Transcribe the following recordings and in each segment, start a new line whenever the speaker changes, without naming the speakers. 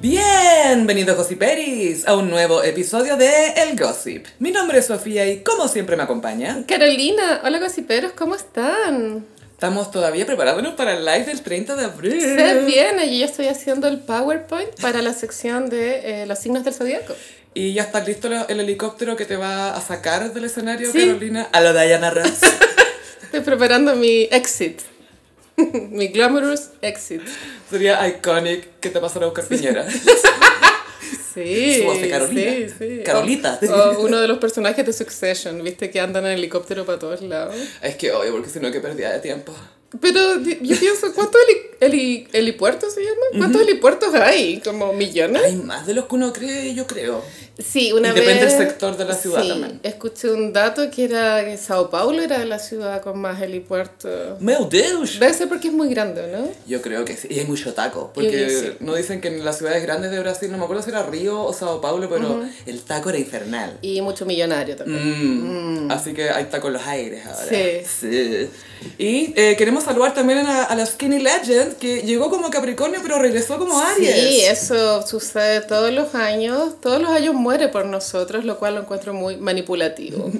Bienvenidos Gossiperis a un nuevo episodio de El Gossip. Mi nombre es Sofía y como siempre me acompaña,
Carolina, hola gossiperos, ¿cómo están?
estamos todavía preparándonos para el live del 30 de abril.
Se viene, yo ya estoy haciendo el PowerPoint para la sección de eh, los signos del zodiaco.
Y ya está listo lo- el helicóptero que te va a sacar del escenario,
Sí.
Carolina, a la Diana Ross.
Estoy preparando mi exit, mi glamorous exit.
Sería iconic que te pasara a buscar Piñera.
Sí,
Súbase, Carolina.
sí, sí.
Carolita.
O, o uno de los personajes de Succession, viste que andan en helicóptero para todos lados.
Es que obvio, porque si no, que pérdida de tiempo.
Pero di- yo pienso, ¿cuántos heli- heli- helipuertos se llaman? ¿Cuántos helipuertos hay? ¿Como millones?
Hay más de los que uno cree, yo creo.
Sí, una
Y depende
vez-
del sector de la ciudad
sí,
también.
Escuché un dato que era que Sao Paulo era la ciudad con más helipuertos.
¡Meu Deus!
Debe ser porque es muy grande, ¿no?
Yo creo que sí. Y hay mucho taco.
creo
Porque
que sí.
no dicen que en las ciudades grandes de Brasil, no me acuerdo si era Río o Sao Paulo, pero el taco era infernal.
Y mucho millonario también.
Mm. Así que ahí está con los aires ahora.
Sí.
Sí. Y eh, queremos saludar también a, a la Skinny Legend, que llegó como Capricornio, pero regresó como Aries.
Sí, eso sucede todos los años. Todos los años muere por nosotros, lo cual lo encuentro muy manipulativo.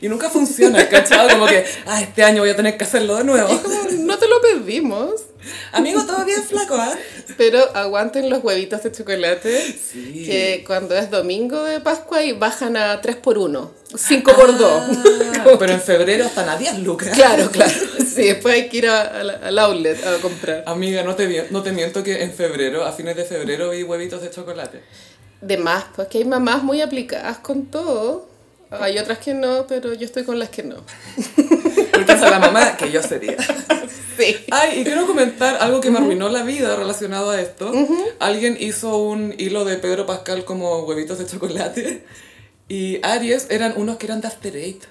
Y nunca funciona, ¿cachado? Como que, ah, este año voy a tener que hacerlo de nuevo.
Es como, no te lo pedimos,
Amigo, todo bien flaco, ¿ah?
pero aguanten los huevitos de chocolate.
Sí.
Que cuando es domingo de Pascua y bajan a 3 por 1 5
Ah,
por 2
pero en febrero están a 10 lucas.
Claro, claro. Sí, después hay que ir a- a la- al outlet a comprar.
Amiga, no te, vi- no te miento que en febrero, a fines de febrero, vi huevitos de chocolate.
De más, pues que hay mamás muy aplicadas con todo. Hay otras que no, pero yo estoy con las que no.
Porque esa es la mamá que yo sería.
Sí.
Ay, y quiero comentar algo que me arruinó la vida relacionado a esto. Alguien hizo un hilo de Pedro Pascal como huevitos de chocolate. Y Aries eran unos que eran de After Eight.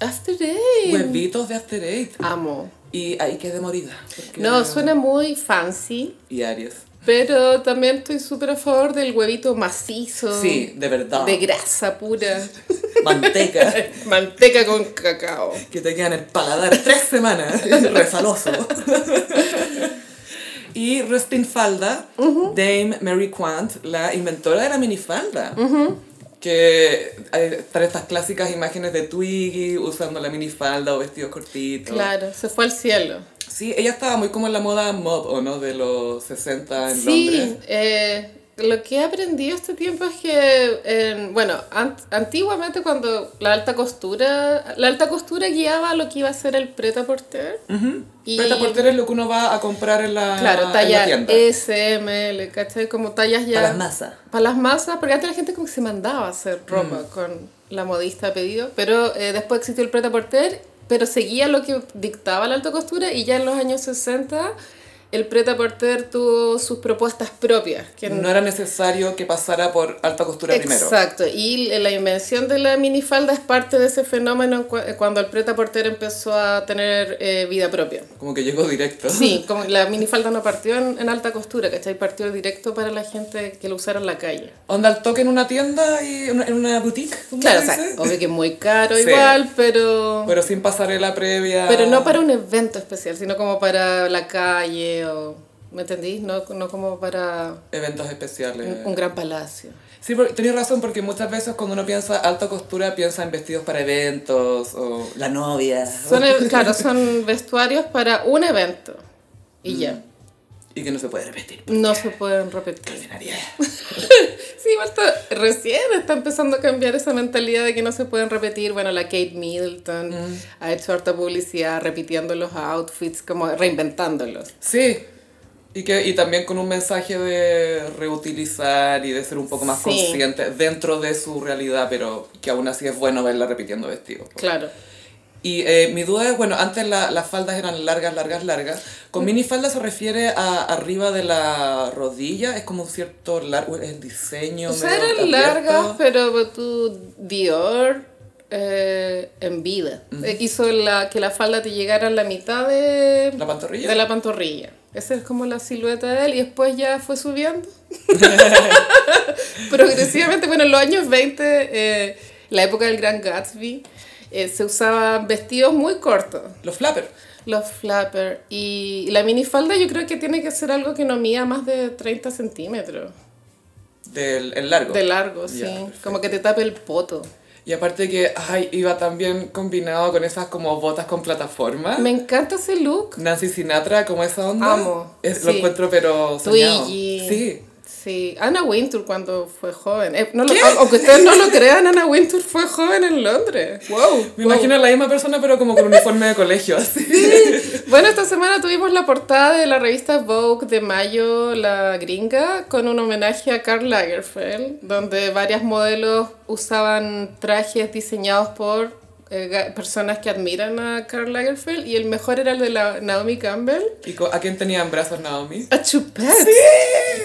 After Eight.
Huevitos de After Eight.
Amo.
Y ahí quedé morida. porque-
No, suena muy fancy,
Y Aries.
pero también estoy súper a favor del huevito macizo.
Sí, de verdad.
De grasa pura.
Manteca.
Manteca con cacao.
que te quedan en el paladar tres semanas, resaloso. y Rustin Falda, Dame Mary Quant, la inventora de la minifalda. Que hay están estas clásicas imágenes de Twiggy usando la minifalda o vestidos cortitos.
Claro, se fue al cielo.
Sí, ella estaba muy como en la moda mob, ¿o no? De los 60 en
Sí,
Londres.
eh, lo que he aprendido este tiempo es que, eh, bueno, ant- antiguamente cuando la alta costura, la alta costura guiaba lo que iba a ser el preta-porter. Y-
Preta porter es lo que uno va a comprar en la,
Claro,
en la
talla
tienda.
S, M, L, ¿cachai? Como tallas ya...
Para las masas.
Para las masas, porque antes la gente como que se mandaba a hacer
Mm.
ropa con la modista a pedido, pero eh, después existió el preta-porter, pero seguía lo que dictaba la alta costura y ya en los años 60 el preta-porter tuvo sus propuestas propias, que
No era necesario que pasara por alta costura primero.
Exacto, y la invención de la minifalda es parte de ese fenómeno cu- cuando el preta porter empezó a tener eh, vida propia.
Como que llegó directo.
Sí, como la minifalda no partió en, en alta costura, ¿cachai? Partió directo para la gente que lo usara en la calle.
Onda al toque en una tienda y en una- en una boutique. ¿cómo
Claro, o
se
sea,
dice?
obvio que es muy caro
Sí.
igual, pero,
Pero sin pasarela previa.
pero no para un evento especial, sino como para la calle o... ¿Me entendís? No, no como para
Eventos especiales.
un, un gran palacio.
Sí, porque tenés razón, porque muchas veces cuando uno piensa alta costura, piensa en vestidos para eventos o la novia.
Son, eh, claro, son vestuarios para un evento y ya.
Y que no se puede repetir.
No se pueden repetir.
Ordinaria.
Sí, Marta, recién está empezando a cambiar esa mentalidad de que no se pueden repetir. Bueno, la Kate Middleton ha hecho harta publicidad repitiendo los outfits, como reinventándolos.
Sí. Y, que, y también con un mensaje de reutilizar y de ser un poco más
Sí.
consciente dentro de su realidad, pero que aún así es bueno verla repitiendo vestidos.
Claro.
Y eh, mi duda es, bueno, antes la- las faldas eran largas, largas, largas. Con
Mm.
minifalda se refiere a arriba de la rodilla, es como un cierto largo, el diseño.
O sea,
medio
eran
abierto.
largas, pero tú, Dior, eh, en vida, eh, hizo la, que la falda te llegara a la mitad de
¿La pantorrilla?
de la pantorrilla. Esa es como la silueta de él y después ya fue subiendo. Progresivamente, bueno, en los años 20, eh, la época del Gran Gatsby, eh, se usaban vestidos muy cortos,
Los flappers.
los flapper, y la minifalda yo creo que tiene que ser algo que no mida más de 30 centímetros.
Del el largo.
De largo, sí.
Ya, perfecto.
Como que te tape el poto.
Y aparte que, ay, iba también combinado con esas como botas con plataforma.
Me encanta ese look.
Nancy Sinatra, como esa onda.
Amo,
Es- Lo
sí.
encuentro pero soñado.
Twiggy.
Sí.
Sí, Anna Wintour cuando fue joven. Eh, no lo- aunque ustedes no lo crean, Anna Wintour fue joven en Londres. Wow.
Me
wow.
imagino a la misma persona pero como con uniforme de colegio, así.
Bueno, esta semana tuvimos la portada de la revista Vogue de mayo, la gringa, con un homenaje a Karl Lagerfeld, donde varias modelos usaban trajes diseñados por eh, ga- personas que admiran a Karl Lagerfeld y el mejor era el de la Naomi Campbell.
¿Y co- a quién tenían brazos Naomi?
A Chupette.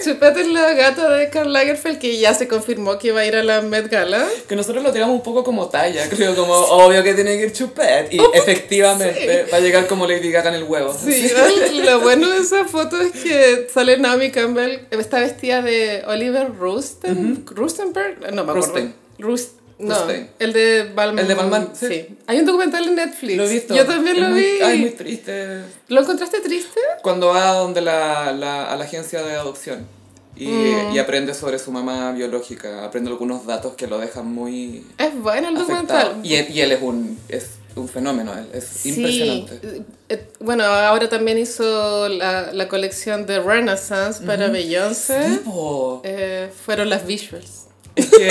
Chupette es la gata de Karl Lagerfeld que ya se confirmó que va a ir a la Met Gala.
Que nosotros lo tiramos un poco como talla, creo, como obvio que tiene que ir chupet. Y efectivamente va a llegar como Lady Gaga en el huevo.
Sí, lo bueno de esa foto es que sale Naomi Campbell, está vestida de Oliver Rusten, Rustenberg, no me acuerdo.
Rusten.
Rus- no,
Rusten.
el de Balmain.
El de Balmain, sí.
sí. Hay un documental en Netflix.
Lo he visto.
Yo también
Es
lo
muy-
vi.
Ay, muy triste.
¿Lo encontraste triste?
Cuando va a donde la, la- a la agencia de adopción y,
Mm.
y aprende sobre su mamá biológica, aprende algunos datos que lo dejan muy
Es bueno el
afectado.
documental.
Y, él- y él es un, es un fenómeno, él es impresionante.
eh, eh, Bueno, ahora también hizo la, la colección de Renaissance para Beyoncé.
Tipo,
Eh, fueron las visuals.
Es que,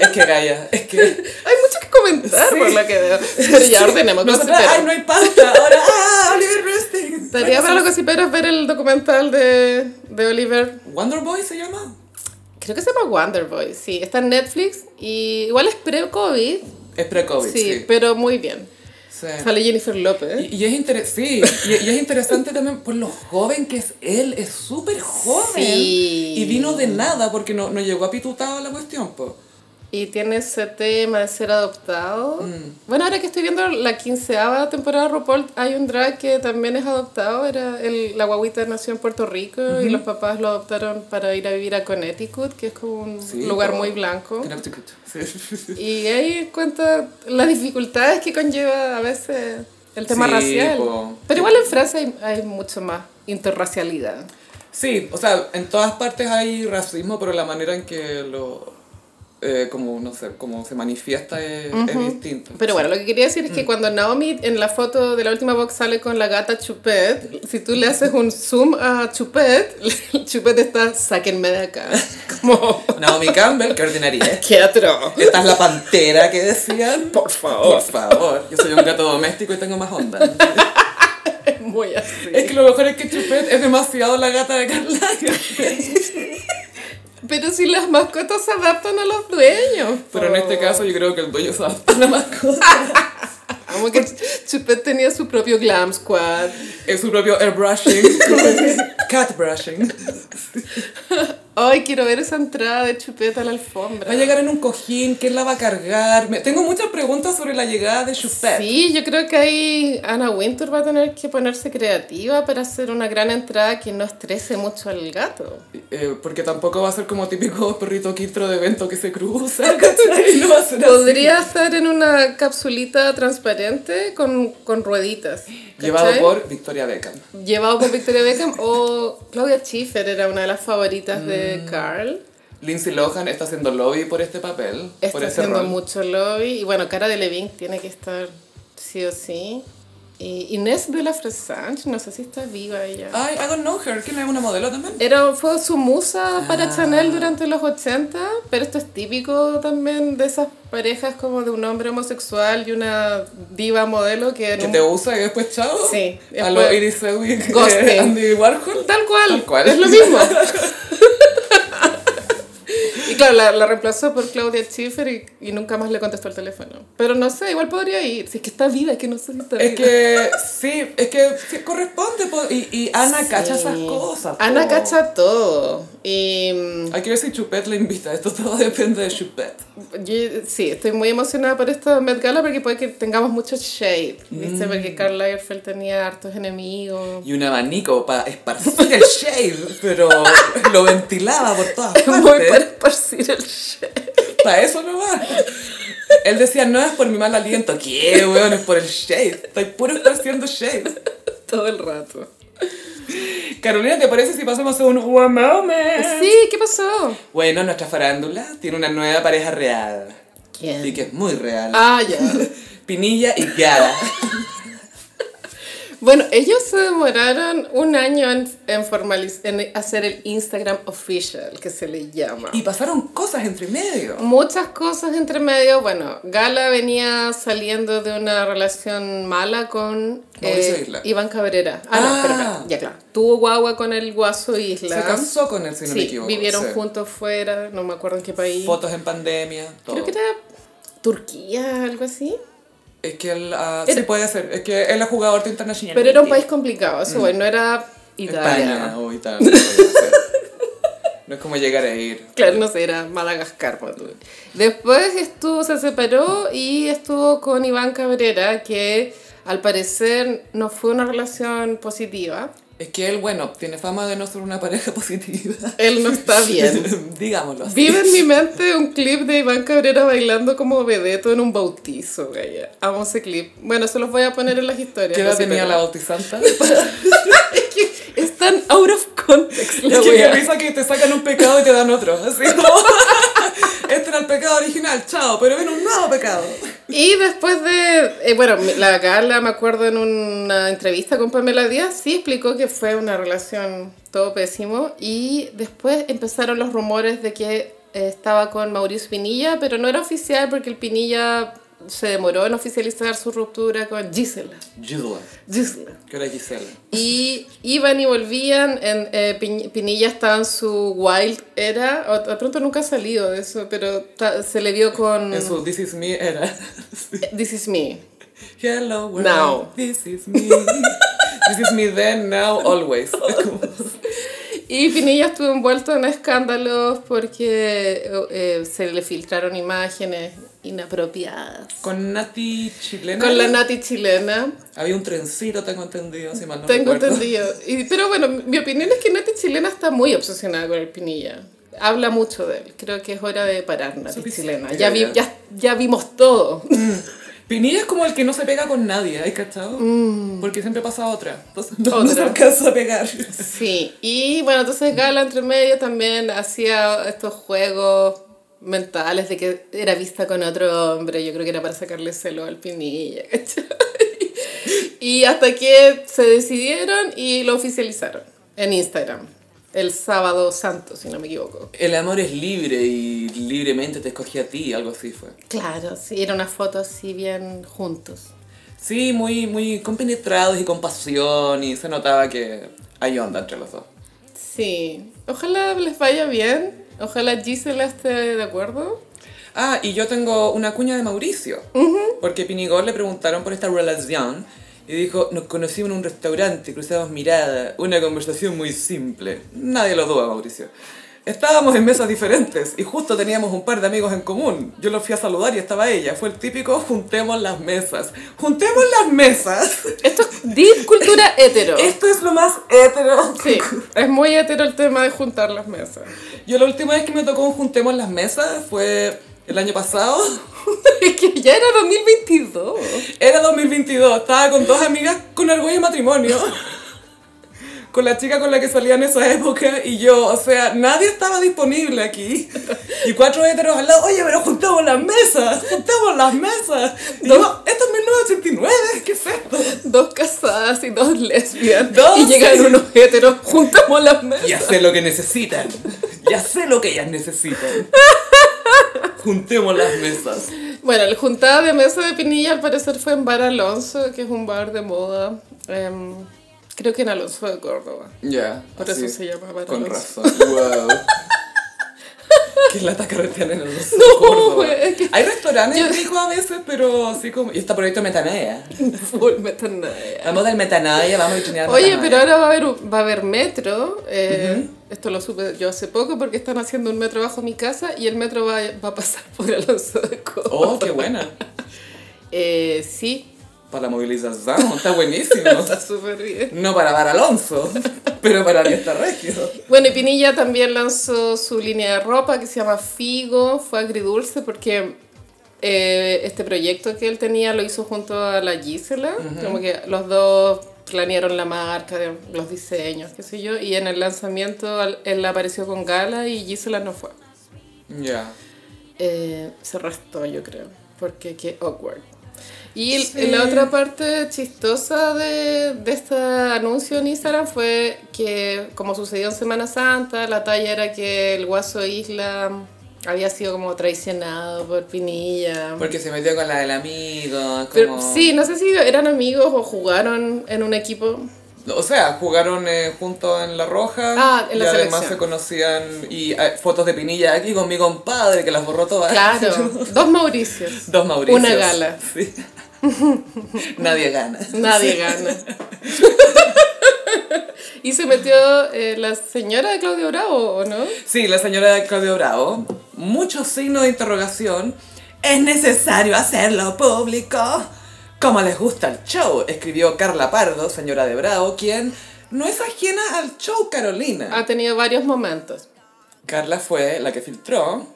es que Gaia, es que...
Hay mucho que comentar por lo que veo. Pero ya ordenemos.
Nosotras,
gossiperos.
ay, no hay pauta, ahora, ah, Oliver Rustin.
Estaría para los gossiperos ver el documental de, de Oliver.
Wonder Boy se llama.
Creo que se llama Wonderboy, sí. Está en Netflix y igual es pre-COVID.
Es pre-COVID,
Sí,
sí.
pero muy bien.
Sí.
Sale Jennifer López.
Y, y es inter- sí, y, y es interesante también por lo joven que es él, es súper joven.
Sí.
Y vino de nada porque no, no llegó apitutado a la cuestión. po.
Y tiene ese tema de ser adoptado.
Mm.
Bueno, ahora que estoy viendo la quinceava temporada de RuPaul, hay un drag que también es adoptado. Era el, la guaguita nació en Puerto Rico y los papás lo adoptaron para ir a vivir a Connecticut, que es como un
Sí,
lugar
po.
muy blanco.
Connecticut. Sí.
Y ahí cuenta las dificultades que conlleva a veces el tema
Sí,
racial.
po.
Pero igual en Francia hay, hay mucho más interracialidad.
Sí, o sea, en todas partes hay racismo, pero la manera en que lo. eh, como, no sé, como se manifiesta es, es distinto.
Pero bueno, lo que quería decir es
Mm.
que cuando Naomi en la foto de la última box sale con la gata Chupet, si tú le haces un zoom a Chupet, Chupet está, sáquenme de acá. Como,
Naomi Campbell, qué ordinaria.
qué atroz.
Esta es la pantera que decían.
Por
Por
favor.
favor, yo soy un gato doméstico y tengo más onda.
Es muy así.
Es que lo mejor es que Chupet es demasiado la gata de Carla.
Pero si las mascotas se adaptan a los dueños.
Pero en
po.
este caso yo creo que el dueño se adapta a la mascota.
Como que Chupet tenía su propio glam squad.
Es su propio airbrushing. Cat brushing.
Ay, quiero ver esa entrada de chupeta a la alfombra.
Va a llegar en un cojín, ¿quién la va a cargar? Me- Tengo muchas preguntas sobre la llegada de Chupet.
Sí, yo creo que ahí Ana Wintour va a tener que ponerse creativa para hacer una gran entrada que no estrese mucho al gato.
Eh, porque tampoco va a ser como típico perrito quintro de evento que se cruza, ¿cachai? No va a ser así.
Podría estar en una capsulita transparente con, con rueditas. ¿cachai?
Llevado por Victoria Beckham.
Llevado por Victoria Beckham o Claudia Schiffer era una de las favoritas de
Mm,
Carl.
Lindsay Lohan está haciendo lobby por este papel, por
Está
este
haciendo
rol.
mucho lobby. Y bueno, Cara de Levin tiene que estar sí o sí. Y Inés de la Fresange, no sé si está viva ella.
Ay, I don't know her, que no es una modelo también.
Era, fue su musa para
Ah.
Chanel durante los 80, pero esto es típico también de esas parejas como de un hombre homosexual y una diva modelo que... en
Que
un-
te usa y después chao.
Sí,
A lo
después-
Iris Sedgwick,
Ghosting.
eh, Andy Warhol.
Tal cual,
Tal cual.
es lo mismo. y claro, la, la reemplazó por Claudia Schiffer y, y nunca más le contestó el teléfono. Pero no sé, igual podría ir. Si es que está viva, es que no sé si está
Es
viva.
que sí, es que sí corresponde. po, y, y Ana cacha esas
Sí.
cosas. po.
Ana cacha todo. Y... mm,
Hay que ver si Chupet la invita. Esto todo depende de Chupet.
Yo- sí, estoy muy emocionada por esta Met Gala porque puede que tengamos mucho shade, ¿viste? Porque Karl Lagerfeld tenía hartos enemigos.
Y un abanico para esparcir el shade, pero lo ventilaba por todas
Muy para
partes.
esparcir el shade.
Para eso no va. Él decía, no es por mi mal aliento. ¿Qué, weón? Es por el shade. Estoy puro esparciendo shade.
Todo el rato.
Carolina, ¿te parece si pasamos a un one moment?
Sí, ¿qué pasó?
Bueno, nuestra farándula tiene una nueva pareja real.
¿Quién?
Y que es muy real.
Ah, ya.
Pinilla y Gara.
Bueno, ellos se demoraron un año en, en, formaliz- en hacer el Instagram official, que se le llama.
y pasaron cosas entre medio.
Muchas cosas entre medio. Bueno, Gala venía saliendo de una relación mala con eh,
Mauricio Isla.
Iván Cabrera. Ah, no,
Ah.
espera, espera, ya claro. Tuvo guagua con el guaso Isla.
Se casó con él, si no me
sí,
equivoco.
vivieron
sí.
juntos fuera, no me acuerdo en qué país.
Fotos en pandemia, todo.
Creo que era Turquía, algo así.
Es que él, ah,
Era-
sí puede ser, es que él es jugador de internacional.
Pero era un país complicado, eso, bueno, no era Italia.
Mm. España o Italia. puede ser. no es como llegar a ir.
Claro, no sé, era Madagascar. ponte. Después estuvo, se separó y estuvo con Iván Cabrera, que al parecer no fue una relación positiva.
Es que él, bueno, tiene fama de no ser una pareja positiva.
Él no está bien.
Digámoslo así.
Vive en mi mente un clip de Iván Cabrera bailando como vedeto en un bautizo, gaya. Amo ese clip. Bueno, se los voy a poner en las historias.
¿Qué edad
así,
tenía
pero-
la bautizanta?
Es que es tan out of context la
Es que
wea.
me risa que te sacan un pecado y te dan otro. Así como, este era el pecado original, chao, pero viene un nuevo pecado.
Y después de, eh, bueno, la Carla, me acuerdo en una entrevista con Pamela Díaz, sí explicó que fue una relación todo pésimo. Y después empezaron los rumores de que eh, estaba con Mauricio Pinilla, pero no era oficial porque el Pinilla se demoró en oficializar su ruptura con Gisela.
Gisela.
Gisela.
Que era Gisela.
Y iban y volvían, en, eh, Piñ- Pinilla estaba en su wild era, o- de pronto nunca ha salido de eso, pero ta- se le vio con
En su This Is Me era.
This Is Me.
Hello, world.
Now.
This is me. This is me then, now, always. Es como-
Y Pinilla estuvo envuelto en escándalos porque eh, se le filtraron imágenes inapropiadas.
Con Nati chilena.
Con la Nati chilena,
Había un trencito, tengo entendido, si mal no
tengo
recuerdo.
entendido. Y- pero bueno, mi opinión es que Nati chilena está muy obsesionada con el Pinilla. Habla mucho de él. Creo que es hora de parar, Nati
Suficiente,
chilena. Ya, vi-
ya.
ya, ya vimos todo.
Pinilla es como el que no se pega con nadie, ¿hay cachado? Porque siempre pasa otra. Entonces no, no
Mm. Otra.
se alcanza a pegar.
Sí, y bueno, entonces Gala entre medio también hacía estos juegos mentales de que era vista con otro hombre, yo creo que era para sacarle celo al pinilla, ¿cachai? Y hasta que se decidieron y lo oficializaron en Instagram, el sábado santo, si no me equivoco.
El amor es libre y libremente te escogí a ti, algo así fue.
Claro, sí, era una foto así bien juntos.
Sí, muy, muy compenetrados y con pasión y se notaba que hay onda entre los dos.
Sí, ojalá les vaya bien, ojalá Gisela esté de acuerdo.
Ah, y yo tengo una cuña de Mauricio. Porque Pinigor le preguntaron por esta relación y dijo, nos conocimos en un restaurante, cruzamos mirada, una conversación muy simple. Nadie lo duda, Mauricio. Estábamos en mesas diferentes y justo teníamos un par de amigos en común. Yo los fui a saludar y estaba ella. Fue el típico juntemos las mesas. ¡Juntemos las mesas!
Esto es deep cultura hetero.
Esto es lo más hétero.
Sí, es muy hetero el tema de juntar las mesas.
Yo la última vez que me tocó un juntemos las mesas fue el año pasado.
Es que ya era 2022.
Era 2022, estaba con dos amigas con algo de matrimonio. Con la chica con la que salía en esa época y yo, o sea, nadie estaba disponible aquí. Y cuatro heteros al lado, oye, pero juntamos las mesas, juntamos las mesas. Y yo, esto es 1989, ¿qué es esto?
Dos casadas y dos lesbianas.
Dos.
Y llegan unos heteros, juntamos las mesas.
Ya sé lo que necesitan, ya sé lo que ellas necesitan. Juntemos las mesas.
Bueno, la juntada de mesa de Pinilla al parecer fue en Bar Alonso, que es un bar de moda. em, creo que en Alonso de Córdoba.
Ya.
Por eso se llama Bar
Con
Alonso.
razón. Wow. que lata carretean en el Alonso
No,
Córdoba.
güey, es que-
Hay restaurantes ricos a veces, pero así como. Y está por ahí todo Metanaya.
Full metanaya.
Vamos del Metanaya, vamos a vitrinear
Oye,
Metanaya.
pero ahora va a haber, un- va a haber metro. eh, Esto lo supe yo hace poco porque están haciendo un metro bajo mi casa y el metro va, va a pasar por Alonso de Córdoba.
Oh, qué buena.
Eh, sí,
Para la movilización, está buenísimo.
está súper bien.
No para Bar Alonso, pero para Fiesta Regio.
Bueno, y Pinilla también lanzó su línea de ropa que se llama Figo, fue agridulce porque eh, este proyecto que él tenía lo hizo junto a la Gisela, como que los dos planearon la marca, de los diseños, qué sé yo, y en el lanzamiento al- él apareció con gala y Gisela no fue.
Ya.
Eh, se restó, yo creo, porque qué awkward. Y el-
Sí.
la otra parte chistosa de, de este anuncio en Instagram fue que, como sucedió en Semana Santa, la talla era que el Guaso Isla había sido como traicionado por Pinilla.
Porque se metió con la del amigo. Como...
Pero, sí, no sé si eran amigos o jugaron en un equipo.
O sea, jugaron eh, juntos en La Roja.
Ah, en la
y además
selección.
se conocían. Y eh, fotos de Pinilla aquí con mi compadre que las borró todas.
Claro, dos Mauricios.
Dos Mauricios.
Una gala.
Sí. Nadie gana.
Nadie gana. y se metió eh, la señora de Claudio Bravo, ¿o no?
Sí, la señora de Claudio Bravo. Muchos signos de interrogación. Es necesario hacerlo público. Como les gusta el show, escribió Carla Pardo, señora de Bravo, quien no es ajena al show Carolina.
Ha tenido varios momentos.
Carla fue la que filtró.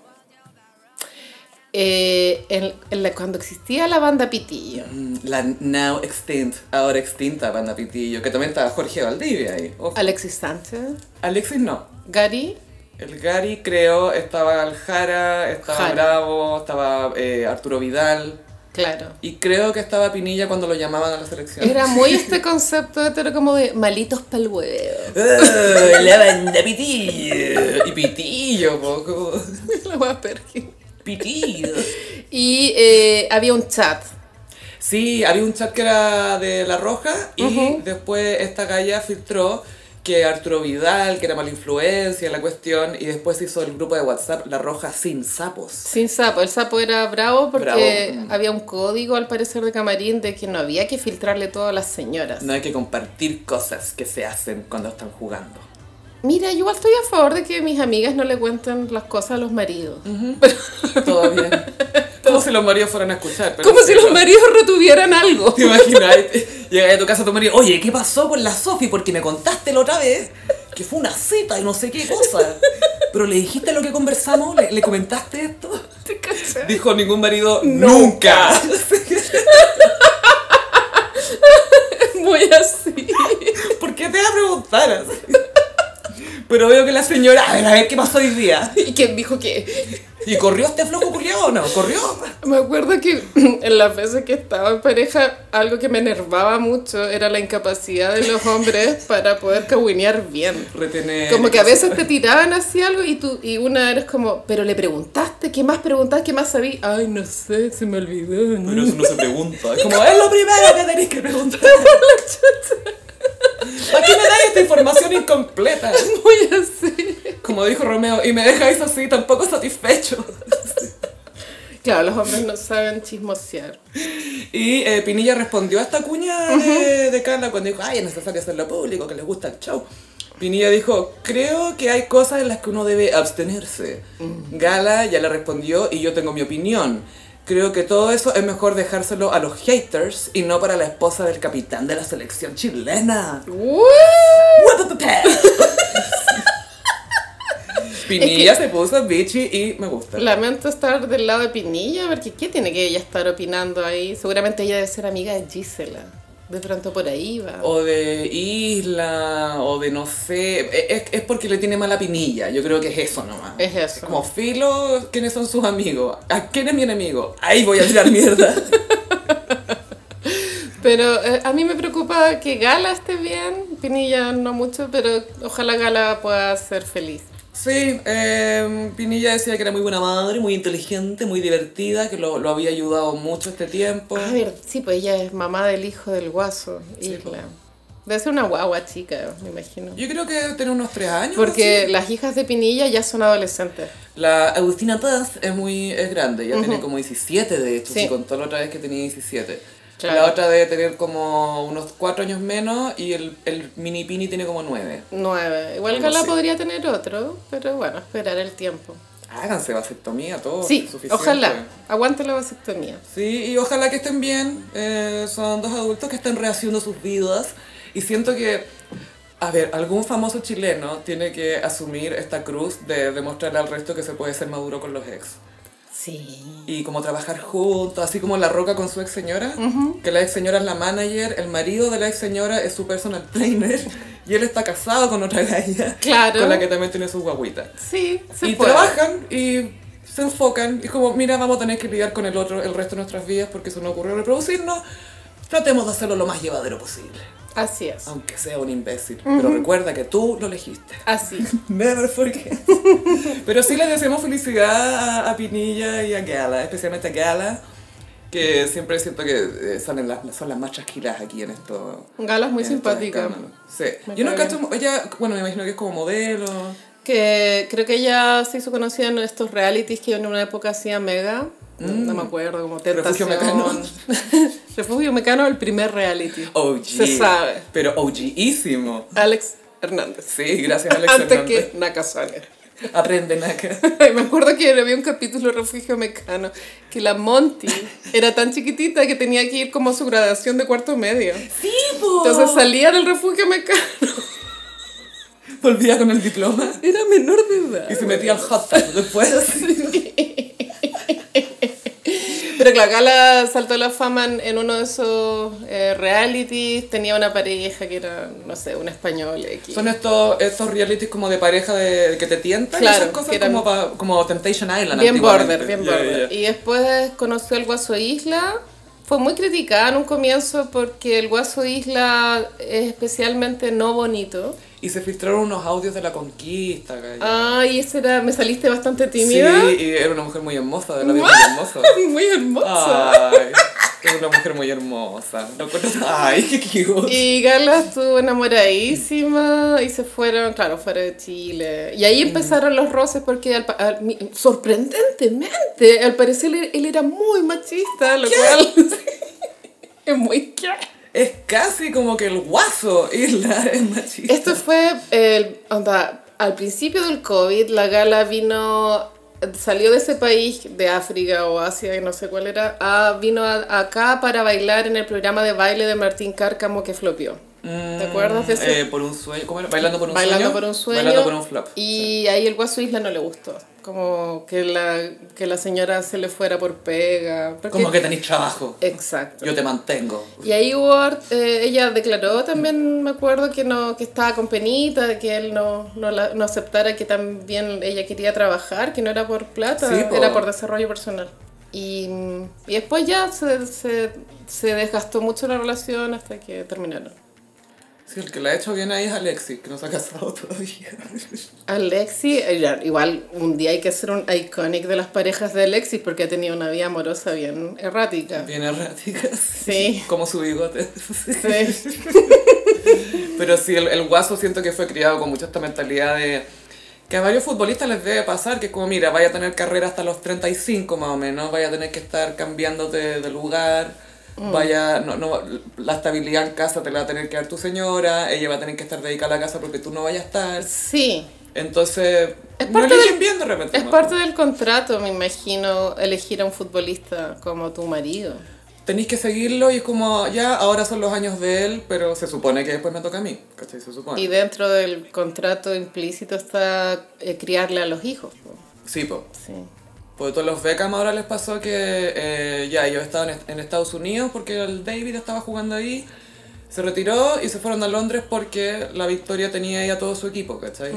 Eh, en- en la- cuando existía la banda Pitillo.
mm, La now extinct, ahora extinta banda Pitillo, que también estaba Jorge Valdivia ahí. ojo.
Alexis Sánchez,
Alexis no.
Gary,
El Gary creo, estaba Aljara, estaba
Jara.
Bravo, estaba eh, Arturo Vidal.
claro.
Y creo que estaba Pinilla cuando lo llamaban a la selección.
Era muy este concepto hetero como de malitos pa'l huevo.
¡Oh, la banda Pitillo. Y Pitillo, poco.
La wea perkin.
Pitillo.
Y eh, había un chat.
Sí, había un chat que era de La Roja y después esta galla filtró que Arturo Vidal, que era mala influencia, la cuestión, y después hizo el grupo de WhatsApp La Roja sin sapos.
Sin sapo. El sapo era bravo porque
Bravo. Mm.
había un código al parecer de camarín de que no había que filtrarle todo a las señoras.
No hay que compartir cosas que se hacen cuando están jugando.
Mira, yo igual estoy a favor de que mis amigas no le cuenten las cosas a los maridos.
Todo bien. Como si los maridos fueran a escuchar. pero
Como si
pero-
los maridos retuvieran algo.
¿Te imaginas? Llegas a tu casa a tu marido, oye, ¿qué pasó con la Sofi? Porque me contaste la otra vez que fue una cita y no sé qué cosa. Pero le dijiste lo que conversamos, le, le comentaste esto.
¿Te cachai?
Dijo ningún marido, nunca.
Muy así.
¿Por qué te la preguntaras? Pero veo que la señora, a ver, a ver qué pasó hoy día.
Y que dijo que.
¿Y corrió este flojo culiao o no? ¿Corrió?
Me acuerdo que en las veces que estaba en pareja, algo que me enervaba mucho era la incapacidad de los hombres para poder caguinear bien.
Retener.
Como que a veces te tiraban así algo y tú y una eres como, pero le preguntaste, ¿qué más preguntaste? ¿Qué más sabí? Ay, no sé, se me olvidó. ¿no?".
Pero eso no se pregunta. Es como, es lo primero que tenéis que preguntar. ¿Para qué me dais esta información incompleta?
Muy así.
Como dijo Romeo, y me dejáis así tampoco satisfecho.
Claro, los hombres no saben chismosear.
Y eh, Pinilla respondió a esta cuña de, de Carla cuando dijo, ay, es necesario hacerlo público, que les gusta el show. Pinilla dijo, creo que hay cosas en las que uno debe abstenerse. Gala ya le respondió y yo tengo mi opinión. Creo que todo eso es mejor dejárselo a los haters y no para la esposa del capitán de la selección chilena. Guapapapá. Pinilla se puso bitchy y me gusta.
Lamento estar del lado de Pinilla, porque ¿qué tiene que ella estar opinando ahí? Seguramente ella debe ser amiga de Gisela. De pronto por ahí va.
O de isla, o de no sé. e, Es, es porque le tiene mala pinilla. Yo creo que es eso nomás.
Es eso.
Como filo, ¿quiénes son sus amigos? ¿A quién es mi enemigo? Ahí voy a tirar mierda.
Pero eh, a mí me preocupa que Gala esté bien, Pinilla no mucho, pero ojalá Gala pueda ser feliz.
sí, eh, Pinilla decía que era muy buena madre, muy inteligente, muy divertida, que lo, lo había ayudado mucho este tiempo.
A ver, sí, pues ella es mamá del hijo del guaso, Isla. Debe ser una guagua chica, me imagino.
pues. Yo creo que debe tener unos tres años.
Porque las hijas de Pinilla ya son adolescentes.
La Agustina Paz es muy es grande, ya tiene como 17 de hecho,
Sí.
se contó la otra vez que tenía 17.
Claro.
La otra debe tener como unos 4 años menos y el, el mini pini tiene como 9.
Nueve. Igual
Algo
Gala
así.
podría tener otro, pero bueno, esperar el tiempo.
Háganse vasectomía, todo.
Sí,
es suficiente.
ojalá. Aguante la vasectomía.
Sí, y ojalá que estén bien. eh, son dos adultos que están rehaciendo sus vidas y siento que, a ver, algún famoso chileno tiene que asumir esta cruz de demostrar al resto que se puede ser maduro con los ex.
Sí.
y como trabajar juntos, así como La Roca con su ex señora, que la ex señora es la manager, el marido de la ex señora es su personal trainer y él está casado con otra galla,
Claro.
con la que también tiene sus guaguitas.
Sí, se
Y
puede.
trabajan y se enfocan y como, mira, vamos a tener que lidiar con el otro el resto de nuestras vidas porque eso no ocurrió reproducirnos, tratemos de hacerlo lo más llevadero posible,
Así es.
aunque sea un imbécil, pero recuerda que tú lo elegiste.
Así.
Never forget. Pero sí les deseamos felicidad a, a Pinilla y a Gala, especialmente a Gala, que siempre siento que eh, son, en las, son las más chasquilas aquí en esto.
Gala es muy
en estos
simpática.
escándalos. Sí.
Me
Yo no
cae
cacho, ella, bueno, me imagino que es como modelo.
Que creo que ella se hizo conocida en estos realities que en una época hacía Mega. No me acuerdo, como
Mm. Refugio
Tentación.
Mecano. Oh,
Refugio Mecano, el primer reality.
OG.
Se sabe.
Pero OGísimo.
Alex Hernández.
Sí, gracias Alex
Antes
Hernández.
que Nakasone.
Aprenden acá.
me acuerdo que había un capítulo de Refugio Mecano que la Monty era tan chiquitita que tenía que ir como a su graduación de cuarto medio.
Sí, Oh.
Entonces salía del Refugio Mecano.
Volvía con el diploma
Era menor de edad.
y se metía al hot tub después.
Pero claro, Gala saltó a la fama en, en uno de esos eh, realities, tenía una pareja que era, no sé, un español X.
Son estos, estos realities como de pareja de, que te tientan,
Claro,
esas cosas
que eran-
como, pa- como Temptation Island.
Bien
antiguamente.
border, bien
Ya,
border.
ya, ya.
Y después conoció el Guaso Isla. Fue muy criticada en un comienzo porque el Guaso Isla es especialmente no bonito.
Y se filtraron unos audios de la conquista. gaya.
Ay, ese era, me saliste bastante
sí,
tímida.
y era una mujer muy hermosa, de la vida muy hermosa.
Muy hermosa.
Ay, es una mujer muy hermosa. Lo encuentro- Ay, qué cute.
Y Carla estuvo enamoradísima y se fueron, claro, fuera de Chile. Y ahí empezaron los roces porque al pa- al- mi- sorprendentemente, al parecer él, él era muy machista, lo cual es muy...
Es casi como que el guaso isla es machista.
Esto fue, el, onda, al principio del COVID, la gala vino, salió de ese país, de África o Asia, que no sé cuál era, a- vino a- acá para bailar en el programa de baile de Martín Cárcamo que flopió. ¿Te acuerdas de ese
Eh, por un sueño. ¿Cómo era? Bailando por un
Bailando
sueño.
por un sueño.
Bailando por un flop.
Y ahí el Guaso Isla no le gustó. Como que la, que la señora se le fuera por pega. porque-
Como que tenéis trabajo.
Eh, Exacto.
Yo te mantengo.
Y ahí hubo, eh, ella declaró también, me acuerdo, que no que estaba con penita, que él no, no, la- no aceptara que también ella quería trabajar, que no era por plata,
Sí, po.
era por desarrollo personal. Y, y después ya se, se, se desgastó mucho la relación hasta que terminaron.
Sí, el que la ha hecho bien ahí es Alexis, que no se ha casado todavía.
Alexi, eh, igual un día hay que ser un iconic de las parejas de Alexi porque ha tenido una vida amorosa bien errática.
Bien erráticas.
Sí.
Como su bigote.
Sí.
Pero sí, el, el guaso siento que fue criado con mucha esta mentalidad de... Que a varios futbolistas les debe pasar que es como, mira, vaya a tener carrera hasta los 35 más o menos, vaya a tener que estar cambiándote de lugar,
Mm.
vaya, no, no, la estabilidad en casa te la va a tener que dar tu señora, ella va a tener que estar dedicada a la casa porque tú no vayas a estar.
Sí.
Entonces,
Es
no
parte
eligen
del-
bien de repente.
Es
¿no?
parte del contrato, me imagino, elegir a un futbolista como tu marido.
tenéis que seguirlo y es como, ya, ahora son los años de él, pero se supone que después me toca a mí, ¿cachai? Se supone.
Y dentro del contrato implícito está eh, criarle a los hijos. po.
Sí, po.
Sí.
Porque Pues todos los Beckham ahora les pasó que eh, ya ellos estaban est- en Estados Unidos porque el David estaba jugando ahí, se retiró y se fueron a Londres porque la victoria tenía ahí a todo su equipo, ¿cachai?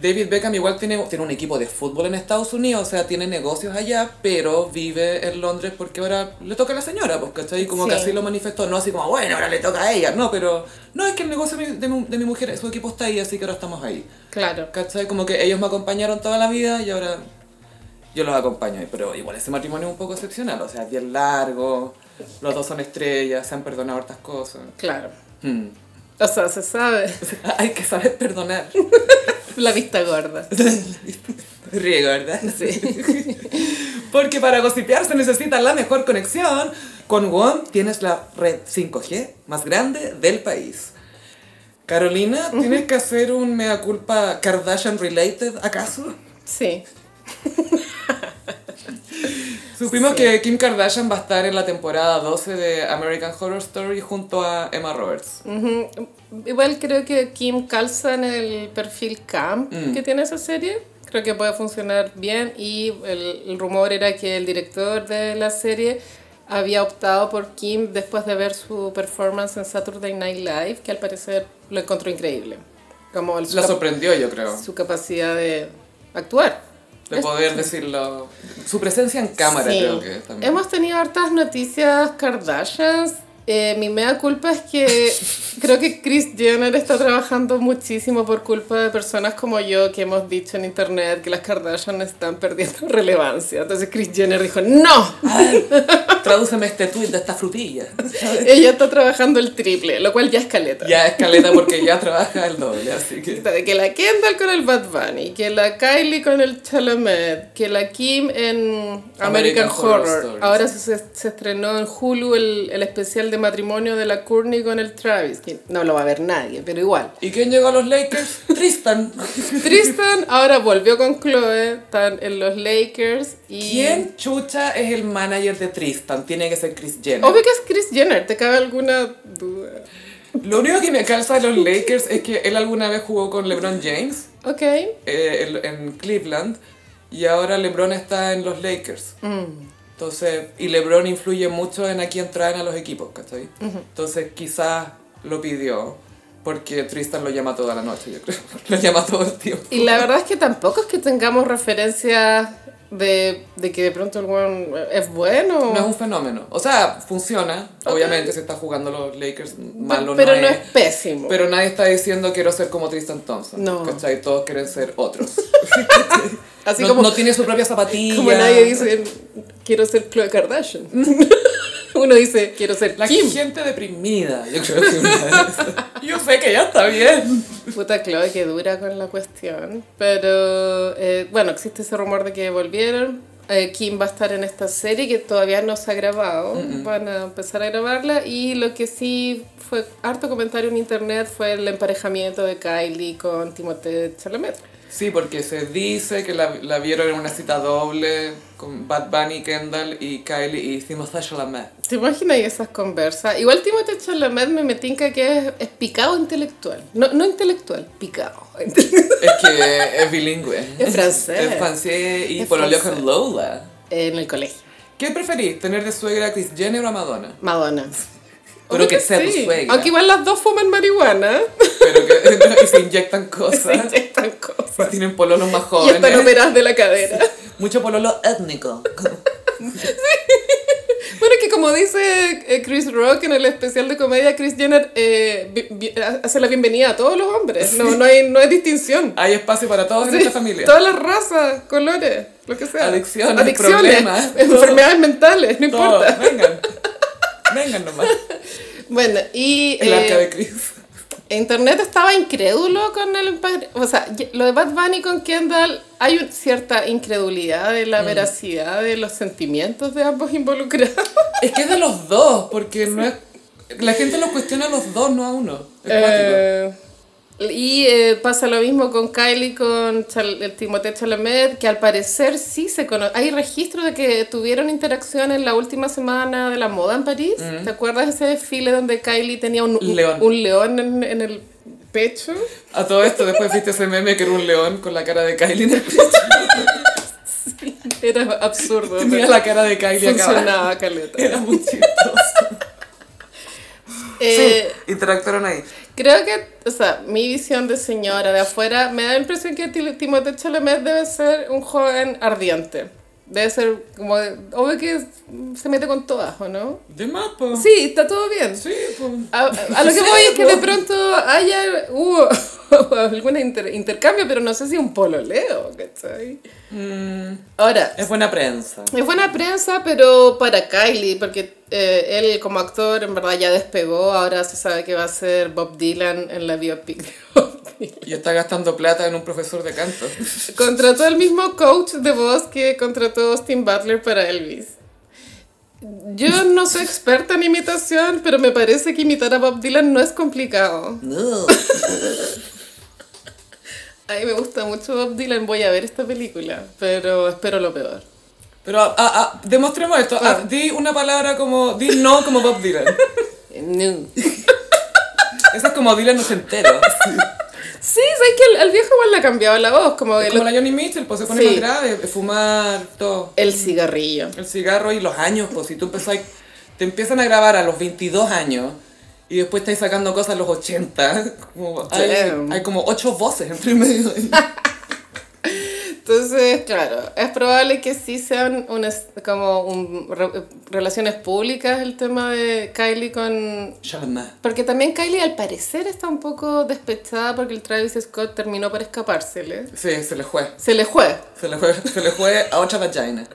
David Beckham igual tiene, tiene un equipo de fútbol en Estados Unidos, o sea, tiene negocios allá, pero vive en Londres porque ahora le toca a la señora, pues, ¿cachai? Como que
Sí.
así lo manifestó, no así como, bueno, ahora le toca a ella, no, pero no es que el negocio de mi- de mi, de mi mujer, su equipo está ahí, así que ahora estamos ahí.
Claro.
¿Cachai? Como que ellos me acompañaron toda la vida y ahora yo los acompaño. Pero igual ese matrimonio es un poco excepcional, o sea, es bien largo, los dos son estrellas, se han perdonado hartas cosas.
Claro.
Hmm.
O sea, se sabe.
Hay que saber perdonar.
La vista gorda.
Riego, ¿verdad? Porque para gossipear se necesita la mejor conexión. Con WOM tienes la red 5G más grande del país. Carolina, ¿tienes que hacer un mea culpa Kardashian related acaso?
Sí.
Supimos
Sí.
que Kim Kardashian va a estar en la temporada 12 de American Horror Story junto a Emma Roberts.
Mm. Ujú. Igual creo que Kim calza en el perfil camp que tiene esa serie. Creo creo que puede funcionar bien y el, el rumor era que el director de la serie había optado por Kim después de ver su performance en Saturday Night Live, que al parecer lo encontró increíble. Como el, su,
La
cap-
sorprendió, yo creo.
su capacidad de actuar.
De poder decirlo. Su presencia en cámara,
Sí.
creo que también.
Hemos tenido hartas noticias Kardashians. Eh, mi mea culpa es que creo que Chris Jenner está trabajando muchísimo por culpa de personas como yo que hemos dicho en internet que las Kardashian están perdiendo relevancia. Entonces Chris Jenner dijo, no,
Ay, tradúceme este tweet de esta frutilla.
ella está trabajando el triple, lo cual ya es caleta.
Ya escaleta porque ya trabaja el doble, así que.
Está de Que la Kendall con el Bad Bunny, que la Kylie con el Chalamet, que la Kim en American,
American
Horror.
Horror Story.
Ahora se, se estrenó en Hulu el, el especial de matrimonio de la Courtney con el Travis. que no lo va a ver nadie, pero igual.
¿Y quién llegó a los Lakers? Tristan.
Tristan ahora volvió con Chloe, están en los Lakers y...
¿Quién chucha es el manager de Tristan? Tiene que ser Chris Jenner.
Obvio que es Chris Jenner, ¿te cabe alguna duda?
Lo único que me calza de los Lakers es que él alguna vez jugó con LeBron James
Ok.
eh, en, en Cleveland y ahora LeBron está en los Lakers.
Mm.
Entonces, y LeBron influye mucho en a quién traen a los equipos, ¿cachai? Entonces, quizás lo pidió porque Tristan lo llama toda la noche, yo creo. Lo llama todo el tiempo.
Y la verdad es que tampoco es que tengamos referencias de, de que de pronto el weón es bueno.
No es un fenómeno. O sea, funciona. Obviamente, se está jugando los Lakers malo
pero
no,
no
es.
es pésimo.
Pero nadie está diciendo quiero ser como Tristan Thompson.
No.
¿Cachai? Todos quieren ser otros.
Así
no,
como,
no tiene su propia zapatilla.
como nadie dice, quiero ser Khloe Kardashian. Uno dice, quiero ser
La
Kim.
gente deprimida, yo creo que una de esas. Yo sé que ya está bien.
Puta Chloe, que dura con la cuestión. Pero eh, bueno, existe ese rumor de que volvieron. Eh, Kim va a estar en esta serie que todavía no se ha grabado. Van a empezar a grabarla. Y lo que sí fue harto comentario en internet fue el emparejamiento de Kylie con Timothée Chalamet.
Sí, porque se dice que la, la vieron en una cita doble con Bad Bunny, Kendall y Kylie y hicimos Chalamet.
¿Te imaginas ahí esas conversas? Igual Timothée Chalamet me metinca que es, es picado intelectual. No, no intelectual, picado.
Es que es bilingüe.
Es francés.
Es francés y
Es
por lo
francés.
con Lola.
en el colegio.
¿Qué preferís, tener de suegra a Kris Jenner o a Madonna?
Madonna.
Pero
Obvio
que sea tu suegra.
Aunque igual las dos fuman marihuana.
Pero que y se inyectan
Se
cosas. Pues
inyectan cosas.
Tienen pololos más
Y están
jóvenes.
operadas de la cadera.
Mucho pololo étnico.
Bueno, que como dice eh, Chris Rock en el especial de comedia, Chris Jenner eh, bi- bi- hace la bienvenida a todos los hombres. No, no, hay, no hay distinción.
Hay espacio para todos en
Sí,
esta familia.
Todas las razas, colores, lo que sea.
Adicciones,
Adicciones,
problemas, todo.
enfermedades mentales, no
Todos,
importa.
vengan. Vengan nomás.
Bueno, y
El arca
eh,
de Chris.
Internet estaba incrédulo con el... empa- O sea, y- lo de Bad Bunny con Kendall, hay una cierta incredulidad de
Mm.
la veracidad de los sentimientos de ambos involucrados.
Es que es de los dos, porque no es. La gente lo cuestiona a los dos, no a uno. Es cuático.
Eh, y eh, pasa lo mismo con Kylie, con Chal- el Timothée Chalamet, que al parecer sí se conoce. Hay registro de que tuvieron interacción en la última semana de la moda en París. ¿Te acuerdas de ese desfile donde Kylie tenía un, un-
Mm. León.
un león en, en el pecho?
A todo esto, después viste ese meme que era un león con la cara de Kylie en el pecho.
Era absurdo.
Tenía
pero
la cara de Kylie acá.
Funcionaba, Caleta.
Era muy chistoso.
Eh,
sí, interactuaron ahí.
Creo que, o sea, mi visión de señora de afuera me da la impresión que Til- Timothée Chalamet debe ser un joven ardiente. Debe ser como. Obvio que es- se mete con todas, ¿o no?
De mapa.
Sí, está todo bien.
Sí, pues.
A, a lo que voy es que de pronto haya. Hubo algún inter- intercambio, pero no sé si un pololeo, ¿cachai? Ahora,
Mm, Es buena prensa.
es buena prensa, pero para Kylie, porque eh, él como actor en verdad ya despegó, ahora se sabe que va a ser Bob Dylan en la biopic de Bob Dylan.
Y está gastando plata en un profesor de canto.
Contrató el mismo coach de voz que contrató Austin Butler para Elvis. Yo no soy experta en imitación, pero me parece que imitar a Bob Dylan no es complicado.
No.
A mí me gusta mucho Bob Dylan, voy a ver esta película, pero espero lo peor.
Pero ah, ah, demostremos esto. Ah, di una palabra como. Di no como Bob Dylan.
No.
Eso es como Dylan no se entera.
Sí, sabes que al, al viejo igual le ha cambiado la voz, como que
Como
lo-
la Johnny Mitchell, pues se pone
Sí.
más grave, fumar, todo.
el cigarrillo.
El cigarro y los años, pues si tú empezás, te empiezan a grabar a los 22 años y después estás sacando cosas a los 80, como, hay,
Damn.
hay como 8 voces entre medio.
Entonces, claro, es probable que sí sean unas, como un, re- relaciones públicas el tema de Kylie con...
Chama.
Porque también Kylie al parecer está un poco despechada porque el Travis Scott terminó por escapársele.
Sí, se le fue.
Se le fue.
Se le fue, se le fue a otra vagina.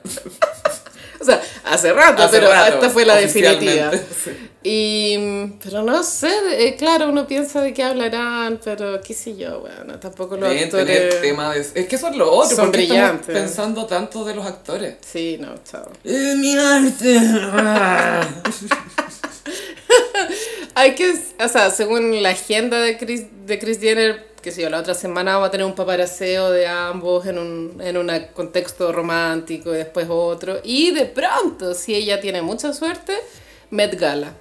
O sea, hace rato,
Hace
Ah, pero
rato,
esta fue la definitiva.
oficialmente,
Y, mm, pero no sé, eh, claro, uno piensa de qué hablarán, pero qué sé yo, bueno, tampoco los
Bien,
actores...
tener tema de... Es que eso es lo otro,
son
porque estamos
brillantes.
pensando tanto de los actores.
Sí, no, chao.
Eh, mi arte.
Hay que, o sea, según la agenda de Chris, de Chris Jenner, que sé yo, la otra semana vamos a tener un paparaseo de ambos en un en una contexto romántico y después otro. Y de pronto, si ella tiene mucha suerte, Met Gala.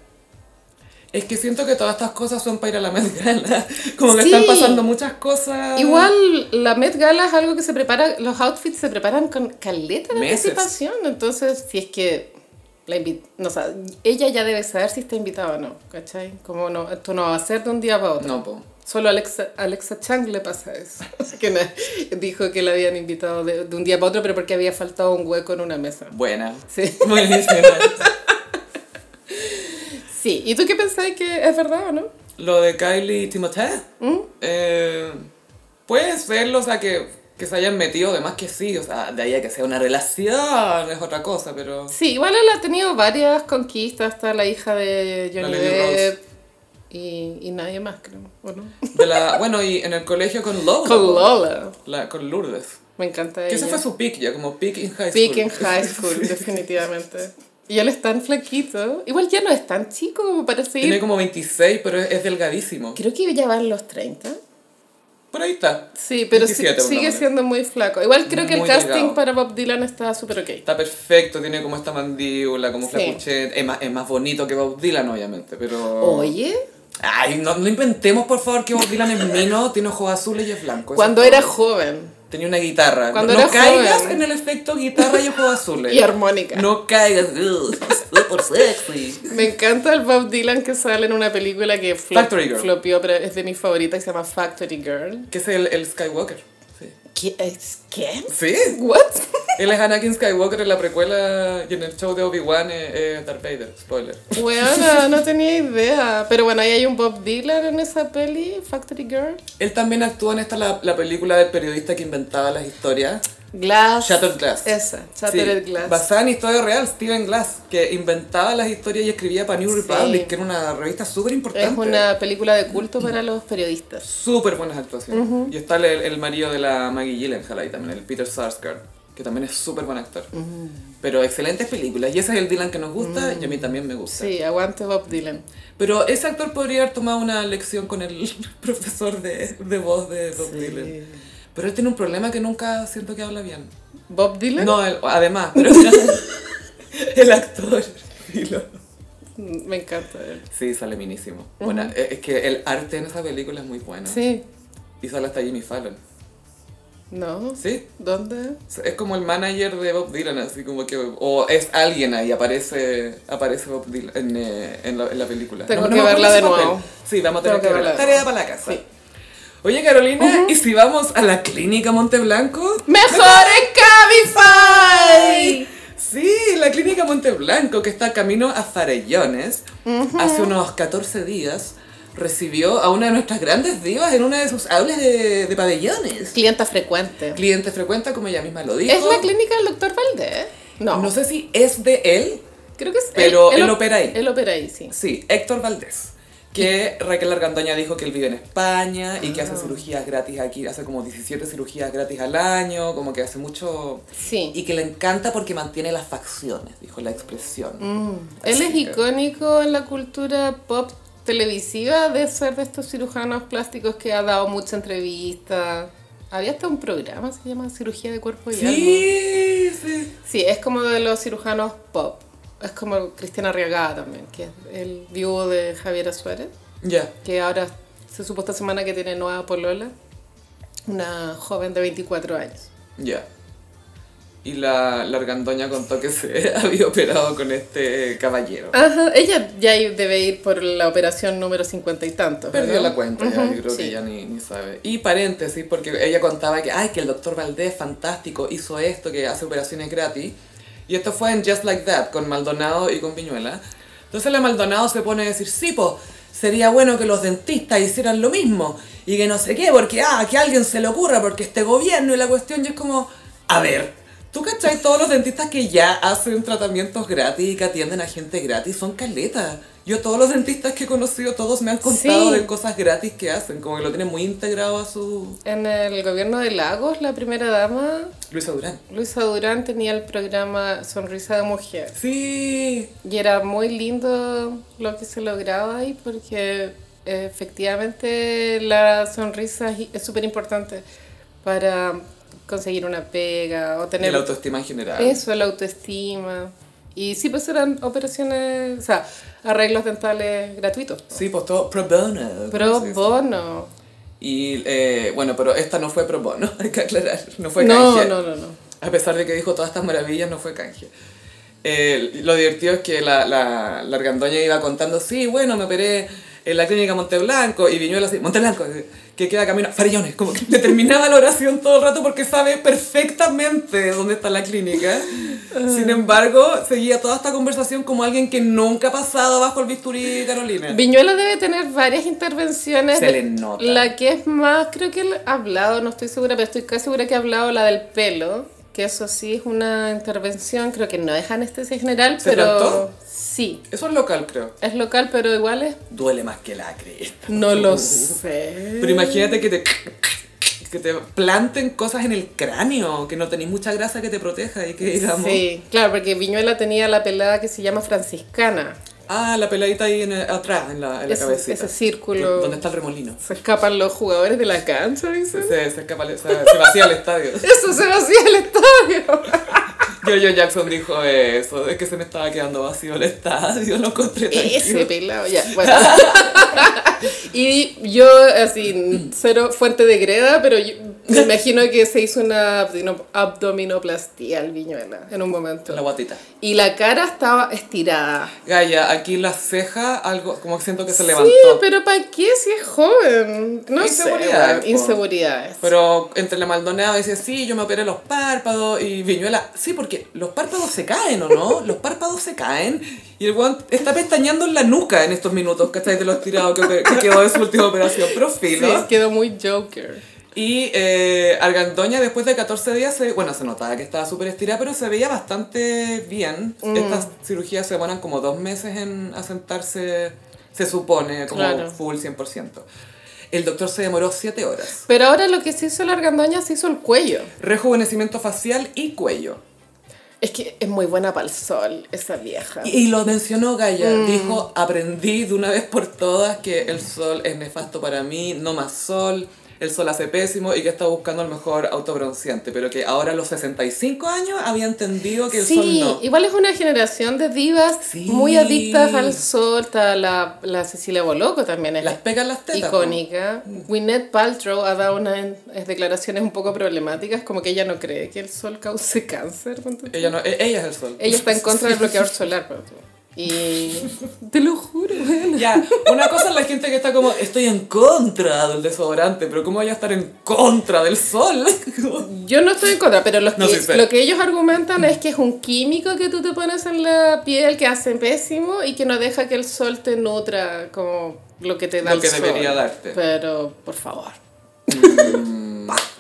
es que siento que todas estas cosas son para ir a la Met Gala. Como que
Sí.
están pasando muchas cosas.
Igual la Met Gala es algo que se prepara, los outfits se preparan con caleta de
Meses.
anticipación, entonces si es que la invi- no, o sea, ella ya debe saber si está invitada o no, ¿cachai? Como no, esto no va a ser de un día para otro.
No, po.
Solo a Alexa, Alexa Chang le pasa eso. Que na- dijo que la habían invitado de, de un día para otro, pero porque había faltado un hueco en una mesa.
Buena.
Sí.
Buenísima.
Sí. ¿Y tú qué pensáis que es verdad o no?
Lo de Kylie y Timothée.
¿Mm?
Eh, puede serlo, o sea, que, que se hayan metido, de más que sí. O sea, de ahí a que sea una relación es otra cosa, pero...
Sí, igual él ha tenido varias conquistas, hasta la hija de Johnny
La Lady Rose.
Depp. Y, y nadie más, creo. ¿O no?
De la, bueno, y en el colegio con Lola.
Con Lola.
La, con Lourdes.
Me encanta
Que
ella.
ese fue su pick ya, como pick in high
Peak
school.
en high school, definitivamente. Y él es tan flaquito. Igual ya no es tan chico como para
Tiene
seguir.
como 26, pero es, es delgadísimo.
Creo que ya van los 30.
Por ahí está.
Sí, pero sí-
27,
sigue
pongámosle.
siendo muy flaco. Igual creo que el
Muy
casting
delgado.
para Bob Dylan está súper ok.
Está perfecto, tiene como esta mandíbula, como
Sí.
flacuchet. Es más, es más bonito que Bob Dylan, obviamente, pero...
Oye,
Ay, no, no inventemos, por favor, que Bob Dylan es mino, tiene ojos azules y es blanco. Eso
cuando
Pues es
era
todo.
joven
Tenía una guitarra.
Cuando
no
era
caigas en
joven.
el efecto guitarra y ojos azules.
y armónica.
No caigas. Ugh, Super sexy.
Me encanta el Bob Dylan que sale en una película que flop-
Factory Girl.
flopeó, pero es de mis favoritas, que se llama Factory Girl.
Que es el, el Skywalker. Sí.
¿Qué? es- ¿Qué?
Sí.
¿What?
Él es Anakin Skywalker en la precuela y en el show de Obi-Wan es, es Darth Vader. Spoiler.
Bueno, no tenía idea. Pero bueno, ahí hay un Bob Dylan en esa peli, Factory Girl.
Él también actúa en esta la, la película del periodista que inventaba las historias.
Glass.
Shattered Glass.
Esa, Shattered
Sí,
Glass.
Basada en historia real, Steven Glass, que inventaba las historias y escribía para New
Sí.
Republic, que era una revista súper importante.
Es una película de culto para los periodistas.
Súper buenas actuaciones. Y está el, el marido de la Maggie Gyllenhaal ahí también, el Peter Sarsgaard, que también es súper buen actor. Pero excelentes películas. Y ese es el Dylan que nos gusta y a mí también me gusta.
Sí, aguante Bob Dylan.
Pero ese actor podría haber tomado una lección con el profesor de, de voz de Bob Dylan. Pero él tiene un problema que nunca siento que habla bien.
¿Bob Dylan?
No, el- además, pero el actor. filo.
Me encanta él.
Sí, sale minísimo. Bueno, e, es es que el arte en esa película es muy bueno.
Sí.
Y sale hasta Jimmy Fallon.
¿No?
Sí,
¿Dónde?
es como el manager de Bob Dylan, así como que... O es alguien ahí, aparece, aparece Bob Dylan en, eh, en la, en la película.
Tengo
me
que
acuerdo
verla
su
de
papel.
nuevo.
Sí, vamos a
Tengo
tener
que
que,
verla
verla.
de
Tarea
nuevo.
para la casa.
Sí.
Oye, Carolina, ¿y si vamos a la clínica Monteblanco?
¡Mejor en Cabify!
Sí, la clínica Monteblanco, que está camino a Farellones, hace unos 14 días recibió a una de nuestras grandes divas en una de sus aulas de, de pabellones.
Clienta frecuente.
Cliente frecuente, como ella misma lo dijo.
¿Es la clínica del doctor Valdés? No.
No sé si es de él,
Creo que es.
Pero él opera ahí.
Él opera ahí, sí.
Sí, Héctor Valdés. Que Raquel Argandoña dijo que él vive en España y que hace
Ah.
cirugías gratis aquí, hace como 17 cirugías gratis al año, como que hace mucho...
Sí.
Y que le encanta porque mantiene las facciones, dijo la expresión.
Mm. Él
Así
es
que-
icónico en la cultura pop televisiva de ser de estos cirujanos plásticos que ha dado mucha entrevista. Había hasta un programa, se llama Cirugía de Cuerpo y Alma.
Sí, sí.
Sí, es como de los cirujanos pop. Es como Cristiana Arriagada también, que es el viudo de Javiera Suárez,
Ya.
que ahora se supo esta semana que tiene nueva polola, una joven de 24 años.
Ya. Y la, la argandoña contó que se había operado con este caballero.
Ajá, ella ya i- debe ir por la operación número 50 y tanto.
Perdió
¿verdad?
la cuenta, ya,
Ujú,
yo creo
sí.
que ya ni, ni sabe. Y paréntesis, porque ella contaba que, ay, que el doctor Valdés, fantástico, hizo esto, que hace operaciones gratis. Y esto fue en Just Like That, con Maldonado y con Viñuela. Entonces la Maldonado se pone a decir, sí, po, sería bueno que los dentistas hicieran lo mismo. Y que no sé qué, porque, ah, que a alguien se le ocurra, porque este gobierno y la cuestión, y es como, a ver. ¿Tú cachai? Todos los dentistas que ya hacen tratamientos gratis y que atienden a gente gratis son caletas. Yo todos los dentistas que he conocido, todos me han contado
Sí.
de cosas gratis que hacen, como que lo tienen muy integrado a su
En el gobierno de Lagos, la primera dama,
Luisa Durán.
Luisa Durán, tenía el programa Sonrisa de Mujer.
Sí,
Y era muy lindo lo que se lograba ahí porque eh, efectivamente la sonrisa es- es súper importante para conseguir una pega o
y
tener
la autoestima en general.
eso, la autoestima. Y sí, pues eran operaciones, o sea, arreglos dentales gratuitos.
Sí, pues todo pro bono. como
Pro
se dice.
bono.
Y eh, bueno, pero esta no fue pro bono, hay que aclarar, no fue
No,
canje.
no, no, no.
A pesar de que dijo todas estas maravillas, no fue canje. Eh, lo divertido es que la, la, la argandoña iba contando, sí, bueno, me operé en la clínica Monteblanco y Viñuela así, Monteblanco, que queda camino, a Farillones, como que le terminaba la oración todo el rato porque sabe perfectamente dónde está la clínica. Sin embargo, seguía toda esta conversación como alguien que nunca ha pasado bajo el bisturí de Carolina.
Viñuela debe tener varias intervenciones.
Se le nota.
La que es más, creo que él ha hablado, no estoy segura, pero estoy casi segura que ha hablado la del pelo. Que eso sí es una intervención, creo que no es anestesia general,
¿Se
pero
plantó?
sí.
Eso es local, creo.
Es local, pero igual es.
Duele más que la cresta.
No lo sé.
Pero imagínate que te, que te planten cosas en el cráneo, que no tenéis mucha grasa que te proteja y que digamos...
Sí, claro, porque Viñuela tenía la pelada que se llama franciscana.
Ah, la peladita ahí en el- atrás, en la, en la
Ese-
cabecita.
ese círculo.
Donde está el remolino.
Se escapan los jugadores de la cancha, dicen.
Se, se, escapa- se- se vacía el estadio.
Eso se vacía el estadio.
Yo-Yo Jackson dijo eso, es que se me estaba quedando vacío el estadio, lo encontré
Ese
tranquilo.
pelado, ya. Bueno. y yo, así, cero fuente de greda, pero yo me imagino que se hizo una abdino- abdominoplastía al Viñuela en un
La
momento.
guatita.
Y la cara estaba estirada.
Gaya, aquí la ceja, algo, como que siento que se levantó.
Sí, pero ¿para qué si es joven? No
Inseguridades,
sé,
po.
weón. inseguridades.
Pero entre la Maldonado dice, sí, yo me operé los párpados. Y Viñuela, sí, porque los párpados se caen, ¿o no? Los párpados se caen. Y el weón está pestañeando en la nuca en estos minutos, ¿cachai? De lo estirado que, que quedó de su última operación. Pero
Sí,
filo.
quedó muy Joker.
Y eh, Argandoña después de 14 días, se, bueno, se notaba que estaba súper estirada, pero se veía bastante bien.
Mm.
Estas cirugías se demoran como dos meses en asentarse, se supone, como
Claro.
full 100%. El doctor se demoró 7 horas.
Pero ahora lo que se hizo la argandoña se hizo el cuello.
rejuvenecimiento facial y cuello.
Es que es muy buena para el sol, esa vieja.
Y, y lo mencionó Gaia,
Mm.
dijo, aprendí de una vez por todas que el sol es nefasto para mí, no más sol, el sol hace pésimo y que estaba buscando el mejor autobronceante, pero que ahora a los 65 años había entendido que el sol
Sí,
no.
igual es una generación de divas
Sí.
muy adictas al sol. Está la, la Cecilia Boloco también es
Las pegan las tetas. po.
icónica. Gwyneth Paltrow ha dado unas en- declaraciones un poco problemáticas, como que ella no cree que el sol cause cáncer. ponte tú.
Ella, no, e- ella es el sol.
Ella está en contra del bloqueador solar. ponte tú. Y te lo juro, weona.
Ya, una cosa es la gente que está como, estoy en contra del desodorante, pero ¿cómo voy a estar en contra del sol?
Yo no estoy en contra, pero los
No,
que-
sí, sí.
lo que ellos argumentan es que es un químico que tú te pones en la piel que hace pésimo y que no deja que el sol te nutra como lo que te da
Lo
el
que
sol.
debería darte.
Pero, por favor,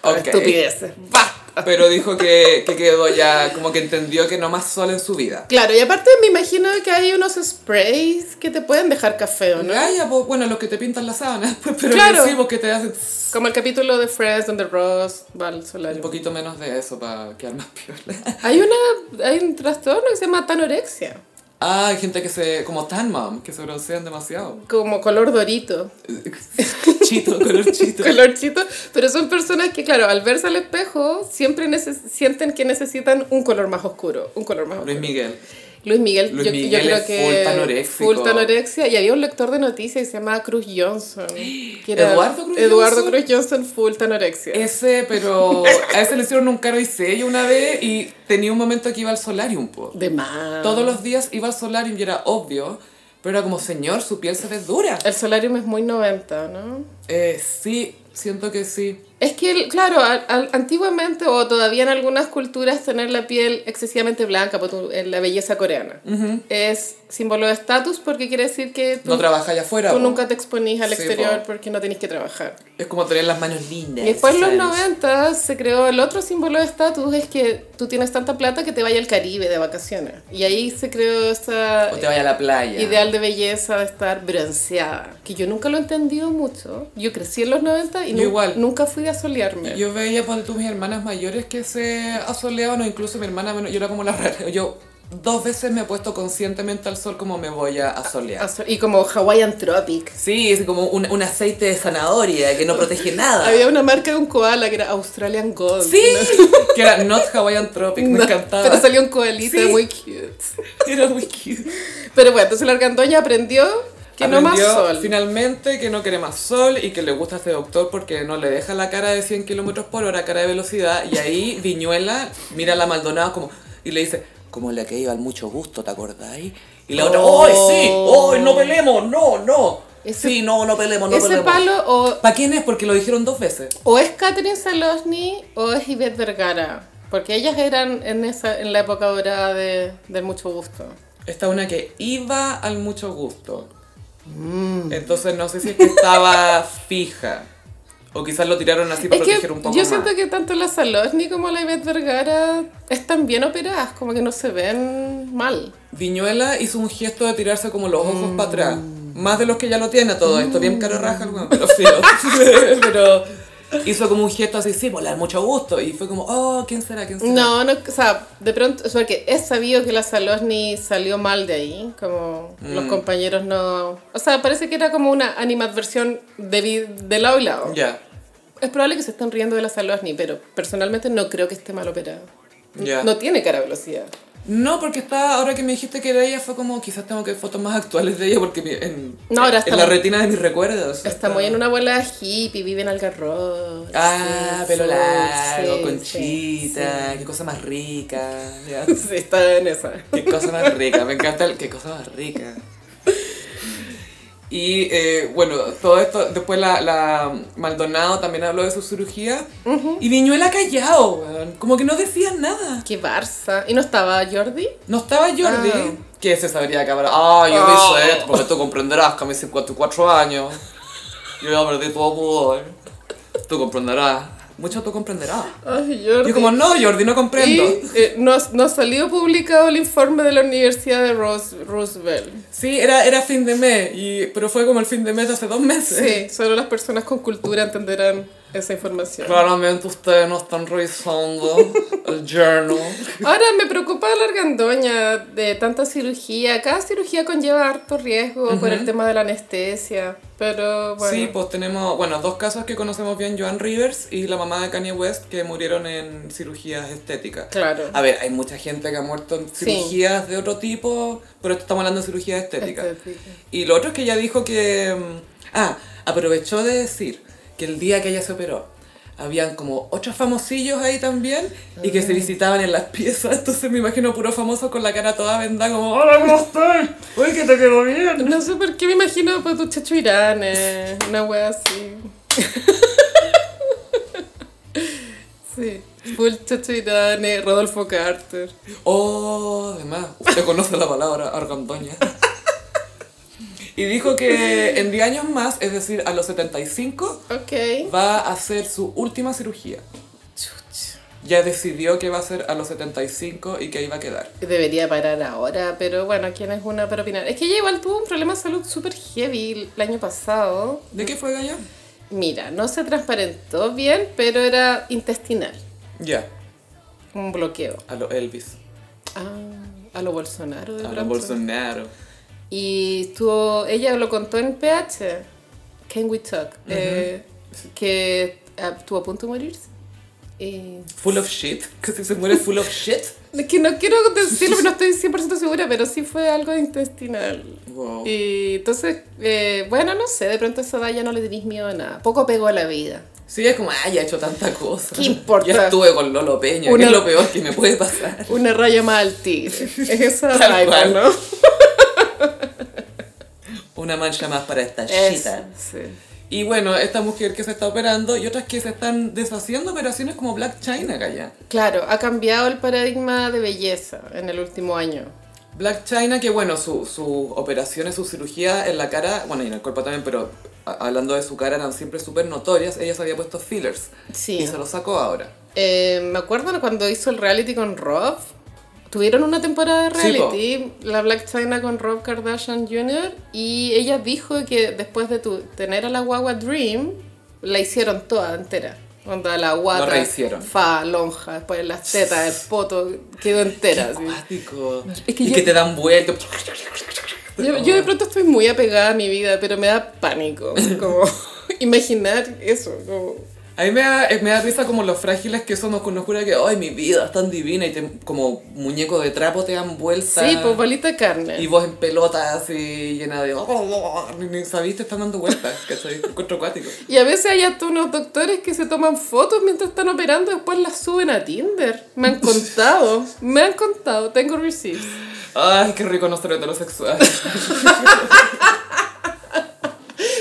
Ok.
estupideces.
¡Basta! Pero dijo que, que quedó ya, como que entendió que no más sol en su vida.
Claro, y aparte me imagino que hay unos sprays que te pueden dejar café, ¿o no?
Ah, ya, pues, bueno, los que te pintan las sábanas, pues, pero
Claro.
sí, porque te hacen
Como el capítulo de Friends donde Ross va al solar.
un poquito menos de eso para quedar más piola.
Hay, una, hay un trastorno que se llama tanorexia,
Ah, hay gente que se, como tan mom, que se broncean demasiado.
como color dorito.
Chito, color chito.
colorcito, pero son personas que, claro, al verse al espejo, siempre neces- sienten que necesitan un color más oscuro, un color más oscuro.
Luis Miguel.
Luis Miguel,
Luis
yo, yo
Miguel
creo
es
que
full anoréxico.
full anorexia. Y había un lector de noticias que se llamaba Cruz Johnson. que
¿Eduardo Cruz
Eduardo
Johnson?
Cruz Johnson, full anorexia.
Ese, pero a ese le hicieron un caro y sello una vez y tenía un momento que iba al solarium, po.
De más.
Todos los días iba al solarium y era obvio, pero era como, señor, su piel se ve dura.
El solarium es muy 90, ¿no?
Eh, sí, siento que sí.
Es que, el- claro, al- al- antiguamente o todavía en algunas culturas tener la piel excesivamente blanca, por tu- en la belleza coreana, es símbolo de estatus porque quiere decir que tú,
No trabaja allá afuera.
tú
po.
nunca te exponís al
Sí,
exterior
po.
porque no tenés que trabajar.
Es como tener las manos lindas.
Y después en los
¿sabes?
90 se creó el otro símbolo de estatus, es que tú tienes tanta plata que te vaya al Caribe de vacaciones. Y ahí se creó esta
O te vaya a la playa.
ideal de belleza de estar bronceada, que yo nunca lo he entendido mucho. Yo crecí en los 90 y
Yo
nu-
igual.
nunca fui de asolearme.
Yo veía, ponte tú, mis hermanas mayores que se asoleaban, o incluso mi hermana menor, yo era como la rara. Yo dos veces me he puesto conscientemente al sol como me voy a asolear.
Aso- Y como Hawaiian Tropic.
Sí, es como un, un aceite de zanahoria que no protege nada.
Había una marca de un koala que era Australian Gold.
Sí, que era Not Hawaiian Tropic,
¿no?
me encantaba.
Pero salió un koalita
Sí.
muy cute.
Era muy cute.
Pero bueno, entonces la argandoña aprendió que no más
Aprendió
sol.
Finalmente que no quiere más sol y que le gusta este doctor porque no le deja la cara de 100 kilómetros por hora, cara de velocidad. Y ahí Viñuela mira a la Maldonado como, y le dice, como la que iba al mucho gusto, ¿te acordáis? Y la otra,
Oh.
¡ay, sí! ¡ay, no pelemos! ¡No, no!
Ese-
sí, no, no pelemos, no
Ese
pelemos.
palo o,
¿Para quién es? Porque lo dijeron dos veces.
o es Catherine Salosny o es Ivette Vergara. Porque ellas eran en, esa, en la época dorada de, de mucho gusto.
Esta una que iba al mucho gusto.
Mm.
Entonces no sé si es que estaba fija. O quizás lo tiraron así para
Es que
proteger un poco
yo
más.
siento que tanto la Salosny como la Ivette Vergara están bien operadas, como que no se ven mal.
Viñuela hizo un gesto de tirarse como los ojos para atrás.
Mm.
Más de los que ya lo tiene todo esto. Bien caro raja el weón, pero sí. pero hizo como un gesto así, sí, pues le da mucho gusto. Y fue como, oh, ¿quién será? ¿Quién será?
No, no, o sea, de pronto, o sea, que es sabido que la Salosny salió mal de ahí, como
Mm.
los compañeros no... O sea, parece que era como una animadversión de, vi- de lado y lado.
Ya.
Es probable que se estén riendo de la Salosny, pero personalmente no creo que esté mal operado.
Ya.
No tiene cara de velocidad.
No, porque está, ahora que me dijiste que era ella, fue como, quizás tengo que ver fotos más actuales de ella porque mi- en,
No, ahora
en
está-
la retina de mis recuerdos.
Está muy en una abuela hippie, vive en Algarrobo.
Ah,
sí,
pelo
sí,
largo,
sí,
conchita,
sí,
qué cosa más rica. ya.
sí. Sí, está en esa.
Qué cosa más rica, me encanta el qué cosa más rica. Y eh, bueno, todo esto, después la, la Maldonado también habló de su cirugía. Y Viñuela callado, weón, como que no decía nada.
Qué Barça. ¿Y no estaba Jordi?
No estaba Jordi,
Ah.
que se sabría acabar. Ah, yo
Ah.
hice esto, porque tú comprenderás que a mis 54 años yo ya perdí todo pudor. Tú comprenderás. Mucho tú comprenderás.
Ay, Jordi.
Yo como, no, Jordi, no comprendo.
Y eh, nos, nos salió publicado el informe de la Universidad de Ros- Roosevelt.
Sí, era, era fin de mes, y, pero fue como el fin de mes de hace dos meses.
Sí, solo las personas con cultura entenderán esa información.
Claramente ustedes no están revisando el journal.
Ahora me preocupa la argandoña de tanta cirugía. Cada cirugía conlleva harto riesgo por el tema de la anestesia. Pero bueno.
Sí, pues tenemos, bueno, dos casos que conocemos bien, Joan Rivers y la mamá de Kanye West, que murieron en cirugías estéticas.
Claro.
A ver, hay mucha gente que ha muerto en
Sí.
cirugías de otro tipo, pero esto estamos hablando de cirugías estéticas.
Estética.
Y lo otro es que ella dijo que... mm, Ah, aprovechó de decir que el día que ella se operó, habían como ocho famosillos ahí también y que se visitaban en las piezas, entonces me imagino puro famoso con la cara toda vendada como ¡Hola, cómo estás! ¡Uy, que te quedó bien!
No sé por qué me imagino para tu chacho Irán, eh, una wea así. sí. Full chacho Irán, eh, Rodolfo Carter.
Oh, además, usted conoce la palabra argandoña. Y dijo que en 10 años más, es decir, a los 75,
Ok.
va a hacer su última cirugía.
Chuch.
Ya decidió que va a ser a los 75 y que ahí va a quedar.
Debería parar ahora, pero bueno, ¿quién es una para opinar? Es que ella igual tuvo un problema de salud súper heavy el año pasado.
¿De qué fue Gaya?
Mira, no se transparentó bien, pero era intestinal.
Ya,
Un bloqueo.
a lo Elvis,
Ah, a lo Bolsonaro de
a lo
pronto.
Bolsonaro.
Y estuvo, ella lo contó en PH, Can We Talk, eh, que ah, estuvo a punto de morirse. Eh,
Full of shit. Que si se muere full of shit.
es que no quiero decirlo, pero no estoy 100% segura, pero sí fue algo intestinal.
Wow.
Y entonces, eh, bueno, no sé, de pronto a esa edad ya no le tenéis miedo a nada. Poco apego a la vida.
Sí, es como, ay, ya he hecho tanta cosa.
¿Qué importa?
Yo estuve con Lolo Peña, que
Una-
es lo peor que me puede pasar.
Una raya más al tigre. Es esa
Tal
raya,
cual.
¿no?
Una mancha más para esta
Esa,
chita.
sí.
Y bueno, esta mujer que se está operando y otras que se están deshaciendo operaciones como Black China, calla.
Claro, ha cambiado el paradigma de belleza en el último año.
Black China, que bueno, su- sus operaciones, sus cirugías en la cara, bueno, y en el cuerpo también, pero a- hablando de su cara, eran siempre súper notorias. Ella se había puesto fillers.
Sí.
Y se los sacó ahora.
Eh, me acuerdo cuando hizo el reality con Rob. Tuvieron una temporada de
Sí, po.
reality, la Black China con Rob Kardashian Jr. Y ella dijo que después de tu- tener a la guagua Dream, la hicieron toda entera. Onda la guata,
rehicieron.
fa, lonja, después las tetas, el poto, quedó entera. así.
Acuático.
Es que
y
yo-
que te dan vuelta.
Yo, yo de pronto estoy muy apegada a mi vida, pero me da pánico como imaginar eso. Como,
A mí me da, me da risa como los frágiles que somos con oscura que, ay, mi vida es tan divina y te- como muñeco de trapo te dan vuelta.
sí, pues bolita de carne.
Y vos en pelota así llena de... "Oh, Ni- Ni sabís, te están dando vueltas, ¿cachai? Encuentro acuático.
Y a veces hay hasta unos doctores que se toman fotos mientras están operando y después las suben a Tinder. Me han contado, me han contado, tengo receipts.
Ay, qué rico no ser heterosexual.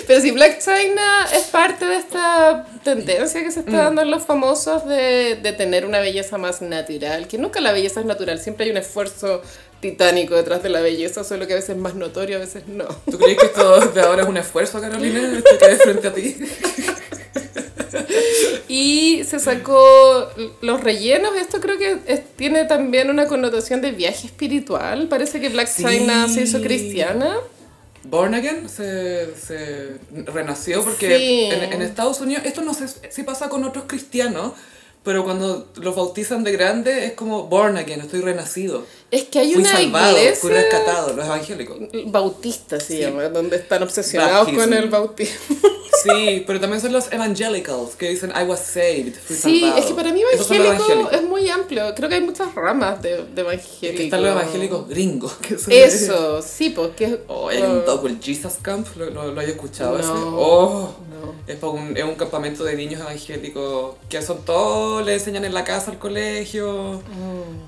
Pero si Black China es parte de esta tendencia que se está dando en los famosos de, de tener una belleza más natural, que nunca la belleza es natural, siempre hay un esfuerzo titánico detrás de la belleza, solo que a veces es más notorio, a veces no.
¿Tú crees que esto de ahora es un esfuerzo, Carolina? Esto que hay frente a ti.
Y se sacó los rellenos. Esto creo que es- tiene también una connotación de viaje espiritual. Parece que Black
Sí.
China se hizo cristiana.
Born Again se, se renació porque
Sí.
en, en Estados Unidos, esto no sé si pasa con otros cristianos, pero cuando los bautizan de grande es como Born Again, estoy renacido.
Es que hay
fui
una
salvado,
iglesia
fui rescatado, los evangélicos.
bautista, se
Sí.
llama, donde están obsesionados con
Baptism.
el bautismo.
Sí, pero también son los evangelicals que dicen I was saved, fui
Sí,
salvado.
es que para mí
Esos son los
evangélico
evangélicos.
es muy amplio. Creo que hay muchas ramas de, de
Es
evangélico.
que están los evangélicos gringos. Que son-
Eso, sí, porque...
Oh, hay un doc, el Jesus Camp, lo, lo, lo hay escuchado ese.
No.
Oh.
No.
Es, pa' un, es un campamento de niños evangélicos que son todos, les enseñan en la casa, al colegio,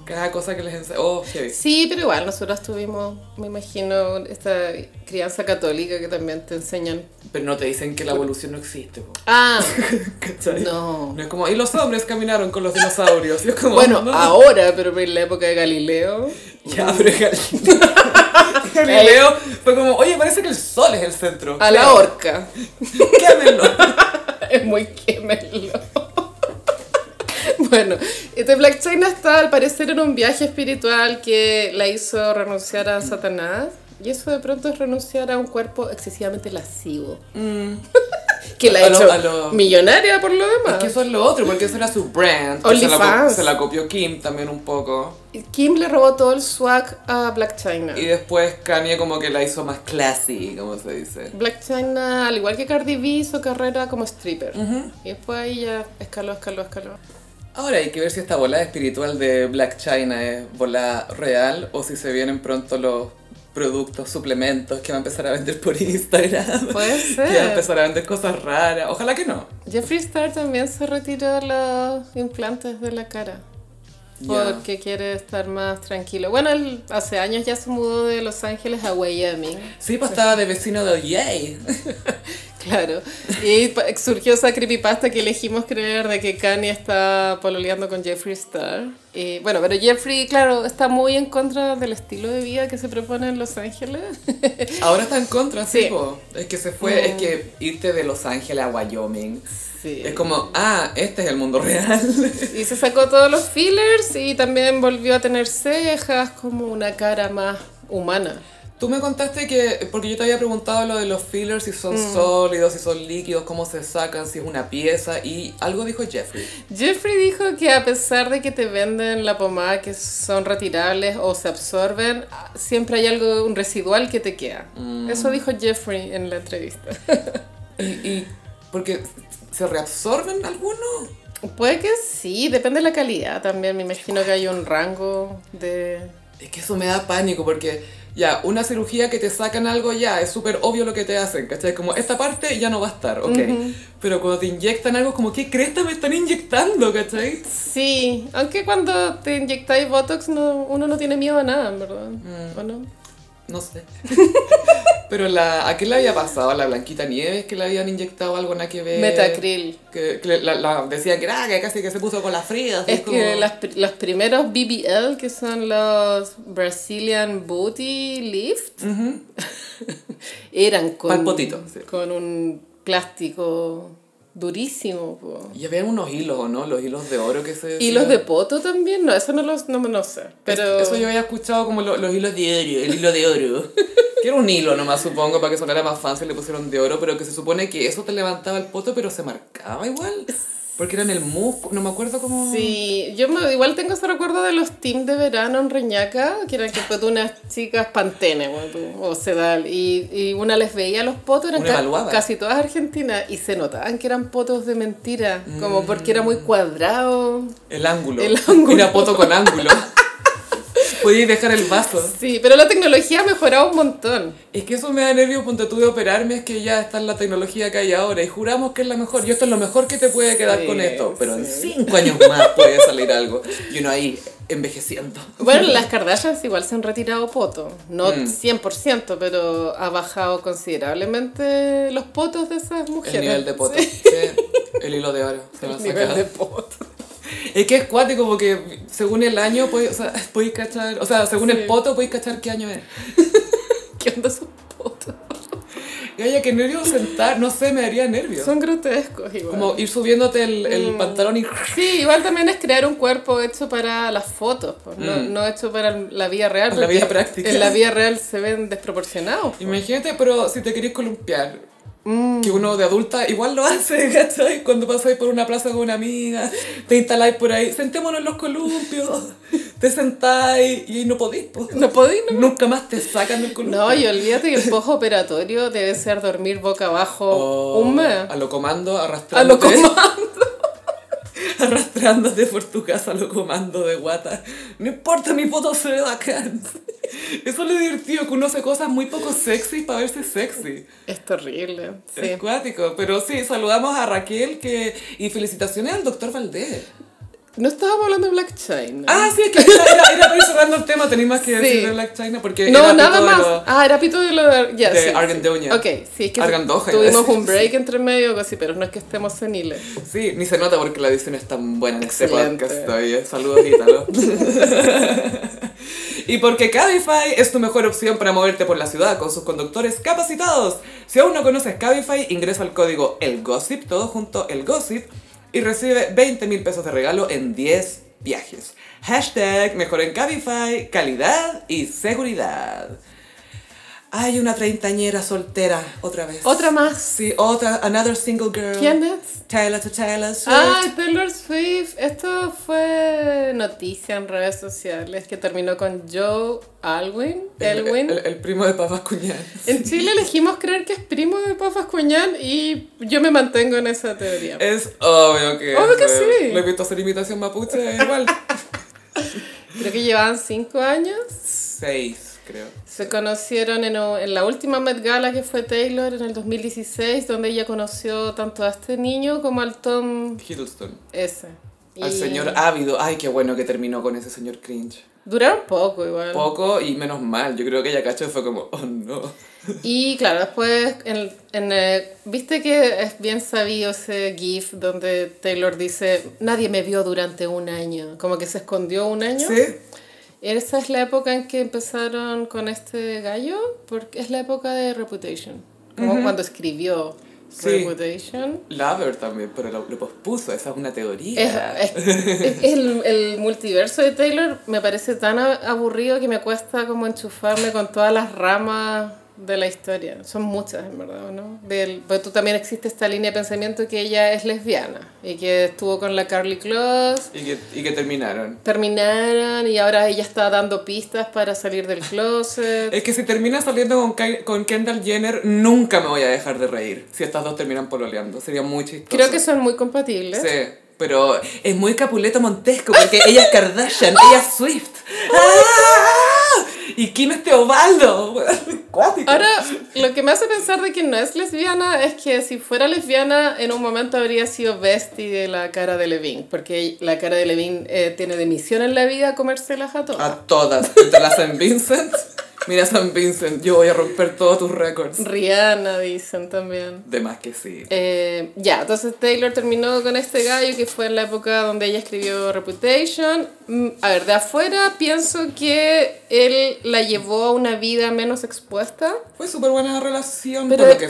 cada cosa que les enseñan. Oh, heavy.
Sí, pero igual nosotros tuvimos, me imagino, esta crianza católica que también te enseñan.
Pero no te dicen que la evolución no existe. po.
Ah,
¿Cachai?
no.
No es como, y los hombres caminaron con los dinosaurios. Y es como,
Bueno,
no.
ahora, pero en la época de Galileo.
Ya, pero Galileo. Galileo fue como, oye, parece que el sol es el centro.
A la horca.
Quémelo.
Es muy quemelo. Bueno, este Black China está al parecer en un viaje espiritual que la hizo renunciar a Satanás. Y eso de pronto es renunciar a un cuerpo excesivamente lascivo. que la ha
A lo-
hecho
a lo-
millonaria por lo demás.
Mm. Es que eso es lo otro, porque eso era su brand. que se la co-
OnlyFans.
se la copió Kim también un poco.
Kim le robó todo el swag a Black China.
Y después Kanye como que la hizo más classy, como se dice.
Black China, al igual que Cardi B, hizo carrera como
Mm.
stripper. Y después ahí ya escaló, escaló, escaló.
Ahora hay que ver si esta volada espiritual de Black China es volada real o si se vienen pronto los productos, suplementos que va a empezar a vender por Instagram.
Puede
Que va a
ser.
empezar a vender cosas raras. Ojalá que no.
Jeffree Star también se retiró los implantes de la cara.
Ya.
Porque quiere estar más tranquilo. Bueno, él hace años ya se mudó de Los Ángeles a Wyoming.
Sí, pues estaba de vecino de Yay.
Claro. Y pa- surgió esa creepypasta que elegimos creer de que Kanye está pololeando con Jeffree Star. Y, bueno, pero Jeffree, claro, está muy en contra del estilo de vida que se propone en Los Ángeles.
Ahora está en contra, sí.
Sí. Mm.
po. Es que se fue, es que irte de Los Ángeles a Wyoming.
Sí.
Es como, ah, este es el mundo real.
Y se sacó todos los fillers y también volvió a tener cejas, como una cara más humana.
Tú me contaste que, porque yo te había preguntado lo de los fillers, si son sólidos, si son líquidos, cómo se sacan, si es una pieza, y algo dijo Jeffrey.
Jeffrey dijo que a pesar de que te venden la pomada que son retirables o se absorben, siempre hay algo, un residual que te queda. Eso dijo Jeffrey en la entrevista.
Y, y- porque se reabsorben algunos.
Puede que sí, depende de la calidad también. Me imagino que hay un rango de.
Es que eso me da pánico porque ya, una cirugía que te sacan algo ya, es súper obvio lo que te hacen, ¿cachai? Como esta parte ya no va a estar, ok. Pero cuando te inyectan algo, como, ¿qué cresta me están inyectando, cachai?
Sí, aunque cuando te inyectáis Botox no, uno no tiene miedo a nada, en verdad. ¿O no?
No sé. Pero la, ¿a qué le había pasado a la Blanquita Nieves que le habían inyectado algo nada
Eh,
que ver?
Metacril.
Que, que la, la- decían que era, que casi que se puso con la fría. así
Es
como-
que las pri- los primeros BBL, que son los Brazilian Booty Lift, eran
Pa'l
con,
potito, sí.
con un plástico durísimo. po.
Y había unos hilos, ¿o no? Los hilos de oro que se...
Y los de poto también, no, eso no, los, no, no sé. Pero
Eso yo había escuchado como lo- los hilos de oro, el hilo de oro. que era un hilo nomás, supongo, para que sonara más fácil, le pusieron de oro, pero que se supone que eso te levantaba el poto, pero se marcaba igual. Porque era en el músculo, no me acuerdo cómo...
Sí, yo me- igual tengo ese recuerdo de los teams de verano en Reñaca, que eran que fue de unas chicas pantenes o sedal, y, y una les veía los potos, eran
Una
ca-
evaluaba.
casi todas argentinas, y se notaban que eran potos de mentira,
Mm.
como porque era muy cuadrado.
El ángulo.
El ángulo.
Era poto con ángulo. Podías dejar el vaso.
Sí, pero la tecnología ha mejorado un montón.
Es que eso me da nervio, punto tú de operarme, es que ya está la tecnología que hay ahora y juramos que es la mejor. Y esto es lo mejor que te puede quedar
Sí,
con esto. Pero en
sí.
cinco años más puede salir algo. Y uno ahí envejeciendo.
Bueno, las Kardashians igual se han retirado potos, no
Mm.
100%, pero ha bajado considerablemente los potos de esas mujeres.
El nivel de poto.
Sí,
Sí, El hilo de oro. se lo
el
han
nivel
sacado.
de potos.
Es que es cuático porque según el año podéis o sea, podéis cachar, o sea, según
Sí.
el poto podéis cachar qué año es.
¿Qué onda esos potos?
Gaya, que nervio sentar, no sé, me daría nervio.
Son grotescos igual.
Como ir subiéndote el, el
Mm.
pantalón y...
Sí, igual también es crear un cuerpo hecho para las fotos, pues, no,
Mm.
no hecho para la vida real.
Para la
porque
vida práctica.
En la vida real se ven desproporcionados.
Imagínate, pero si te querés columpiar,
Mm.
que uno de adulta igual lo hace, ¿cachai? Cuando pasáis por una plaza con una amiga, te instaláis por ahí, sentémonos en los columpios, te sentáis y no podéis, po.
No podéis, ¿no?
Nunca más te sacan del columpio.
No, y olvídate que el postoperatorio debe ser dormir boca abajo
O
un mes.
Oh, A lo comando,
A
arrastrándote.
lo comando.
arrastrándote por tu casa, a lo comando de guata. No importa, mi foto se ve bacán. Eso es lo divertido, que uno hace cosas muy poco sexy para verse sexy.
Es terrible. Sí.
Es cuático, pero sí, saludamos a Raquel que... y felicitaciones al doctor Valdés.
No estábamos hablando de Black China.
Ah, sí, es que era, era, era para ir cerrando el tema, tenéis más que
Sí.
decir de Black China porque.
No,
era
nada
pico de
más.
lo-
Ah, era pito de lo de, ya,
de
sí, sí.
Argandoña.
Ok, sí, es que
Argandoja, iba a
tuvimos
decir.
un break entre medio, cosí, pero no es que estemos seniles.
Sí, ni se nota porque la edición es tan buena en este
Excelente.
podcast oye. Saludos, Ítalo. y porque Cabify es tu mejor opción para moverte por la ciudad con sus conductores capacitados. Si aún no conoces Cabify, ingresa el código ELGOSIP, todo junto ELGOSIP, y recibe 20 mil pesos de regalo en 10 viajes. Hashtag mejor en Cabify, calidad y seguridad. Hay una treintañera soltera otra vez.
Otra más.
Sí, otra, another single girl.
¿Quién es?
Taylor to Taylor Swift.
Ah, Taylor Swift. Esto fue noticia en redes sociales que terminó con Joe Alwyn.
el,
Elwin.
el- el primo de Papá Cuñal.
En Chile elegimos creer que es primo de Pafas Cuñán y yo me mantengo en esa teoría.
Es obvio que.
Obvio que
es, eh,
sí.
Lo he visto hacer imitación mapuche igual.
Creo que llevaban cinco años.
Seis, creo.
Se conocieron en, o- en la última Met Gala que fue Taylor en el 2016, donde ella conoció tanto a este niño como al Tom
Hiddleston.
ese.
Al
Y
señor ávido. Ay, qué bueno que terminó con ese señor cringe.
Duraron poco igual.
Poco y menos mal. Yo creo que ella cacho fue como, oh no.
Y claro, después, en, en, eh, viste que es bien sabido ese GIF donde Taylor dice, nadie me vio durante un año, como que se escondió un año.
Sí.
Esa es la época en que empezaron con este gallo, porque es la época de Reputation, como cuando escribió
Sí.
Reputation.
Lover también, pero lo, lo pospuso. Esa es una
Es,
teoría.
es- es- es el, el multiverso de Taylor me parece tan a- aburrido que me cuesta como enchufarme con todas las ramas de la historia. Son muchas, en verdad, ¿no? Del, pero tú también existe esta línea de pensamiento que ella es lesbiana y que estuvo con la Carly Close,
Y, que, y que terminaron.
terminaron y ahora ella está dando pistas para salir del closet.
Es que si terminas saliendo con, Ky- con Kendall Jenner, nunca me voy a dejar de reír. Si estas dos terminan pololeando. Sería muy chistoso.
Creo que son muy compatibles.
Sí, Pero es muy Capuleto Montesco porque ella es Kardashian, ella es Swift. ¡Ah! ¿Y Kim es Teobaldo? Cuático.
Ahora, lo que me hace pensar de que no es lesbiana es que si fuera lesbiana, en un momento habría sido bestie de la cara de Levine, porque la cara de Levine eh, tiene de misión en la vida comérselas a todas.
A todas, entre las San Vincent. Mira San Vincent, yo voy a romper todos tus récords.
Rihanna, dicen también.
De más que sí.
Eh, ya, entonces Taylor terminó con este gallo que fue en la época donde ella escribió Reputation. Mm, A ver, de afuera pienso que él la llevó a una vida menos expuesta.
Fue súper buena relación
Pero-
por, lo que,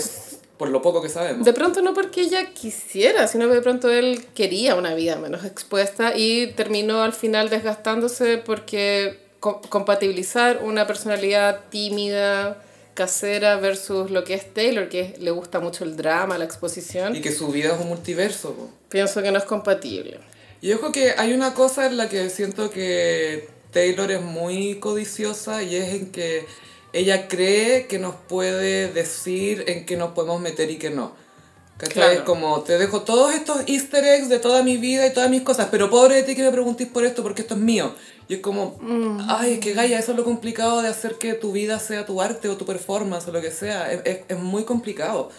por lo poco que sabemos.
De pronto no porque ella quisiera, sino que de pronto él quería una vida menos expuesta y terminó al final desgastándose porque co- compatibilizar una personalidad tímida, casera versus lo que es Taylor, que es- le gusta mucho el drama, la exposición,
Y que su vida es un multiverso. po.
pienso que no es compatible.
Y yo creo que hay una cosa en la que siento que Taylor es muy codiciosa y es en que ella cree que nos puede decir en qué nos podemos meter y que no. ¿Cachai?
Claro.
Como te dejo todos estos easter eggs de toda mi vida y todas mis cosas, pero pobre de ti que me preguntís por esto porque esto es mío. Y es como, ay, es que Gaia, eso es lo complicado de hacer que tu vida sea tu arte o tu performance o lo que sea. Es, es, es muy complicado.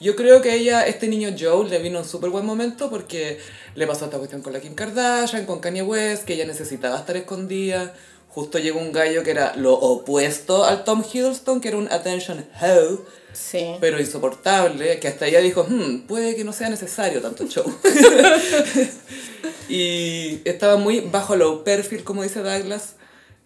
Yo creo que ella, este niño Joe, le vino un súper buen momento porque le pasó esta cuestión con la Kim Kardashian, con Kanye West, que ella necesitaba estar escondida. Justo llegó un gallo que era lo opuesto al Tom Hiddleston, que era un attention hoe,
Sí.
pero insoportable, que hasta ella dijo, "Hmm, puede que no sea necesario tanto show. y estaba muy bajo low perfil, como dice Douglas,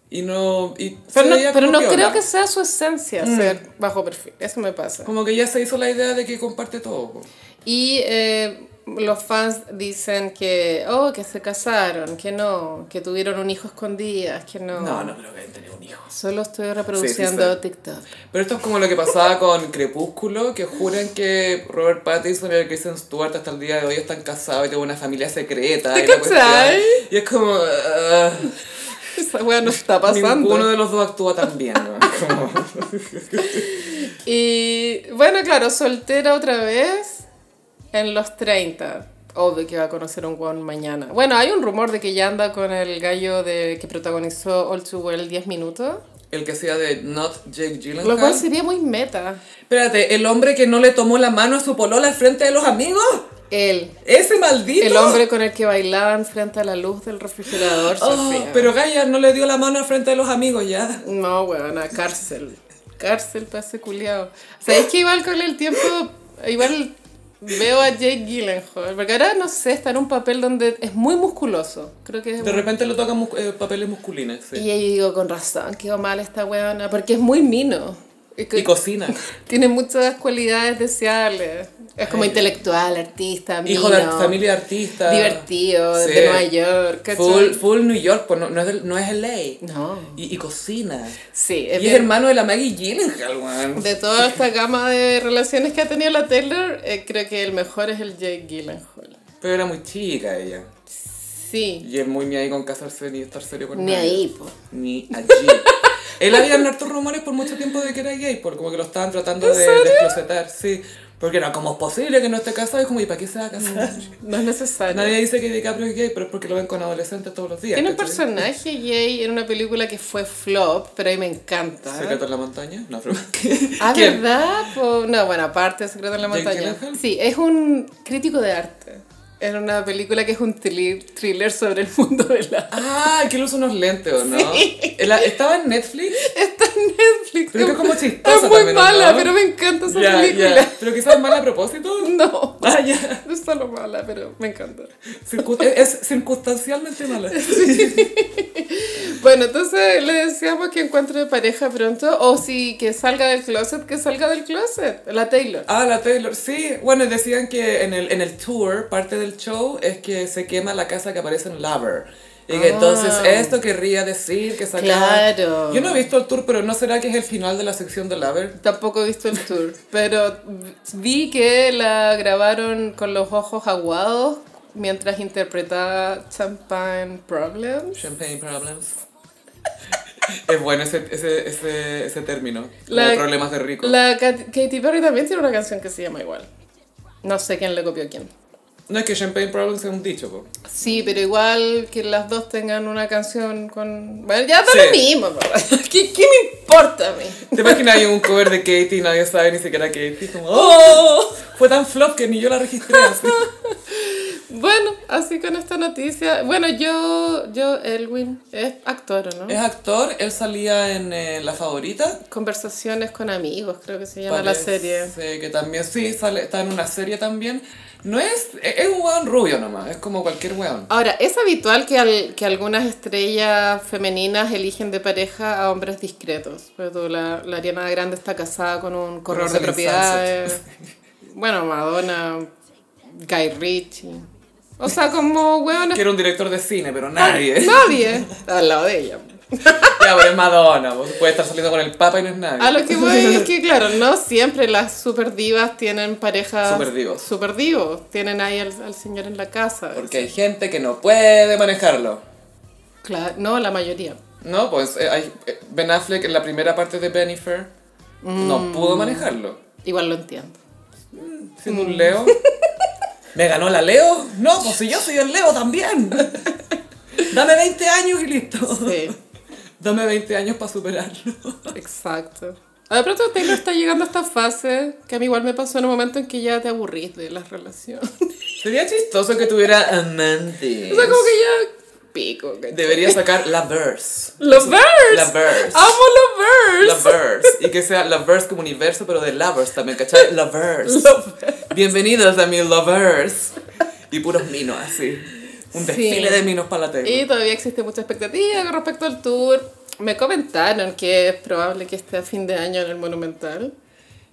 y no... Y se
Pero no,
veía
pero
como Mm.
no creo
piola.
que sea su esencia ser bajo perfil, eso me pasa.
Como que ya se hizo la idea de que comparte todo. po.
Y eh, los fans dicen que, oh, que se casaron, que no, que tuvieron un hijo escondidas, que no.
No, no creo que hayan tenido un hijo.
Solo estoy
Sí,
reproduciendo
sí,
TikTok.
Pero esto es como lo que pasaba con Crepúsculo, que juran que Robert Pattinson y Kristen Stewart hasta el día de hoy están casados y tienen una familia secreta.
¿Te
y la cuestión.
cachai?
Y es como... ah,
Esa wea no está pasando.
ninguno de los dos actúa tan bien. ¿no? Como-
Y bueno, claro, soltera otra vez en los 30. Obvio que va a conocer a un guan mañana. Bueno, hay un rumor de que ya anda con el gallo de que protagonizó All Too Well 10 minutos.
el que hacía de Not Jake Gyllenhaal.
Lo cual sería muy meta.
Espérate, ¿el hombre que no le tomó la mano a su polola al frente de los amigos?
Él.
¿Ese maldito?
El hombre con el que bailaban frente a la luz del refrigerador,
Oh,
Sofía.
pero Gaia no le dio la mano al frente de los amigos ya.
No, weón, a cárcel. Cárcel para ese culiado. ¿Sabéis que igual con el tiempo, igual veo a Jake Gyllenhaal? Porque ahora, no sé, está en un papel donde es muy musculoso. Creo que es...
De repente lo tocan mus- eh, papeles musculines, sí.
Y ahí digo, con razón, quedó mal esta weona, porque es muy mino. Y que-
Y cocina.
tiene muchas cualidades deseables. Es como
Ay.
intelectual, artista, mino,
Hijo de ar- familia de artista.
divertido,
Sí.
de Nueva York, ¿cachai?
Full, full New York, pues no, no es, del- no es LA.
No.
Y, y cocina.
Sí,
Y
es
es
bien-
hermano de la Maggie Gyllenhaal, weón.
De toda esta gama de relaciones que ha tenido la Taylor, eh, creo que el mejor es el Jake Gyllenhaal.
Pero era muy chica ella.
Sí,
Y él muy ni ahí con casarse ni estar serio con
ni
nadie.
ahí, po.
Ni allí. Él había hartos rumores por mucho tiempo de que era gay, por como que lo estaban tratando de desclosetar, sí. Porque era como es posible que no esté casado, es como, ¿y para qué se va a casar?
No es necesario.
Nadie dice que DiCaprio es gay, pero es porque lo ven con adolescentes todos los días.
Tiene un
¿cachai?
personaje gay en una película que fue flop, pero a mí me encanta.
¿Secreto en la montaña? No, pero...
Ah,
¿Quién?
¿verdad? Po? No, bueno, aparte de Secreto en la
¿Jake
Montaña.
Gyllenhaal?
Sí, es un crítico de arte. En una película que es un thriller, thriller sobre el mundo del arte.
Ah, que él usa unos lentes, ¿o no? La- ¿Estaba en Netflix?
Está en Netflix.
Pero que es como chistosa
Es muy
también, ¿o
mala,
no?
pero me encanta esa
Ya,
película.
ya. Pero quizás mal a propósito.
No.
Ah, ya.
No está lo mala, pero me encanta.
Circu- es, es circunstancialmente mala.
Bueno, entonces le deseamos que encuentre pareja pronto. O si que salga del closet, que salga del closet. La Taylor.
Ah, la Taylor. Sí, bueno, decían que en el, en el tour, parte del show es que se quema la casa que aparece en Lover. Y que
Ah.
entonces esto querría decir que saca...
Claro.
Yo no he visto el tour, pero ¿no será que es el final de la sección de Lover?
Tampoco he visto el tour, pero vi que la grabaron con los ojos aguados mientras interpretaba Champagne Problems.
Champagne Problems. es bueno ese, ese, ese, ese término. Como
La-
problemas de rico.
La Kat- Katy Perry también tiene una canción que se llama igual. No sé quién le copió a quién.
No es que Champagne Problems es un dicho, po.
Sí, pero igual que las dos tengan una canción con... Bueno, ya da
Sí.
lo mismo, ¿no? ¿Qué, qué me importa a mí?
¿Te imaginas hay un cover de Katy y nadie sabe ni siquiera Katy? Como, ¡oh! Fue tan flop que ni yo la registré así.
Bueno, así con esta noticia. Bueno, yo, yo, Elwin, es actor, ¿o ¿no?
Es actor, él salía en eh, La Favorita.
Conversaciones con amigos, creo que se llama la
Parece
serie.
que también, sí, sale, está en una serie también. No es, e-, es es un weón rubio nomás, es como cualquier weón.
Ahora, es habitual que, al- que algunas estrellas femeninas eligen de pareja a hombres discretos. Por ejemplo, la, la Ariana Grande está casada con un corredor de
Selling
propiedades. Bueno, Madonna, Guy Ritchie. O sea, como hueones.
Que era un director de cine, pero nadie.
Nadie. Al lado de ella.
Ya, pero es Madonna, vos puede estar saliendo con el papa y no es nadie.
A lo que voy es que, claro, no siempre las super divas tienen parejas.
Superdivos.
superdivos. Tienen ahí al, al señor en la casa.
Porque hay gente que no puede manejarlo.
Claro, no, la mayoría.
No, pues eh, hay, eh, Ben Affleck en la primera parte de Bennifer no pudo manejarlo.
Mm, Igual lo entiendo.
Siendo un Leo. Mm. ¿Me ganó la Leo? No, pues si yo soy el Leo también. Dame 20 años y listo.
Sí.
Dame 20 años para superarlo.
Exacto. A de pronto Taylor está llegando a esta fase que a mí igual me pasó en un momento en que ya te aburrís de las relaciones.
Sería chistoso que tuviera amantes.
O sea, como que ya pico. ¿cachai?
Debería sacar la verse.
Los birds.
La verse.
Amo los
La
birds.
verse. Y que sea la verse como universo, pero de lovers también, ¿cachai? La verse. Bienvenidos a mi lovers. Y puros minos así. Un
Sí.
desfile de minos para la tele.
Y todavía existe mucha expectativa con respecto al tour. Me comentaron que es probable que esté a fin de año en el Monumental.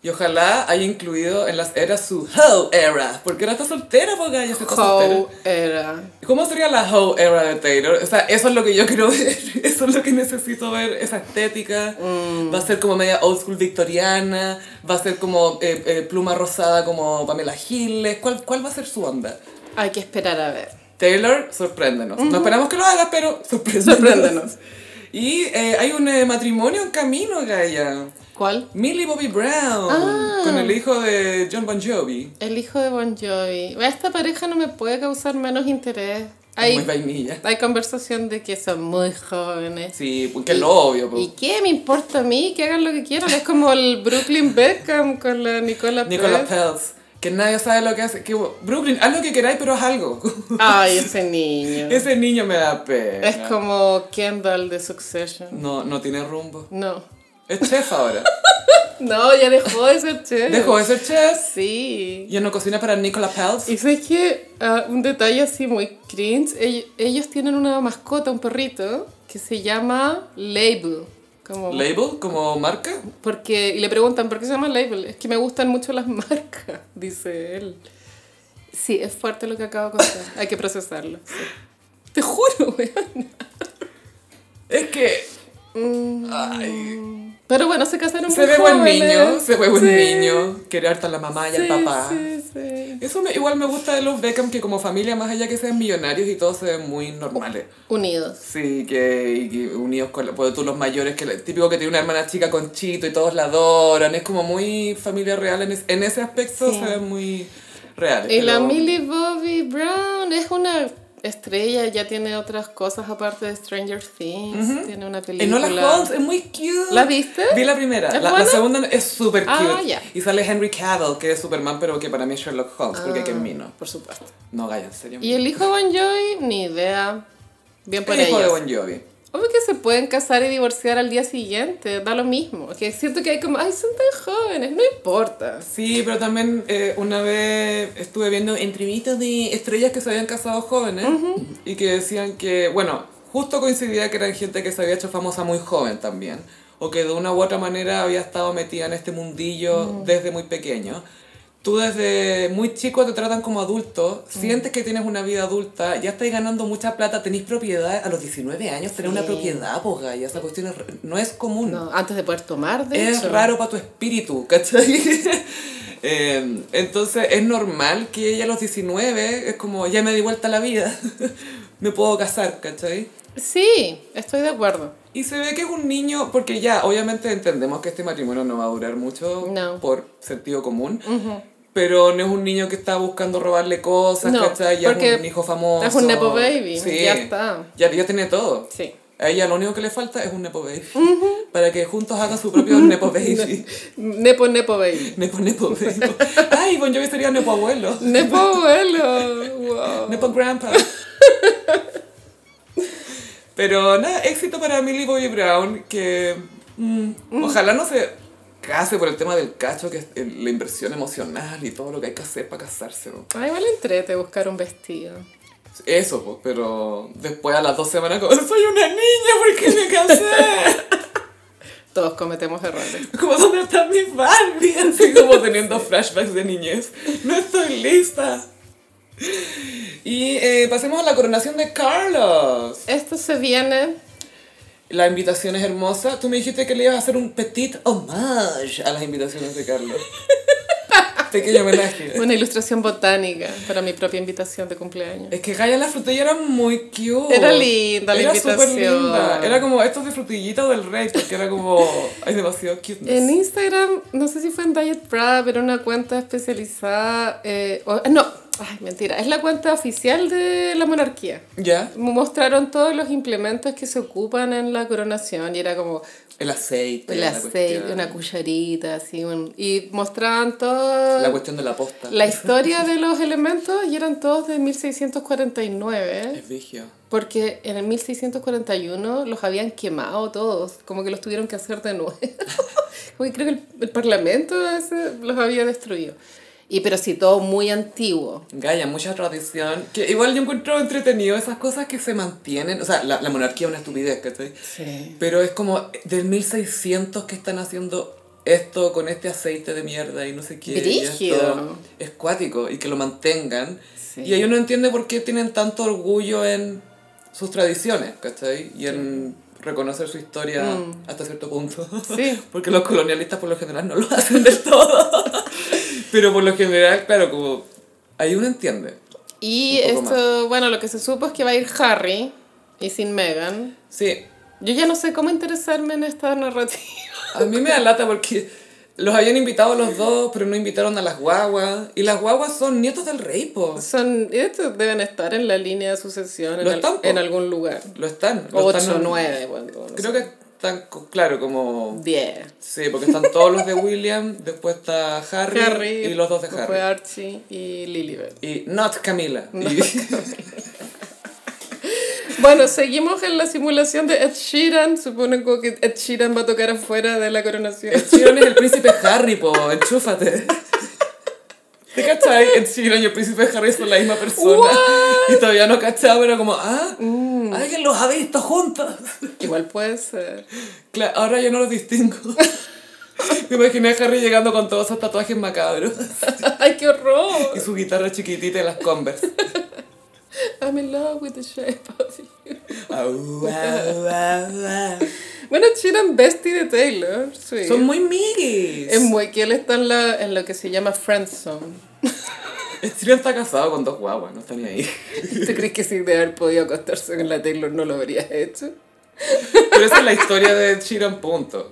Y ojalá haya incluido en las eras su hoe era. Porque ahora está soltera, porque ya se está soltera.
How era.
¿Cómo sería la hoe era de Taylor? O sea, eso es lo que yo quiero ver. Eso es lo que necesito ver. Esa estética. Va a ser como media old school victoriana. Va a ser como eh, eh, pluma rosada como Pamela Giles. ¿Cuál, ¿Cuál va a ser su onda?
Hay que esperar a ver.
Taylor, sorpréndenos. No esperamos que lo hagas, pero sorpréndenos.
Sorpréndenos.
Y eh, hay un eh, matrimonio en camino, Gaia.
¿Cuál?
Millie Bobby Brown
Ah.
con el hijo de John Bon Jovi.
El hijo de Bon Jovi. Esta pareja no me puede causar menos interés.
Es
Hay-
Muy vainilla.
Hay conversación de que son muy jóvenes.
Sí, porque lo obvio. pues. po.
¿Y qué me importa a mí? Que hagan lo que quieran. Es como el Brooklyn Beckham con la Nicola
Nicola
Pérez.
Peltz. Que nadie sabe lo que hace. Que, Brooklyn, haz lo que queráis, pero haz algo.
Ay, ese niño. Es,
Ese niño me da pena.
como Kendall de Succession.
No, no tiene rumbo.
No.
Es chef ahora.
No, ya dejó de ser chévere.
Dejó de ser chef.
Sí.
Ya no cocina para Nicola Peltz.
Y sabes que un detalle así muy cringe, ell- ellos tienen una mascota, un perrito, que se llama Label. Como,
Label como marca.
Porque, y le preguntan, ¿por qué se llama label? Es que me gustan mucho las marcas, dice él. Sí, es fuerte lo que acabo de contar. Hay que procesarlo. sí. Te juro, weón.
Es que
Mm. Pero bueno, se casaron
se
muy
ve buen
jóvenes.
niño. Se ve buen
Sí,
niño. Quiere harta la mamá y
sí,
al papá.
Sí, sí.
Eso me- igual me gusta de los Beckham, que como familia, más allá que sean millonarios y todos se ven muy normales.
Unidos.
Sí, que, y que unidos con la- pues, tú los mayores, que el típico que tiene una hermana chica con chito y todos la adoran, es como muy familia real, en, es- en ese aspecto
Sí.
se ven muy reales.
Y la
pero-
Millie Bobby Brown es una estrella, ya tiene otras cosas aparte de Stranger Things. Tiene una película.
Enola Holmes es muy cute.
¿La viste?
Vi la primera.
¿Es
La, la
buena?
segunda no- es súper
Ah,
cute.
ya.
Y sale Henry Cavill, que es Superman, pero que para mí es Sherlock Holmes, porque
Ah,
que en mí no.
Por supuesto.
No, Gaya, en serio.
Y el hijo de Bon Jovi, ni idea. Bien por
El hijo de
ellos.
Bon Jovi.
Obvio que se pueden casar y divorciar al día siguiente, da lo mismo. Que es cierto que hay como, ay, son tan jóvenes, no importa.
Sí, pero también eh, una vez estuve viendo entrevistas de estrellas que se habían casado jóvenes y que decían que, bueno, justo coincidía que eran gente que se había hecho famosa muy joven también o que de una u otra manera había estado metida en este mundillo desde muy pequeño. Tú desde muy chico te tratan como adulto, sientes que tienes una vida adulta, ya estás ganando mucha plata, tenés propiedad, a los 19 años tener una
Sí.
propiedad, pues Gaya, esa cuestión es re- no es común.
No, antes de poder tomar, de
Es
hecho.
raro para tu espíritu, ¿cachai? Eh, entonces es normal que ella a los 19 es como, ya me di vuelta la vida, me puedo casar, ¿cachai?
Sí, estoy de acuerdo.
Y se ve que es un niño, porque ya, obviamente entendemos que este matrimonio no va a durar mucho
No.
por sentido común, pero no es un niño que está buscando robarle cosas,
No,
¿cachai? Ya
porque
es un hijo famoso.
es un nepo baby,
Sí.
ya está.
Ya, ya tiene todo.
Sí.
A ella lo único que le falta es un nepo baby. Para que juntos hagan su propio nepo baby.
Nepo, Nepo Baby.
nepo nepo baby. Ay, Bon Jovi sería nepo abuelo.
Nepo abuelo. Wow.
Nepo grandpa. Pero nada, éxito para Millie Bobby Brown, que mm, ojalá no se case por el tema del cacho, que es eh, la inversión emocional y todo lo que hay que hacer para casarse. ¿no?
Ay, vale entrete buscar un vestido.
Eso, po, pero después a las dos semanas como, soy una niña, ¿por qué me casé?
Todos cometemos errores.
Como, ¿dónde están mis Barbie? Así como teniendo flashbacks de niñez. No estoy lista. Y eh, pasemos a la coronación de Carlos.
Esto se viene.
La invitación es hermosa. Tú me dijiste que le ibas a hacer un petit hommage a las invitaciones de Carlos. Pequeño homenaje.
Una ilustración botánica para mi propia invitación de cumpleaños.
Es que Gaia la frutilla era muy cute.
Era linda la
Era
invitación.
súper linda. Era como estos de frutillita del rey, porque era como. Hay demasiado
En
cuteness.
Instagram, no sé si fue en Diet Prada, pero una cuenta especializada. eh, o- no, ay, mentira. Es la cuenta oficial de la monarquía.
¿Ya?
Mostraron todos los implementos que se ocupan en la coronación y era como
El aceite.
el
la
aceite,
cuestión.
una cucharita, así. un- y mostraban todo.
La cuestión de la posta.
La historia de los elementos y eran todos de 1649,
Es vigio.
porque en el 1641 los habían quemado todos, como que los tuvieron que hacer de nuevo. Como que creo que el, el parlamento ese los había destruido. Y pero sí, todo muy antiguo.
Gaia, mucha tradición. Que igual yo encuentro entretenido esas cosas que se mantienen. O sea, la, la monarquía es una estupidez, ¿cachai?
Sí.
Pero es como del 1600 que están haciendo esto con este aceite de mierda y no sé qué. y esto.
Brígido.
Es cuático y que lo mantengan.
Sí.
Y ahí uno entiende por qué tienen tanto orgullo en sus tradiciones, ¿cachai? Y en reconocer su historia
Mm.
hasta cierto punto.
Sí.
Porque los colonialistas por lo general no lo hacen del todo. Pero por lo general, claro, como ahí uno entiende.
Y
Un poco
esto, bueno, lo que se supo es que va a ir Harry y sin Meghan.
Sí,
Yo ya no sé cómo interesarme en esta narrativa.
A mí me da lata porque los habían invitado a los dos, pero no invitaron a las guaguas. Y las guaguas son nietos del rey, po.
Son, estos deben estar en la línea de sucesión en,
Lo
al-
están, po.
en algún lugar.
Lo están. lo
Ocho,
están en-
nueve, bueno, no
Creo
sé.
que están, co- claro, como...
10.
Sí, porque están todos los de William, después está Harry, y los dos de
después
Harry.
Archie y Lilibet.
Y not Camila. Y-
Bueno, seguimos en la simulación de Ed Sheeran. Suponen como que Ed Sheeran va a tocar afuera de la coronación.
Ed Sheeran es el príncipe Harry, po. Enchúfate. ¿Te cachai? Ed Sheeran y el príncipe Harry son la misma persona. Y todavía no cachaba, pero como, ah,
Mm.
alguien los ha visto juntos.
Igual puede ser.
Claro, ahora yo no los distingo. Me imaginé a Harry llegando con todos esos tatuajes macabros
¡Ay, qué
y
horror!
su guitarra chiquitita y las Converse.
I'm in love with the shape of you.
Au, au, au, au.
Bueno, Ed Sheeran bestie de Taylor. Sí.
Son muy migis.
Es muy que él está en, la, en lo que se llama friendzone.
Strian está casado con dos guaguas, no está ni ahí.
¿Tú crees que si de haber podido acostarse con la Taylor no lo habrías hecho?
Pero esa es la historia de Chiran Punto.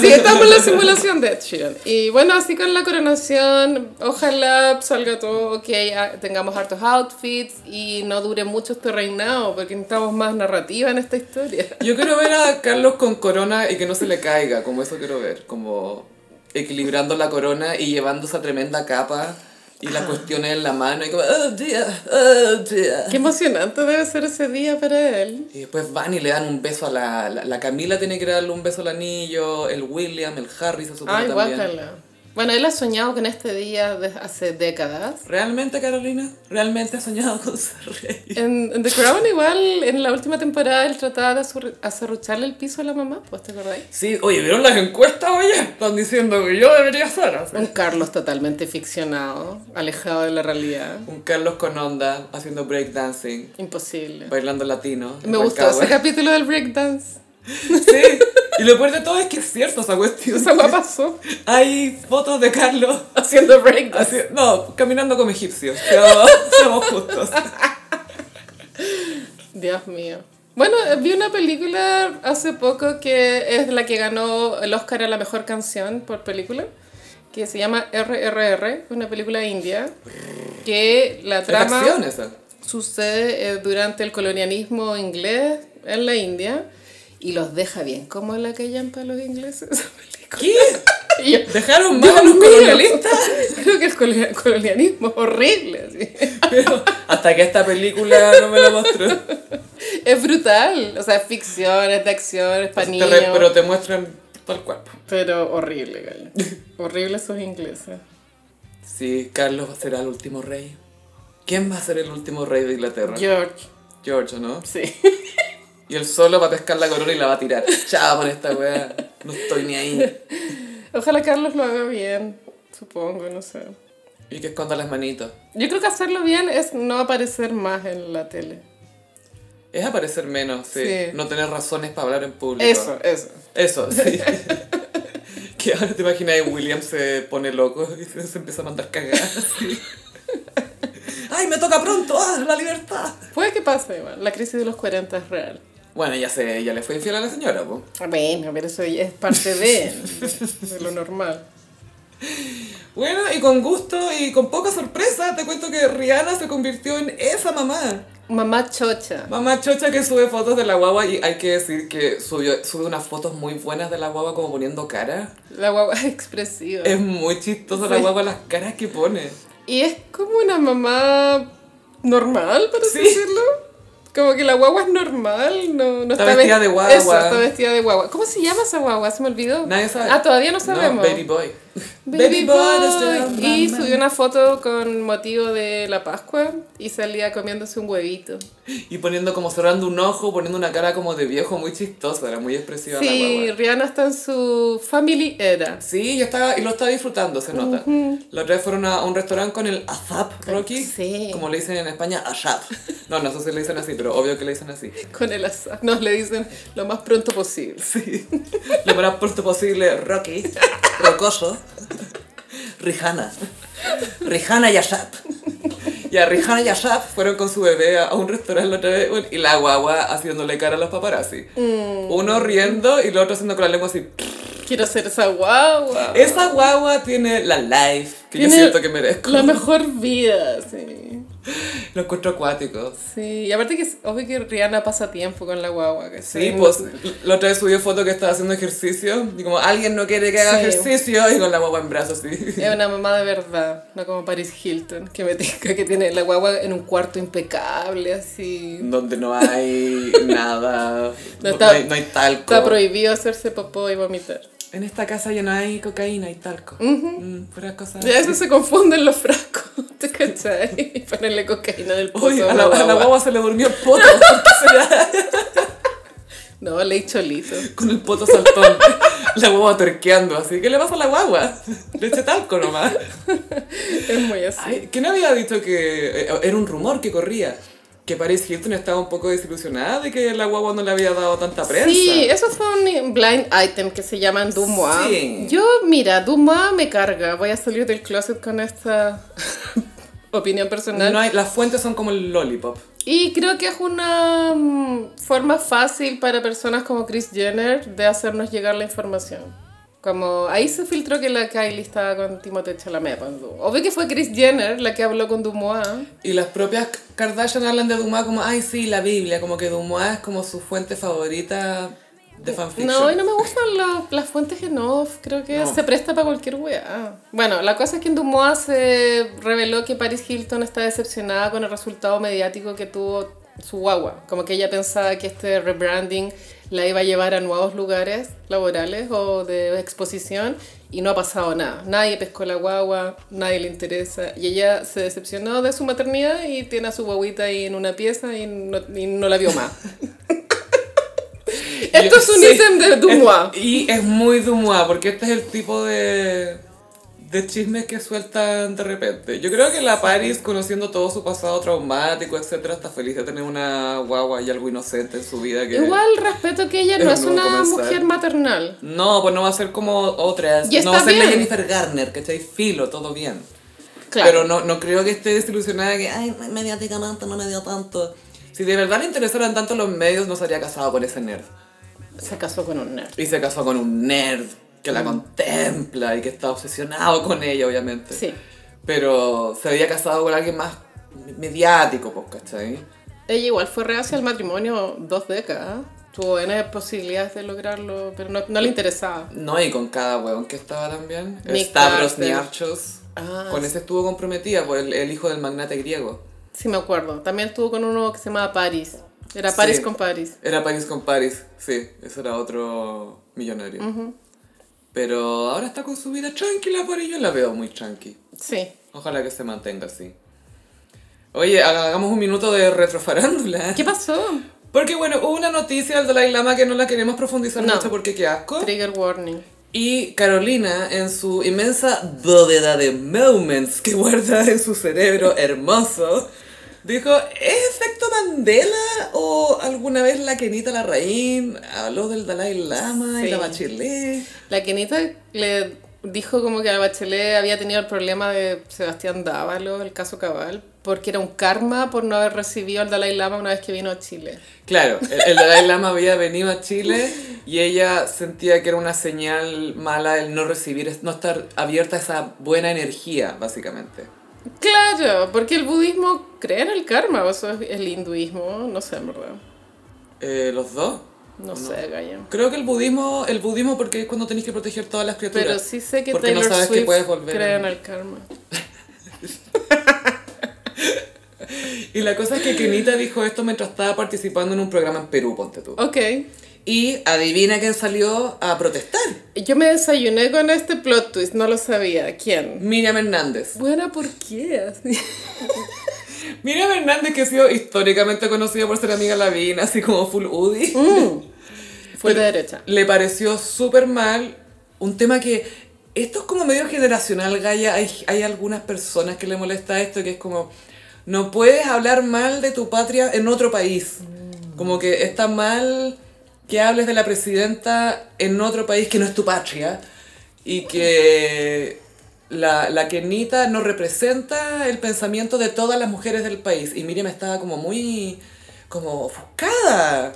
Sí, estamos en la simulación de Ed Sheeran. Y bueno, así con la coronación, ojalá salga todo ok, ah, tengamos hartos outfits y no dure mucho este reinado, porque necesitamos más narrativa en esta historia.
Yo quiero ver a Carlos con corona y que no se le caiga, como eso quiero ver, como equilibrando la corona y llevando esa tremenda capa y las cuestiones en la mano y como, oh dear, oh dear.
Qué emocionante debe ser ese día para él.
Y después van y le dan un beso a la, la, la Camila tiene que darle un beso al anillo, el William, el Harry se supone
Ay,
también.
guácala. Bueno, él ha soñado con este día desde hace décadas.
¿Realmente Carolina? ¿Realmente has soñado con ser rey?
En, en The Crown igual, en la última temporada, él trataba de azurru- azarrucharle el piso a la mamá, pues te acordáis.
Sí, oye, ¿vieron las encuestas, oye? Están diciendo que yo debería ser así.
Un Carlos totalmente ficcionado, alejado de la realidad.
Un Carlos con onda haciendo breakdancing,
Imposible.
bailando latino.
Me gustó
Rancagua.
ese capítulo del breakdance.
Sí, y lo peor de todo es que es cierto esa cuestión.
Esa guapa pasó
Hay fotos de Carlos
haciendo breakdance.
así- no, caminando como egipcios. Seamos, seamos justos.
Dios mío. Bueno, eh, vi una película hace poco que es la que ganó el Oscar a la mejor canción por película, que se llama RRR, una película india, que la
Es
trama
acción esa.
sucede eh, durante el colonialismo inglés en la India y los deja bien como la que llampa a los ingleses. esa película.
¿Qué?
Y yo,
¿Dejaron mal
¡Dios
a los
mío!
colonialistas?
Creo que el colonia- colonialismo es horrible. así.
Pero hasta que esta película no me la mostró.
Es brutal. O sea, es ficción, es de acción, es para
Te re-
niños.
pero te muestran tal cual.
Pero horrible, gala. Horrible esos ingleses.
Sí, Carlos será el último rey. ¿Quién va a ser el último rey de Inglaterra?
George,
George, ¿o ¿no?
sí.
Y él solo va a pescar la corona y la va a tirar. Chao con esta weá. No estoy ni ahí.
Ojalá Carlos lo haga bien, supongo, no sé.
Y que esconda las manitos.
Yo creo que hacerlo bien es no aparecer más en la tele.
Es aparecer menos, sí.
Sí.
No tener razones para hablar en público.
Eso, eso.
Eso, sí. que ahora te imaginas que William se pone loco y se se empieza a mandar cagadas. sí. ¡Ay, me toca pronto! ¡Ah, la libertad!
Puede que pase, igual. La crisis de los 40 es real. Ah,
Bueno, ya sé, ya le fue infiel a la señora, po.
Bueno, pero eso ya es parte de, de lo normal.
Bueno, y con gusto y con poca sorpresa te cuento que Rihanna se convirtió en esa mamá.
Mamá chocha.
Mamá chocha que sube fotos de la guagua y hay que decir que subió, sube unas fotos muy buenas de la guagua como poniendo cara.
La guagua es expresiva.
Es muy chistosa la
Sí.
guagua las caras que pone.
Y es como una mamá normal, por así
Sí.
decirlo. Como que la guagua es normal, no, no
Está
ves-
vestida de guagua.
Eso, está vestida de guagua. ¿Cómo se llama esa guagua? Se me olvidó.
Nadie sabe.
Ah, todavía no sabemos.
baby este boy.
Baby
desde
Boy.
la
Y
mamá.
subió una foto con motivo de la Pascua y salía comiéndose un huevito.
Y poniendo como cerrando un ojo, poniendo una cara como de viejo muy chistosa, era muy expresiva la
Sí,
guagua.
Rihanna está en su family era.
Sí, y, estaba, y lo está disfrutando, se nota. La otra vez fueron a un restaurante con el ASAP Rocky.
Sí.
Como le dicen en España, ASAP. No, no sé si le dicen así, pero obvio que le dicen así.
Con el asado. Nos le dicen lo más pronto posible.
Sí. Lo más pronto posible, Rocky, Rocoso, Rihanna. Rihanna y Asap. Y a Rihanna y Asap fueron con su bebé a un restaurante la otra vez bueno, y la guagua haciéndole cara a los paparazzi.
Mm.
Uno riendo y el otro haciendo con la lengua así.
Quiero ser esa guagua.
Esa guagua tiene la life que yo
Ah. Tiene
siento que merezco.
La mejor vida, sí.
Lo encuentro acuático.
Sí, y aparte que es obvio que Rihanna pasa tiempo con la guagua, que
Sí, pues la otra vez subió foto que estaba haciendo ejercicio y como alguien no quiere que haga
Sí.
ejercicio y con la guagua en brazos así.
Es una mamá de verdad, no como Paris Hilton, que me tenga que tiene la guagua en un cuarto impecable, así.
donde no hay nada, no,
No está-
hay, no hay talco.
Está prohibido hacerse popó y vomitar.
en esta casa ya no hay cocaína, hay talco. Mm, puras cosas.
Ya eso se confunden los frascos, ¿te cachai? Y ponerle cocaína del poto
Uy,
a
a la, a la
guagua.
guagua se le durmió el poto. ¿Por qué será?
No, le he cholito.
Con el poto saltón. La guagua terqueando así. ¿Qué le pasa a la guagua? Le eché talco nomás.
Es muy así.
Ay, ¿Quién había dicho que eh, era un rumor que corría? Que Paris Hilton estaba un poco desilusionada de que la guagua no le había dado tanta prensa.
Sí, eso fue un blind item que se llaman Dumois.
Sí.
Yo, mira, Dumois me carga. Voy a salir del closet con esta opinión personal.
No hay- las fuentes son como el lollipop.
Y creo que es una mm, forma fácil para personas como Chris Jenner de hacernos llegar la información. Como ahí se filtró que la Kylie estaba con Timothée Chalamet. cuando- Obvio que fue Chris Jenner la que habló con Dumois.
Y las propias Kardashian hablan de Dumas como, ay, sí, la Biblia, como que Dumas es como su fuente favorita de fanfiction.
No, y no me gustan la- las fuentes en off. Creo que
No.
se presta para cualquier weá. Bueno, la cosa es que en Dumois se reveló que Paris Hilton está decepcionada con el resultado mediático que tuvo su guagua. Como que ella pensaba que este rebranding la iba a llevar a nuevos lugares laborales o de exposición y no ha pasado nada. Nadie pescó la guagua, nadie le interesa. Y ella se decepcionó de su maternidad y tiene a su guaguita ahí en una pieza y no, y no la vio más. Esto
Yo-
es un
sí.
ítem de Dumois.
Es- y es muy Dumas, porque este es el tipo de, de chismes que sueltan de repente. Yo creo que la Paris, conociendo todo su pasado traumático, etcétera, está feliz de tener una guagua y algo inocente en su vida. Que...
Igual respeto que ella no
Es
es
un
una
nuevo comenzar.
mujer maternal.
No, pues no va a ser como otras.
Y
No va a
está
ser la
bien.
Jennifer Garner, ¿cachai? Filo, todo bien.
Claro.
Pero no, no creo que esté desilusionada que, ay, mediáticamente no me dio tanto. Si de verdad le interesaran tanto los medios, no se habría casado con ese nerd.
Se casó con un nerd.
Y se casó con un nerd. que
Mm.
la contempla y que está obsesionado con ella, obviamente.
Sí.
Pero se había casado con alguien más mediático, pues, ¿cachai?
Ella igual fue reacia al matrimonio dos décadas. Tuvo N posibilidades de lograrlo, pero no, no le interesaba.
No, y con cada huevón que estaba también.
Nick
Stavros
Carter.
Niarchos.
Ah,
con ese estuvo comprometida, pues, el, el hijo del magnate griego.
Sí, me acuerdo. También estuvo con uno que se llamaba Paris. Era
Sí.
Paris con Paris.
Era Paris con Paris, sí, eso era otro millonario. Pero ahora está con su vida tranquila, por yo la veo muy tranqui.
Sí.
Ojalá que se mantenga así. Oye, haga- hagamos un minuto de retrofarándula.
¿Qué pasó?
Porque bueno, hubo una noticia del Dalai Lama que no la queremos profundizar
No.
mucho porque qué asco.
Trigger warning.
Y Carolina, en su inmensa bóveda de moments que guarda en su cerebro hermoso, dijo, ¿es efecto Mandela o alguna vez la Kenita Larraín habló del Dalai Lama y
Sí.
la Bachelet?
La Kenita le dijo como que la Bachelet había tenido el problema de Sebastián Dávalo, el caso Cabal, porque era un karma por no haber recibido al Dalai Lama una vez que vino a Chile.
Claro, el, el Dalai Lama había venido a Chile y ella sentía que era una señal mala el no recibir, no estar abierta a esa buena energía, básicamente.
Claro, porque el budismo cree en el karma, eso es el hinduismo, no sé, en verdad.
Eh, ¿Los dos?
No, sé, Gaya.
Creo que el budismo, el budismo porque es cuando tenés que proteger todas las criaturas.
Pero sí sé que
Porque no
Taylor
sabes que
Swift
puedes volver
cree
en-
en el karma.
Y la cosa es que Kenita dijo esto mientras estaba participando en un programa en Perú, ponte tú.
Ok.
Y adivina quién salió a protestar.
Yo me desayuné con este plot twist, no lo sabía. ¿Quién?
Miriam Hernández.
Buena, ¿por qué? Así.
Miriam Hernández que ha sido históricamente conocida por ser amiga de la Vina, así como full Udi.
Mm. Fue
Pero
de derecha.
Le pareció súper mal un tema que... Esto es como medio generacional, Gaya. Hay, hay algunas personas que le molesta esto, que es como... No puedes hablar mal de tu patria en otro país. Como que está mal que hables de la presidenta en otro país que no es tu patria. Y que la, la Kenita no representa el pensamiento de todas las mujeres del país. Y Miriam estaba como muy... como ofuscada.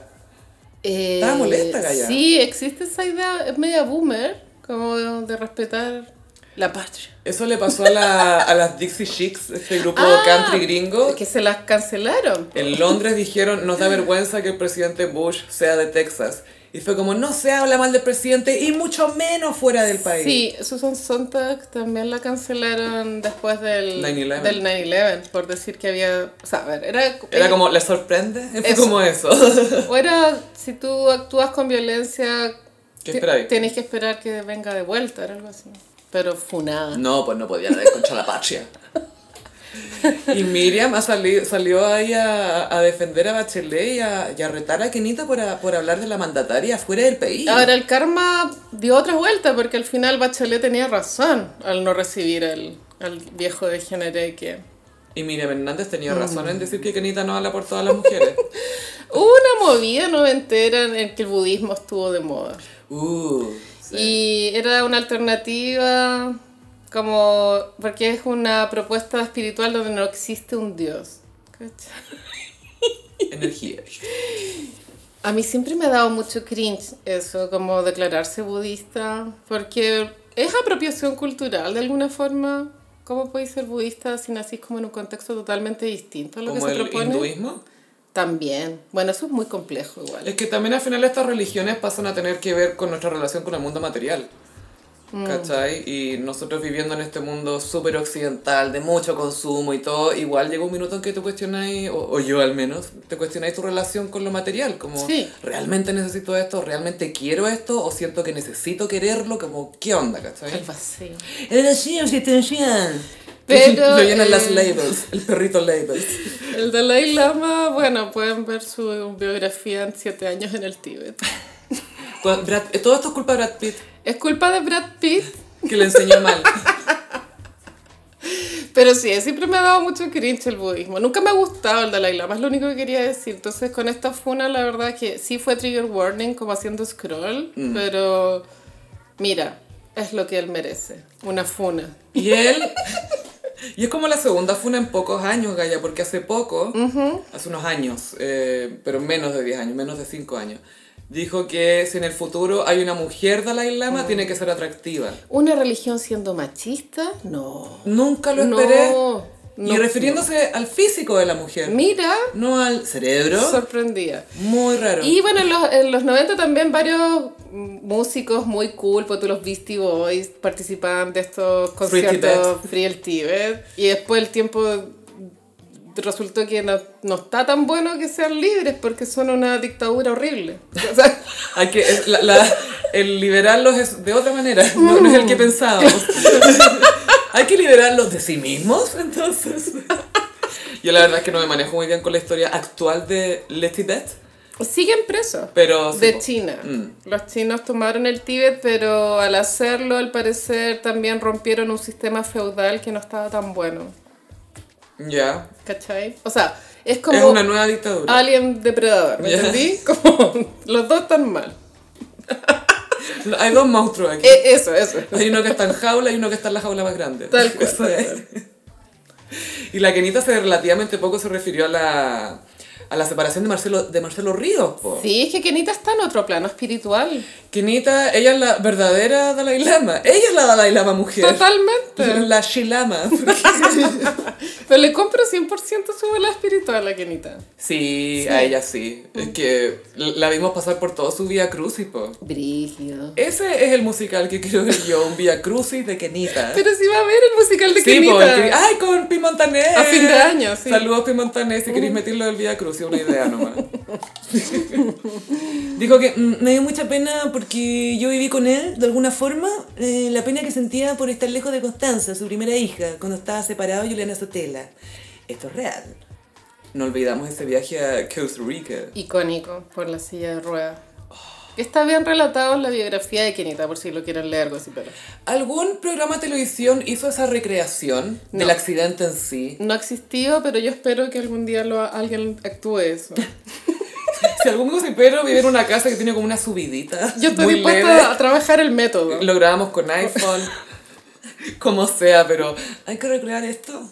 Eh,
Estaba molesta, Gaya.
Sí, existe esa idea es media boomer, como de, de respetar la patria.
Eso le pasó a, la- a las Dixie Chicks, este grupo
Ah,
country gringo.
Que Ah. se las cancelaron.
En Londres dijeron, nos da vergüenza que el presidente Bush sea de Texas. Y fue como, no se habla mal del presidente y mucho menos fuera del país.
Sí, Susan Sontag también la cancelaron después del
9/11.
del 9/11 por decir que había, o sea, a ver, era
Era como, ¿le sorprende? Fue
Eso.
como eso.
o era si tú actúas con violencia
¿Qué
te-
esperáis?
Tenés que esperar que venga de vuelta, era algo así. Pero funada.
No, pues no podía haber contra la patria. Y Miriam ha sali- salió ahí a, a defender a Bachelet y a, y a retar a Kenita por, a- por hablar de la mandataria fuera del país.
Ahora el karma dio otra vuelta porque al final Bachelet tenía razón al no recibir al, al viejo de Generé que...
Y Miriam Hernández
Mm.
tenía razón en decir que Kenita no habla por todas las mujeres.
Hubo una movida noventera en el que el budismo estuvo de moda.
Uh,
Y era una alternativa como... porque es una propuesta espiritual donde no existe un dios. ¿cachai?
energía.
A mí siempre me ha dado mucho cringe eso, como declararse budista, porque es apropiación cultural de alguna forma. ¿Cómo podéis ser budista si nacís como en un contexto totalmente distinto a lo que
Como
se
el
propone?
hinduismo.
También. Bueno, eso es muy complejo igual.
Es que también al final estas religiones pasan a tener que ver con nuestra relación con el mundo material.
Mm.
¿Cachai? Y nosotros viviendo en este mundo súper occidental, de mucho consumo y todo, igual llega un minuto en que tú cuestionáis, o, o yo al menos, te cuestionáis tu relación con lo material. Como,
Sí.
¿realmente necesito esto? ¿Realmente quiero esto? ¿O siento que necesito quererlo? Como, ¿qué onda?
El
¿Cachai?
vacío.
El vacío existencial.
Pero,
Lo llenan las
eh,
labels, el perrito labels.
El Dalai Lama, bueno, pueden ver su biografía en siete años en el Tíbet.
Cuando Brad- eh, todo esto es culpa de Brad Pitt,
Es culpa de Brad Pitt,
que le enseñó mal.
pero sí, siempre me ha dado mucho cringe el budismo. Nunca me ha gustado el Dalai Lama, es lo único que quería decir. Entonces, con esta funa, la verdad que sí fue trigger warning, como haciendo scroll,
Mm.
pero mira, es lo que él merece, una funa.
Y él. Y es como la segunda funa en pocos años, Gaya, porque hace poco, hace unos años, eh, pero menos de 10 años, menos de 5 años, dijo que si en el futuro hay una mujer Dalai
Mm.
Lama, tiene que ser atractiva.
¿Una religión siendo machista? No.
Nunca lo
No,
esperé. y
no.
refiriéndose al físico de la mujer,
Mira,
no al cerebro.
sorprendida.
Muy raro.
Y bueno, en los, en los 90 también varios mm, músicos muy cool, pues tú los Beastie Boys participaban de estos
Free
conciertos Free el Tíbet. Y después el tiempo resultó que no, no está tan bueno que sean libres porque son una dictadura horrible. O sea,
Hay que, es- la- la- el liberarlos es de otra manera, no, no es el
Mm.
que pensábamos. Hay que liberarlos de sí mismos, entonces. Yo la verdad es que no me manejo muy bien con la historia actual de Let It Dead,
siguen presos.
pero...
De
supo-
China.
Mm.
Los chinos tomaron el Tíbet, pero al hacerlo, al parecer, también rompieron un sistema feudal que no estaba tan bueno.
Ya,
¿Cachai? O sea, es como...
es una nueva dictadura.
Alien depredador, ¿me
Ya.
entendí? Como los dos están mal.
Hay dos monstruos aquí.
E- eso, eso.
Hay uno que está en jaula y uno que está en la jaula más grande.
Tal cual,
Eso es. Y la Kenita se relativamente poco se refirió a la, a la separación de Marcelo, de Marcelo Ríos. po.
Sí, es que Kenita está en otro plano espiritual.
Kenita, ella es la verdadera Dalai Lama. Ella es la Dalai Lama mujer.
Totalmente.
La Shilama.
Pero le compro 100% su vela espiritual a Kenita.
Sí, a ella sí. Es que la vimos pasar por toda su vía crucis, po.
Brígido.
Ese es el musical que quiero ver yo, un vía crucis de Kenita.
Pero si va a ver el musical de
Sí,
Kenita.
po, el que- Ah. ay, con Pi Montaner.
A fin de año, sí.
Saludos Pi Montaner, si queréis meterlo del Vía Cruz, es una idea nomás. Dijo que "Mm, me dio mucha pena porque yo viví con él de alguna forma, eh, la pena que sentía por estar lejos de Constanza, su primera hija, cuando estaba separado de Juliana Sotela. Esto es real. No olvidamos ese viaje a Costa Rica.
Icónico, por la silla de ruedas. Que Está bien relatado en la biografía de Kenita, por si lo quieren leer algo así, pero...
¿Algún programa de televisión hizo esa recreación del
No.
accidente en sí?
No ha existido, pero yo espero que algún día lo, alguien actúe eso.
Si algún pero vive en una casa que tiene como una subidita.
Yo estoy
muy
dispuesta
leve.
a trabajar el método.
Lo grabamos con iPhone, como sea, pero hay que recrear esto.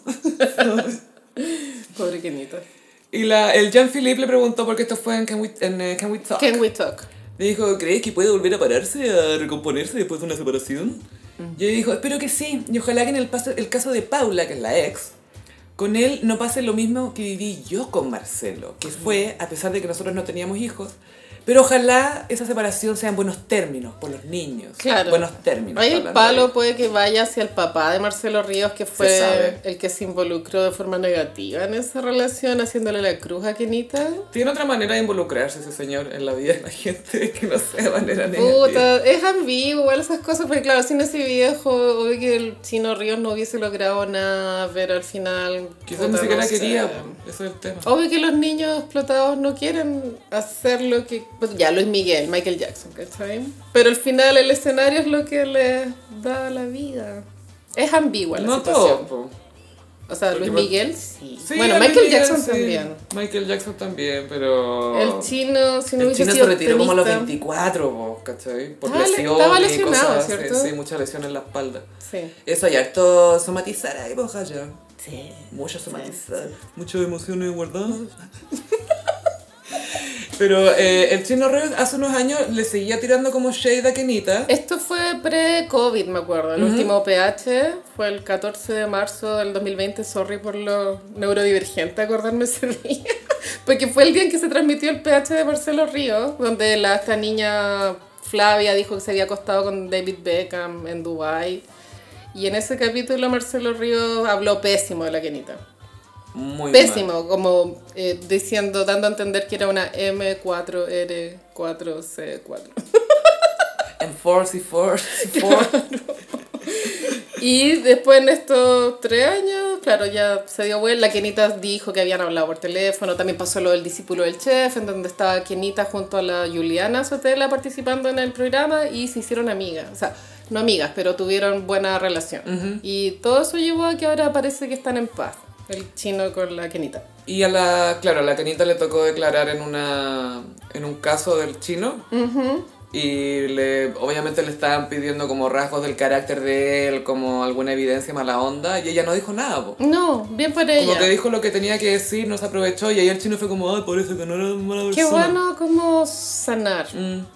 Pobre Kenita.
Y la, el Jean-Philippe le preguntó, porque esto fue en Can We, en, eh, Can We Talk.
Can we talk?
Le dijo, ¿crees que puede volver a pararse, a recomponerse después de una separación?
Mm.
Yo dijo, espero que sí, y ojalá que en el, paso, el caso de Paula, que es la ex, con él no pase lo mismo que viví yo con Marcelo,
Mm.
que fue, a pesar de que nosotros no teníamos hijos, pero ojalá esa separación sea en buenos términos, por los niños.
Claro.
Buenos términos.
Ahí el
hablando de-
palo puede que vaya hacia el papá de Marcelo Ríos, que
Se sabe.
fue el que se involucró de forma negativa en esa relación, haciéndole la cruz a Kenita.
Tiene otra manera de involucrarse ese señor en la vida de la gente que no sea de manera negativa.
Puta, es ambiguo igual esas cosas, porque claro, sin ese viejo, hoy que el chino Ríos no hubiese logrado nada, pero al final...
Quizás ni siquiera
puta, no sé. Oh,
quería, po, ese es el tema.
Obvio que los niños explotados no quieren hacer lo que... pues ya, Luis Miguel, Michael Jackson, ¿cachai? Pero al final el escenario es lo que les da la vida. Es ambigua la
no todo.
situación.
po.
O sea,
Porque
Luis
por-
Miguel sí.
Sí,
bueno,
a Luis
Michael
Miguel,
Jackson
sí.
también.
Michael Jackson también, pero...
El chino, si no
El
hubiese
chino se
sido
retiró como a los
tenista-
24, po, ¿cachai? Por
Estaba le-
lesiones
estaba
y cosas
lesionado,
así.
¿cierto?
Sí, muchas lesiones en la espalda.
Sí.
Eso hay harto somatizar ahí, po, ya.
Sí.
Mucho somatizar. Muchas emociones guardadas. Pero eh, el chino Reyes hace unos años le seguía tirando como shade a Kenita.
Esto fue pre-COVID, me acuerdo. El último PH fue el 14 de marzo del 2020. Sorry por lo neurodivergente acordarme ese día. Porque fue el día en que se transmitió el PH de Marcelo Ríos, donde la, esta niña Flavia dijo que se había acostado con David Beckham en Dubai Y en ese capítulo Marcelo Ríos habló pésimo de la Kenita.
Muy mal.
Pésimo, como eh, diciendo, dando a entender que era una M4R4C4.
En 44, 44.
Y después en estos tres años, claro, ya se dio vuelta. Kenita dijo que habían hablado por teléfono. También pasó lo del discípulo del chef, en donde estaba Kenita junto a la Juliana Sotela participando en el programa y se hicieron amigas. O sea, no amigas, pero tuvieron buena relación. Y todo eso llevó a que ahora parece que están en paz, el chino con la Kenita.
Y a la, claro, a la Kenita le tocó declarar en, una, en un caso del chino Y le, obviamente le estaban pidiendo como rasgos del carácter de él, como alguna evidencia mala onda, y ella no dijo nada, po.
No, bien por
Como
ella.
que dijo lo que tenía que decir, no se aprovechó, y ahí el chino fue como, ay, por eso que no era mala persona.
Qué bueno como sanar
Mm.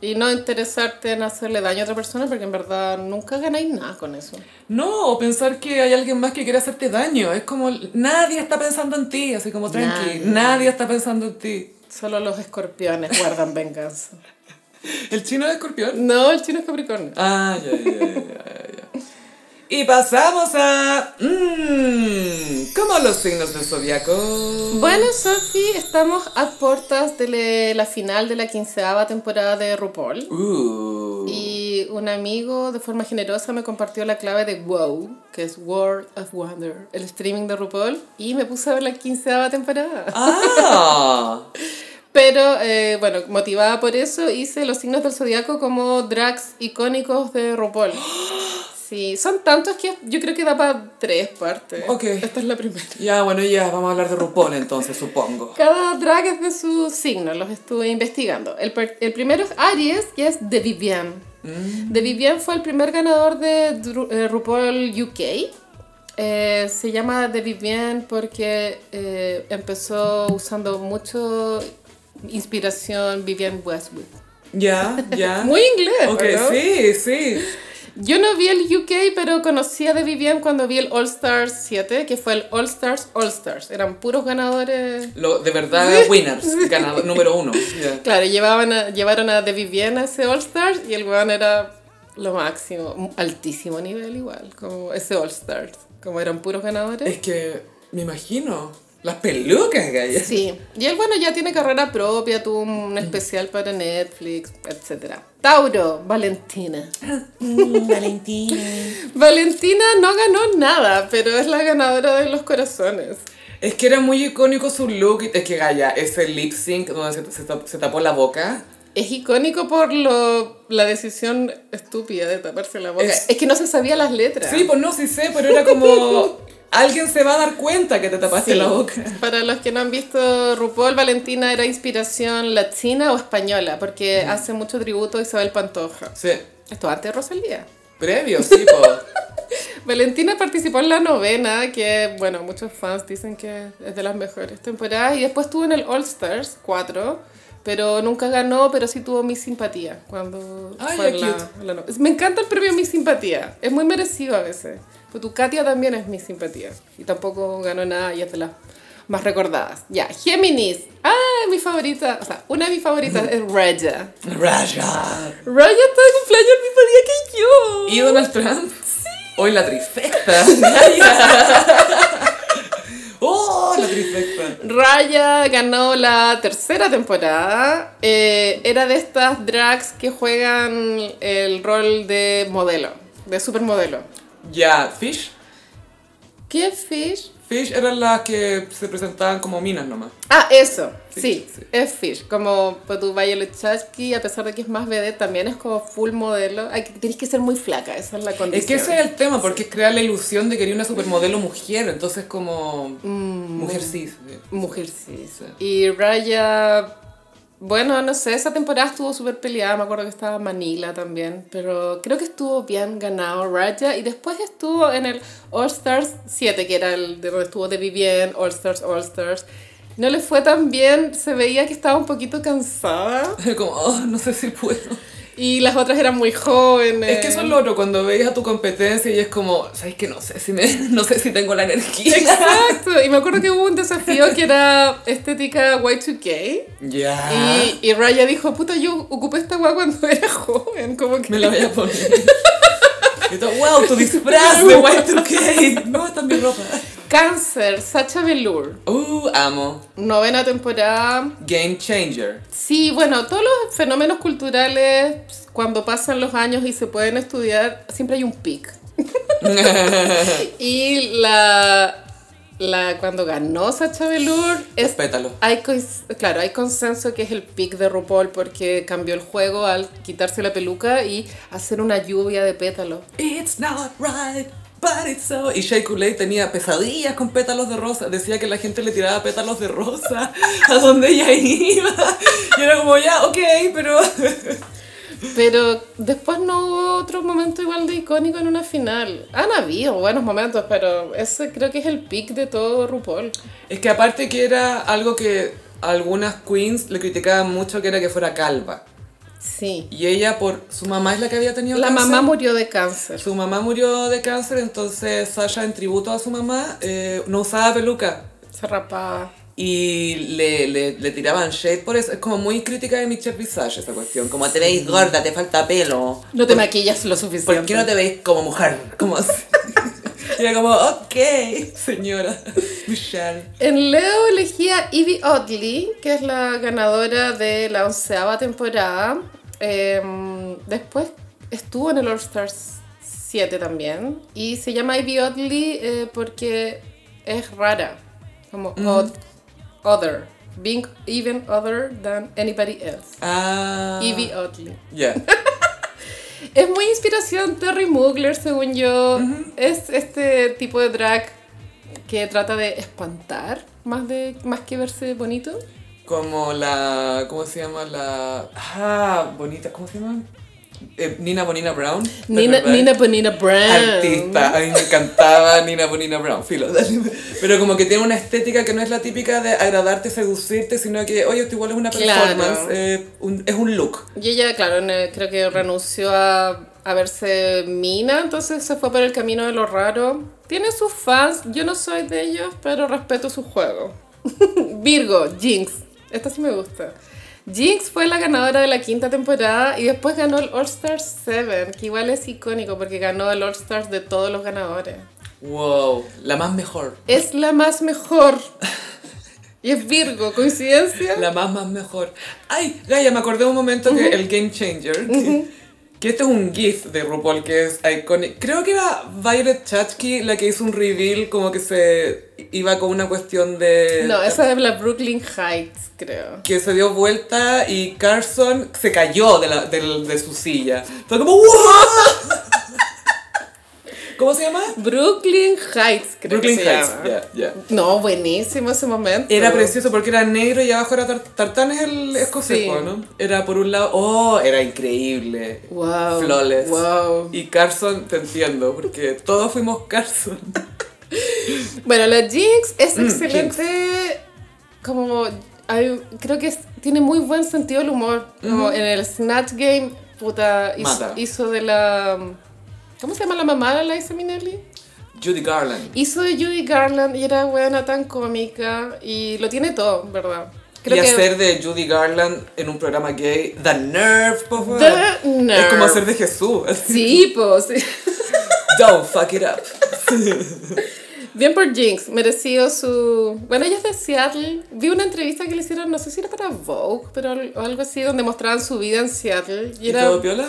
y no interesarte en hacerle daño a otra persona porque en verdad nunca ganáis nada con eso.
No, o pensar que hay alguien más que quiere hacerte daño. Es como, nadie está pensando en ti, así como tranqui.
Nadie.
Nadie, está pensando en ti.
Solo los escorpiones guardan venganza.
¿El chino es escorpión?
No, el chino es Capricornio.
Ah, ya, ya, ya, ya, ya. Y pasamos a... Mmm, ¿Cómo los signos del zodiaco?
Bueno, Sophie, estamos a puertas de le- la final de la quinceava temporada de RuPaul.
Uh.
Y un amigo de forma generosa me compartió la clave de WOW, que es World of Wonder, el streaming de RuPaul, y me puse a ver la quinceava temporada.
Ah.
Pero eh, bueno, motivada por eso, hice los signos del zodiaco como drags icónicos de RuPaul. Sí, son tantos que yo creo que da para tres partes.
Ok.
Esta es la primera.
Ya, bueno, ya vamos a hablar de RuPaul entonces, supongo.
Cada drag es de su signo, los estuve investigando. El, per- el primero es Aries, que es de Vivian. De Vivian fue el primer ganador de Dru- eh, RuPaul UK. Eh, se llama The Vivian porque eh, empezó usando mucho inspiración Vivian Westwood.
Ya, ya.
Muy inglés,
Ok,
¿o no?
sí, sí.
Yo no vi el UK, pero conocía de Vivian cuando vi el All Stars 7, que fue el All Stars All Stars. Eran puros ganadores.
Lo, de verdad, winners. Ganador número uno. Ya.
Claro, llevaban a- llevaron a The Vivian a ese All Stars y el weón era lo máximo, un altísimo nivel igual, como ese All Stars, como eran puros ganadores.
Es que me imagino. Las pelucas, gallas.
Sí, y él bueno ya tiene carrera propia, tuvo un especial para Netflix, etc. Tauro, Valentina.
Valentina.
Mm, Valentina no ganó nada, pero es la ganadora de los corazones.
Es que era muy icónico su look. Es que Gaya, ese lip sync donde se, se tap- se tapó la boca.
Es icónico por lo, la decisión estúpida de taparse la boca. Es,
Es-
que no se sabía las letras.
Sí, pues no, sí sé, pero era como. Alguien se va a dar cuenta que te tapaste
Sí.
la boca.
Para los que no han visto RuPaul, Valentina era inspiración latina o española, porque
Mm.
hace mucho tributo a Isabel Pantoja.
Sí.
Esto antes de Rosalía.
Previo, sí, pues.
Valentina participó en la novena, que bueno, muchos fans dicen que es de las mejores temporadas, y después estuvo en el All Stars 4, pero nunca ganó, pero sí tuvo mi simpatía cuando
Ay,
fue
qué
la,
cute.
la no- Me encanta el premio mi simpatía, es muy merecido a veces. Pero tu Katia también es mi simpatía, y tampoco ganó nada, y es de las más recordadas. Ya, Géminis, ah, mi favorita, o sea, una de mis favoritas es Raya.
Raya.
Raya está de cumpleaños el mismo día que yo.
¿Y Donald Trump? Sí. Hoy la trifecta. Gaya. ¡Oh, la trifecta!
Raya ganó la tercera temporada. Eh, era de estas drags que juegan el rol de modelo, de supermodelo.
Ya, Fish.
¿Qué Fish?
Fish eran las que se presentaban como minas nomás.
Ah, eso. sí,
Fish, sí.
es Fish. Como pues, tu Violet Chachki, a pesar de que es más vedette, también es como full modelo. Hay que, tienes que ser muy flaca, esa es la condición.
Es que ese es el tema, porque es crear la ilusión de que era una supermodelo mujer, entonces como... Mujer cis. eh.
Mujer sí.
Sí.
Y Raya, bueno, no sé, esa temporada estuvo súper peleada, me acuerdo que estaba Manila también, pero creo que estuvo bien ganado Raya y después estuvo en el All Stars 7, que era el de donde estuvo de Vivienne, All Stars, All Stars. No le fue tan bien, se veía que estaba un poquito cansada
Como, oh, no sé si puedo.
y las otras eran muy jóvenes.
Es que eso es lo otro, cuando veis a tu competencia y es como, ¿sabes que No sé si, me, no sé si tengo la energía.
Exacto, y me acuerdo que hubo un desafío que era estética Y2K.
Ya.
Y, y Raya dijo, puta, yo ocupé esta weá cuando era joven, como que...
Me la voy a poner. Y todo, wow, tu disfraz de Y2K. No, está en mi ropa.
Cáncer, Sacha Velour,
Uh, amo.
novena temporada.
Game changer.
Sí, bueno, todos los fenómenos culturales, cuando pasan los años y se pueden estudiar, siempre hay un pic. y la, la... Cuando ganó Sacha Velour, es
Pétalo.
Hay, cons- claro, hay consenso que es el pick de RuPaul porque cambió el juego al quitarse la peluca y hacer una lluvia de pétalos.
It's not right, but it's so. Y Shea Coulee tenía pesadillas con pétalos de rosa. Decía que la gente le tiraba pétalos de rosa a donde ella iba. Y era como, ya, ok, pero.
Pero después no hubo otro momento igual de icónico en una final. Han habido buenos momentos, pero ese creo que es el pic de todo RuPaul.
Es que aparte que era algo que algunas queens le criticaban mucho, que era que fuera calva.
Sí.
Y ella, por su mamá es la que había tenido
La
cáncer.
mamá murió de cáncer.
Su mamá murió de cáncer, entonces Sasha, en tributo a su mamá, eh, no usaba peluca.
Se rapaba.
Y le, le, le tiraban shade por eso. Es como muy crítica de Michelle Visage esa cuestión. Como te veis gorda, te falta pelo.
No te maquillas lo suficiente.
¿Por qué no te veis como mujer? Como así. Y era como, ok, señora Michelle.
En Leo elegía Evie Oddly, que es la ganadora de la onceava temporada. Em, después estuvo en el All Stars 7 también. Y se llama Evie Oddly eh, porque es rara. Como odd, other. Being even other than anybody else.
Ah.
Evie Oddly.
Ya.
Es muy inspiración Terry Mugler, según yo. Es este tipo de drag que trata de espantar más, de, más que verse bonito.
Como la. ¿Cómo se llama? La. Ah, bonita. ¿Cómo se llama? Eh, Nina Bonina Brown. ¿te
Nina,
acordás?
Nina Bonina Brown.
Artista, a mí me encantaba Nina Bonina Brown, filo. dale. Pero como que tiene una estética que no es la típica de agradarte, seducirte, sino que, oye, esto igual es una
Claro.
performance, eh, un- es un look.
Y ella, claro, ne- creo que renunció a, a verse mina, entonces se fue por el camino de lo raro. Tiene sus fans, yo no soy de ellos, pero respeto su juego. Virgo, Jinx, esta sí me gusta. Jinx fue la ganadora de la quinta temporada y después ganó el All Stars 7, que igual es icónico porque ganó el All Stars de todos los ganadores.
Wow, la más mejor.
Es la más mejor. Y es Virgo, coincidencia.
La más, más mejor. Ay, Gaia, me acordé un momento que el Game Changer, que, que este es un GIF de RuPaul que es icónico. Creo que era Violet Chachki la que hizo un reveal como que se iba con una cuestión de...
No, esa es la Brooklyn Heights, creo.
que se dio vuelta y Carson se cayó de, la, del- de su silla. Fue como ¡Wow! ¿Cómo se llama?
Brooklyn Heights, creo
Brooklyn
que se
Heights.
llama.
ya, ya.
No, buenísimo ese momento.
Era precioso porque era negro y abajo era tar- tartán es el escocés,
Sí.
¿no? Era por un lado, oh, era increíble.
Wow.
Flawless.
Wow.
Y Carson, te entiendo, porque todos fuimos Carson.
Bueno, la Jinx es
Mm,
excelente. Como. hay- creo que es- tiene muy buen sentido el humor. Como en el Snatch Game, puta, hizo,
Mata.
hizo de la. ¿Cómo se llama la mamá de la Liza Minnelli?
Judy Garland.
Hizo de Judy Garland y era buena, tan cómica. Y lo tiene todo, en ¿verdad?
y hacer de Judy Garland en un programa gay, The Nerve, por favor.
The
Es como
nerve.
hacer de Jesús. así.
Sí, pues.
Don't fuck it up.
Bien por Jinx, merecido su... Bueno, ella es de Seattle. Vi una entrevista que le hicieron, no sé si era para Vogue, pero al- o algo así, donde mostraban su vida en Seattle. Y
¿Y
era,
todo piola?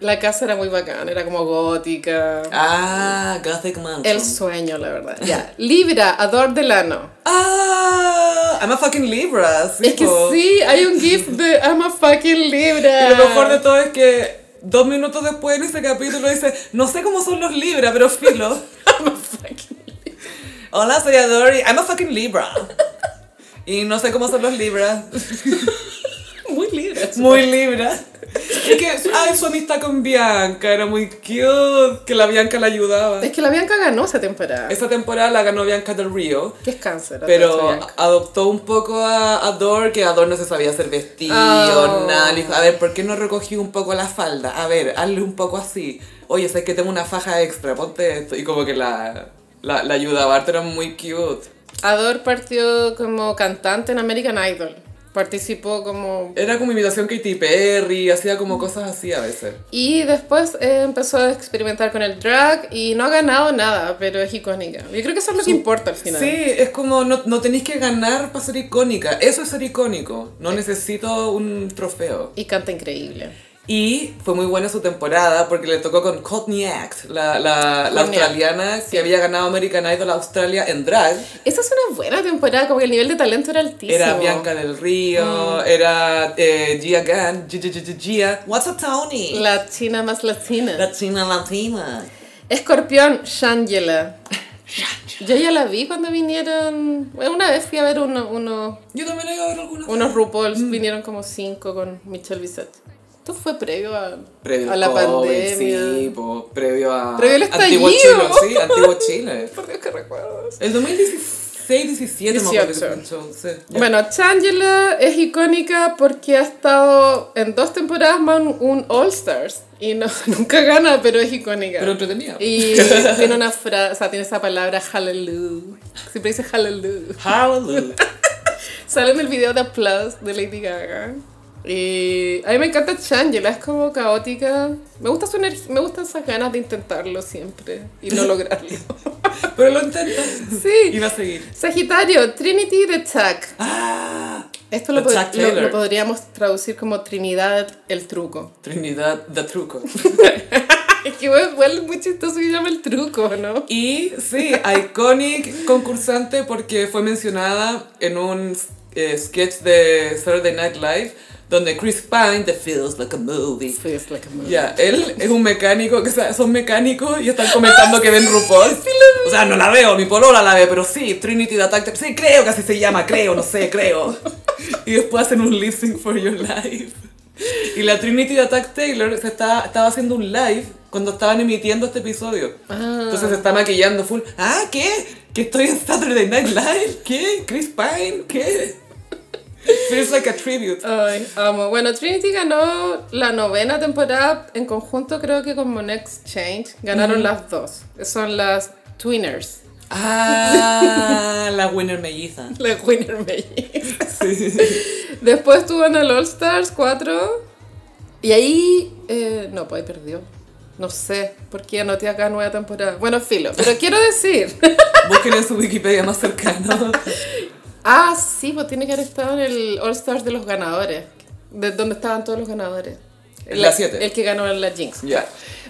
la casa era muy bacana, era como gótica.
Ah, Gothic Mansion.
El sueño, la verdad. Ya. Libra, Ador Delano.
Ah, I'm a fucking Libra. sí,
Es que
po.
sí, hay un gif de I'm a fucking Libra.
Y lo mejor de todo es que dos minutos después en ese capítulo dice, no sé cómo son los Libra, pero filo.
I'm a fucking
Hola, soy Adori. I'm a fucking Libra. Y no sé cómo son los Libra.
Muy Libra.
Muy Libra. Es que, ay, su amistad con Bianca era muy cute, que la Bianca la ayudaba.
Es que la Bianca ganó esa temporada.
Esta temporada la ganó Bianca del Río.
Que es cáncer.
Pero
Bianca.
adoptó un poco a Ador, que Ador no se sabía hacer vestido,
Oh.
nada. Le dijo, a ver, ¿por qué no recogí un poco la falda? A ver, hazle un poco así. Oye, sabes que tengo una faja extra, ponte esto. Y como que la, la, la ayudaba, harto, era muy cute.
Ador partió como cantante en American Idol. Participó como...
Era como imitación Katy Perry, hacía como cosas así a veces.
Y después eh, empezó a experimentar con el drag y no ha ganado nada, pero es icónica. Yo creo que eso es lo que importa al final.
Sí, es como no, no tenéis que ganar para ser icónica. Eso es ser icónico. No necesito un trofeo.
Y canta increíble.
Y fue muy buena su temporada porque le tocó con Courtney Act, la, la, la
Courtney Act,
australiana que había ganado American Idol Australia en drag.
Esa es una buena temporada, como que el nivel de talento era altísimo.
Era Bianca del Río,
Mm.
era eh, Gia Gunn, Gia, Gia, Gia, Gia, Gia. What's up, Tony?
La china más latina.
Latina Latina.
Escorpión, Shangela. Yo ya la vi cuando vinieron... bueno, Una vez fui a ver uno- uno-
Yo también he ido a ver algunas.
unos RuPauls, vinieron como cinco con Michelle Visage. Esto fue previo a,
Previo
a la pandemia.
sí, po, previo a.
Previo al
antiguo Chile,
estallido.
sí, antiguo Chile.
Por Dios, que recuerdos.
El 2016, 17, me acuerdo que fue el show, sí.
Bueno, Changela es icónica porque ha estado en dos temporadas más un, un All Stars y no, nunca gana, pero es icónica.
Pero entretenida.
y tiene una frase, o sea, tiene esa palabra hallelujah. Siempre dice hallelujah.
Hallelujah.
Sale en el video de Applause de Lady Gaga. Y a mí me encanta Changela, es como caótica. Me gusta su energía, me gustan esas ganas de intentarlo siempre y no lograrlo.
Pero lo intento. Y
sí.
va a seguir.
Sagitario, Trinity de Chuck.
¡Ah!
Esto lo,
The
pod-
Chuck
lo- lo
Taylor.
podríamos traducir como Trinidad el truco.
Trinidad de truco.
Es que bueno, igual es muy chistoso que llama el truco, ¿no?
Y sí, iconic concursante porque fue mencionada en un eh, sketch de Saturday Night Live donde Chris Pine, The Feels Like a Movie.
Feels like a movie.
Ya, él es un mecánico, que sa- son mecánicos y están comentando que ven RuPaul. O sea, no la veo, mi polola la ve, pero sí, Trinity the Attack, sí, creo que así se llama, creo, no sé, creo. Y después hacen un lip sync for your life. Y la Trinity the Attack Taylor se está, estaba haciendo un live cuando estaban emitiendo este episodio.
Ah.
Entonces se está maquillando full. Ah, ¿qué? ¿Que estoy en Saturday Night Live? ¿Qué? ¿Chris Pine? ¿Qué? Feels like a tribute.
Ay, amo. Bueno, Trinity ganó la novena temporada en conjunto, creo que con Mon Exchange. Ganaron las dos. Son las Twinners.
Ah, la winner melliza.
Las Winner Mays. Después estuvo en el All Stars 4. Y ahí. eh, no, pues ahí perdió. No sé por qué anoté acá nueva temporada. Bueno, filo. Pero quiero decir.
Busquen en su Wikipedia más cercano.
ah, sí, pues tiene que haber estado en el All Stars de los ganadores. De donde estaban todos los ganadores.
En la siete.
El que ganó en la Jinx.
Ya.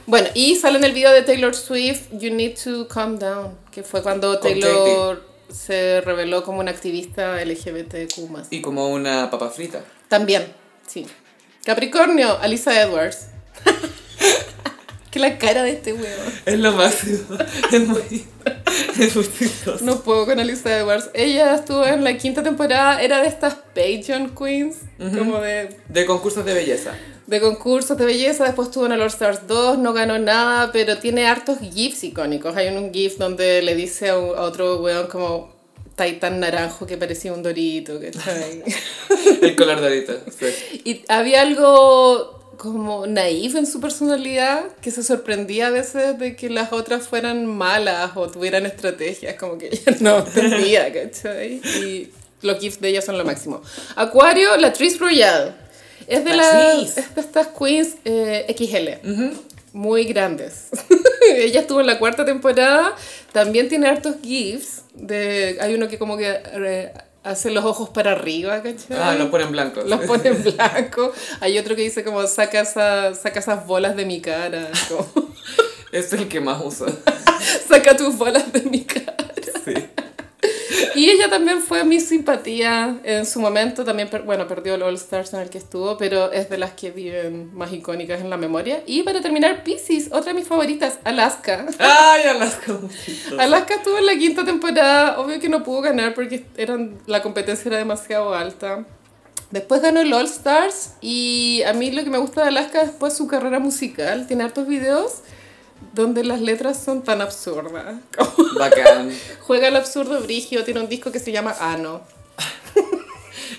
Bueno, y sale en el video de Taylor Swift, You Need to Calm Down, que fue cuando
Con
Taylor se reveló como una activista LGBTQ.
Y como una papa frita.
También, sí. Capricornio, Alisa Edwards. que la cara de este huevo.
Es lo máximo. Es muy. Es muy chistoso.
No puedo con Alisa Edwards. Ella estuvo en la quinta temporada, era de estas pageant queens, como de,
De concursos de belleza.
de concursos de belleza. Después estuvo en el All Stars 2, no ganó nada, pero tiene hartos gifs icónicos. Hay un, un gif donde le dice a, un- a otro weón como "Tai tan naranjo que parecía un dorito, ¿cachai?
El color de ahorita. sí.
Y había algo como naif en su personalidad que se sorprendía a veces de que las otras fueran malas o tuvieran estrategias, como que ella no entendía, ¿cachai? Y los gifs de ellas son lo máximo. Acuario, la Tris Royal. Es de,
La
las-
Tris.
es de estas queens eh, XL. Muy grandes. Ella estuvo en la cuarta temporada. También tiene hartos gifs. De, hay uno que como que eh, hace los ojos para arriba, ¿cachai?
Ah, los ponen blancos.
Los pone en blanco. Hay otro que dice como saca, esa- saca esas bolas de mi cara. como,
Es el que más usa.
saca tus bolas de mi cara.
Sí.
Y ella también fue mi simpatía en su momento. También, per- bueno, perdió el All Stars en el que estuvo, pero es de las que viven más icónicas en la memoria. Y para terminar, Pisces, otra de mis favoritas, Alaska.
Ay, Alaska. muy chistoso.
Alaska estuvo en la quinta temporada, obvio que no pudo ganar porque eran, la competencia era demasiado alta. Después ganó el All Stars y a mí lo que me gusta de Alaska es pues, su carrera musical. Tiene hartos videos donde las letras son tan absurdas. Como
Bacán.
Juega el absurdo brigio, tiene un disco que se llama Ano.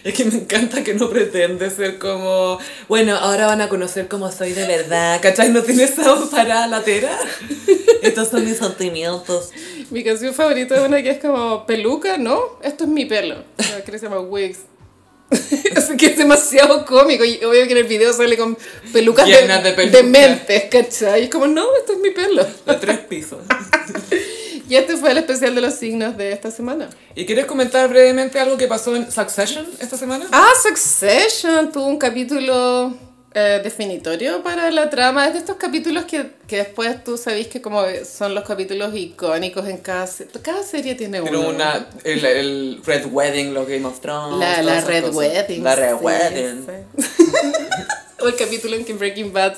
Es que me encanta que no pretende ser como. Bueno, ahora van a conocer cómo soy de verdad. ¿Cachai? No tiene esa parada latera. Estos son mis sentimientos.
Mi canción favorita es una que es como peluca, ¿no? Esto es mi pelo. La que se llama Wigs. Así que es demasiado cómico. Y obvio que en el video sale con pelucas
Llenas de pelucas.
mentes, ¿cachai? Y es como, no, esto es mi pelo.
De tres pisos.
Y este fue el especial de los signos de esta semana.
¿Y quieres comentar brevemente algo que pasó en Succession esta semana?
Ah, Succession tuvo un capítulo eh, definitorio para la trama. Es de estos capítulos que, que después tú sabés que como son los capítulos icónicos en cada... se- Cada serie tiene uno.
Tiene una, el, el Red Wedding, los Game of Thrones.
La,
todas
la
esas
Red
cosas.
Wedding.
La Red
sí,
Wedding.
sí. o el capítulo en que en Breaking Bad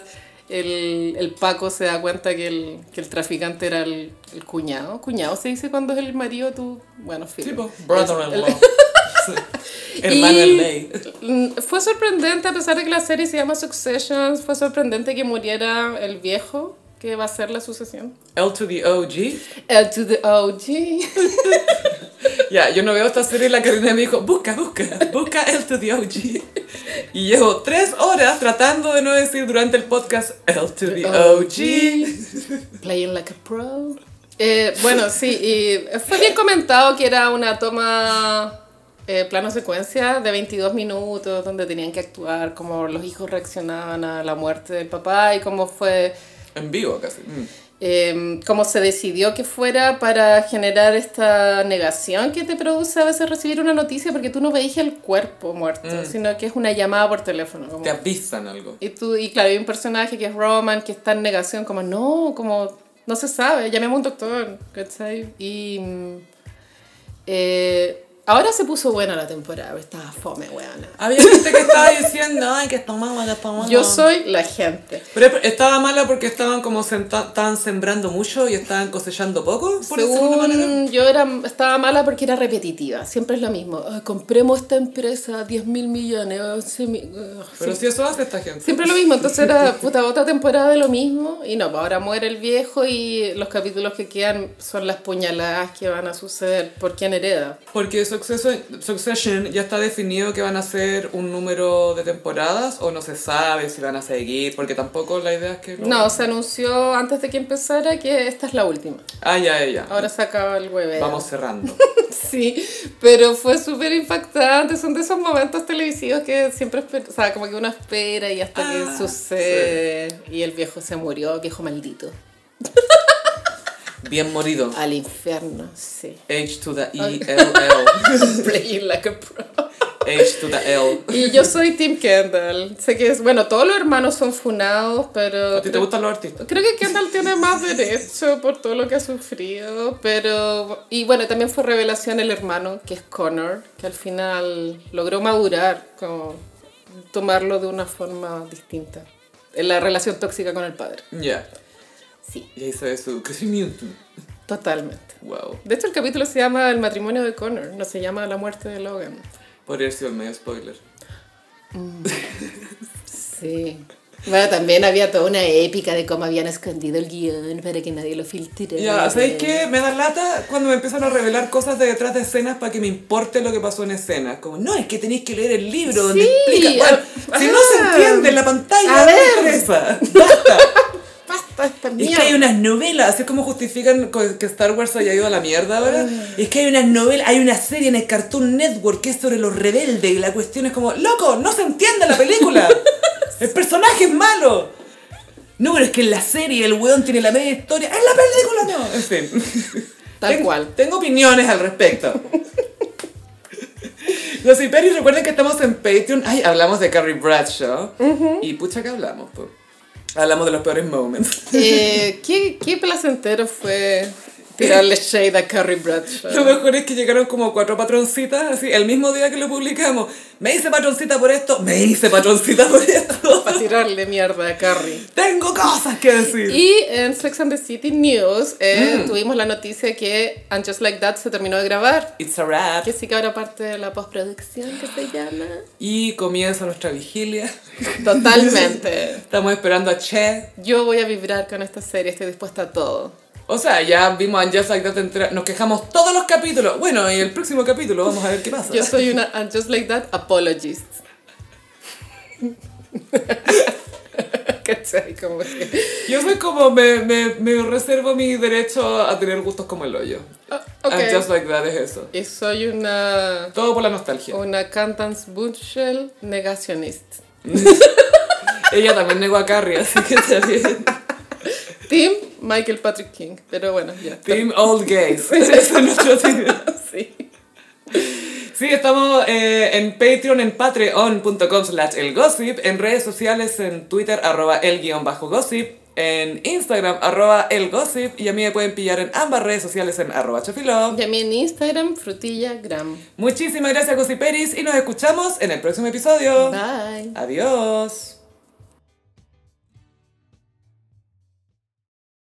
el, el Paco se da cuenta que el, que el traficante era el,
pues,
el cuñado. Cuñado se dice cuando es el marido tú. Bueno, filo.
Tipo, brother in law. Hermano
Y
Ley.
mm, Fue sorprendente, a pesar de que la serie se llama Succession, fue sorprendente que muriera el viejo que va a ser la sucesión.
L to the OG.
El to the OG.
Ya, yo no veo esta serie y la Karina me dijo, busca, busca, busca el to the OG. Y llevo tres horas tratando de no decir durante el podcast el to the OG.
Playing like a pro. Eh, bueno, sí, y fue bien comentado que era una toma eh, plano secuencia de 22 minutos donde tenían que actuar, como los hijos reaccionaban a la muerte del papá y cómo fue
En vivo casi. Mm.
eh, cómo se decidió que fuera para generar esta negación que te produce a veces recibir una noticia porque tú no veis el cuerpo muerto, sino que es una llamada por teléfono. como-
Mm. Te avisan algo.
y, tú, y claro, hay un personaje que es Roman que está en negación, como no, como no se sabe, llamemos a un doctor, ¿cachai? Y. mm, eh, ahora se puso buena la temporada, pero estaba fome, weona.
Había gente que estaba diciendo, ay, que está mala, que está mala.
Yo soy la gente.
Pero estaba mala porque estaban como senta- estaban sembrando mucho y estaban cosechando poco, por decirlo de alguna manera.
Según yo era, estaba mala porque era repetitiva, siempre es lo mismo. Ay, compremos esta empresa, 10 mil millones, 11 mil- ah,
Pero si eso hace esta gente.
Siempre lo mismo, entonces era puta otra temporada de lo mismo y no, pues ahora muere el viejo y los capítulos que quedan son las puñaladas que van a suceder por quién hereda.
Porque Succession, Succession ya está definido que van a ser un número de temporadas o no se sabe si van a seguir, porque tampoco la idea es que... lo-
No, se anunció antes de que empezara que esta es la última.
Ah, ya, ya, ya.
Ahora se acaba el hueveo.
Vamos cerrando.
Sí, pero fue súper impactante. Son de esos momentos televisivos que siempre, esper- o sea, como que uno espera y hasta
Ah,
que sucede. Y el viejo se murió, viejo maldito.
Bien morido.
Al infierno, sí.
H to the E,
Ah.
E-L-L.
Playing like a pro.
H to the L.
Y yo soy Tim Kendall. Sé que es, bueno, todos los hermanos son funados,
¿A
pero
ti te
creo,
gustan los artistas?
creo que Kendall tiene más derecho por todo lo que ha sufrido, pero y bueno, también fue revelación el hermano, que es Connor, que al final logró madurar, como tomarlo de una forma distinta. En La relación tóxica con el padre.
Ya.
Sí,
Y ahí se ve su crecimiento.
totalmente.
Wow.
De hecho, el capítulo se llama El matrimonio de Connor, no se llama La muerte de Logan.
Podría haber sido el medio spoiler.
Sí. Bueno, también había toda una épica de cómo habían escondido el guión para que nadie lo filtrara.
Ya, ¿sabéis qué? Me da lata cuando me empiezan a revelar cosas de detrás de escenas para que me importe lo que pasó en escenas. Como, no, es que tenéis que leer el libro donde
Sí,
explica. Bueno,
ah,
si no se entiende en la pantalla,
a
no me
ver.
interesa. Basta.
Basta esta
Y es que hay unas novelas, así es como justifican co- que Star Wars haya ido a la mierda ahora. Y es que hay unas novelas, hay una serie en el Cartoon Network que es sobre los rebeldes. Y la cuestión es como, loco, no se entiende la película. el personaje es malo. No, pero es que en la serie el weón tiene la media historia. En la película no. En fin.
Tal
Ten-
cual.
Tengo opiniones al respecto. Los Peris, recuerden que estamos en Patreon. Ay, hablamos de Carrie Bradshaw. Y pucha que hablamos, po. Hablamos de los peores moments.
Eh, ¿qué, qué placentero fue tirarle shade a Carrie
Lo
Bradshaw.
mejor es que llegaron como cuatro patroncitas, así, el mismo día que lo publicamos. Me hice patroncita por esto, me hice patroncita por esto.
Para tirarle mierda a Carrie.
Tengo cosas que decir.
Y en Sex and the City News eh, tuvimos la noticia que And Just Like That se terminó de grabar.
It's a wrap.
Que sí que ahora parte de la postproducción que se llama.
Y comienza nuestra vigilia.
Totalmente.
Estamos esperando a Che.
Yo voy a vibrar con esta serie, estoy dispuesta a todo.
O sea, ya vimos a Just Like That entera- Nos quejamos todos los capítulos. Bueno, y el próximo capítulo vamos a ver qué pasa.
Yo soy una and just like that apologist. ¿Cachai? Como que-
Yo soy como, me, me, me reservo mi derecho a tener gustos como el hoyo.
Ah,
And Just
ok.
Like That es eso.
Y soy una.
Todo por la nostalgia.
Una Cantance Bushel negacionist.
Ella también negó a Carrie, así que está bien.
Team Michael Patrick King. Pero bueno, ya. está.
Team Old Gays. Ese es nuestro team.
Sí.
Sí, estamos eh, en Patreon, en patreon.com slash elgossip, en redes sociales, en Twitter, arroba el guión bajo gossip, en Instagram, arroba elgossip, y a mí me pueden pillar en ambas redes sociales en arroba chofilove.
Y a mí en Instagram, frutillagram.
Oh. Muchísimas gracias, Gossiperis, y nos escuchamos en el próximo episodio.
Bye.
Adiós.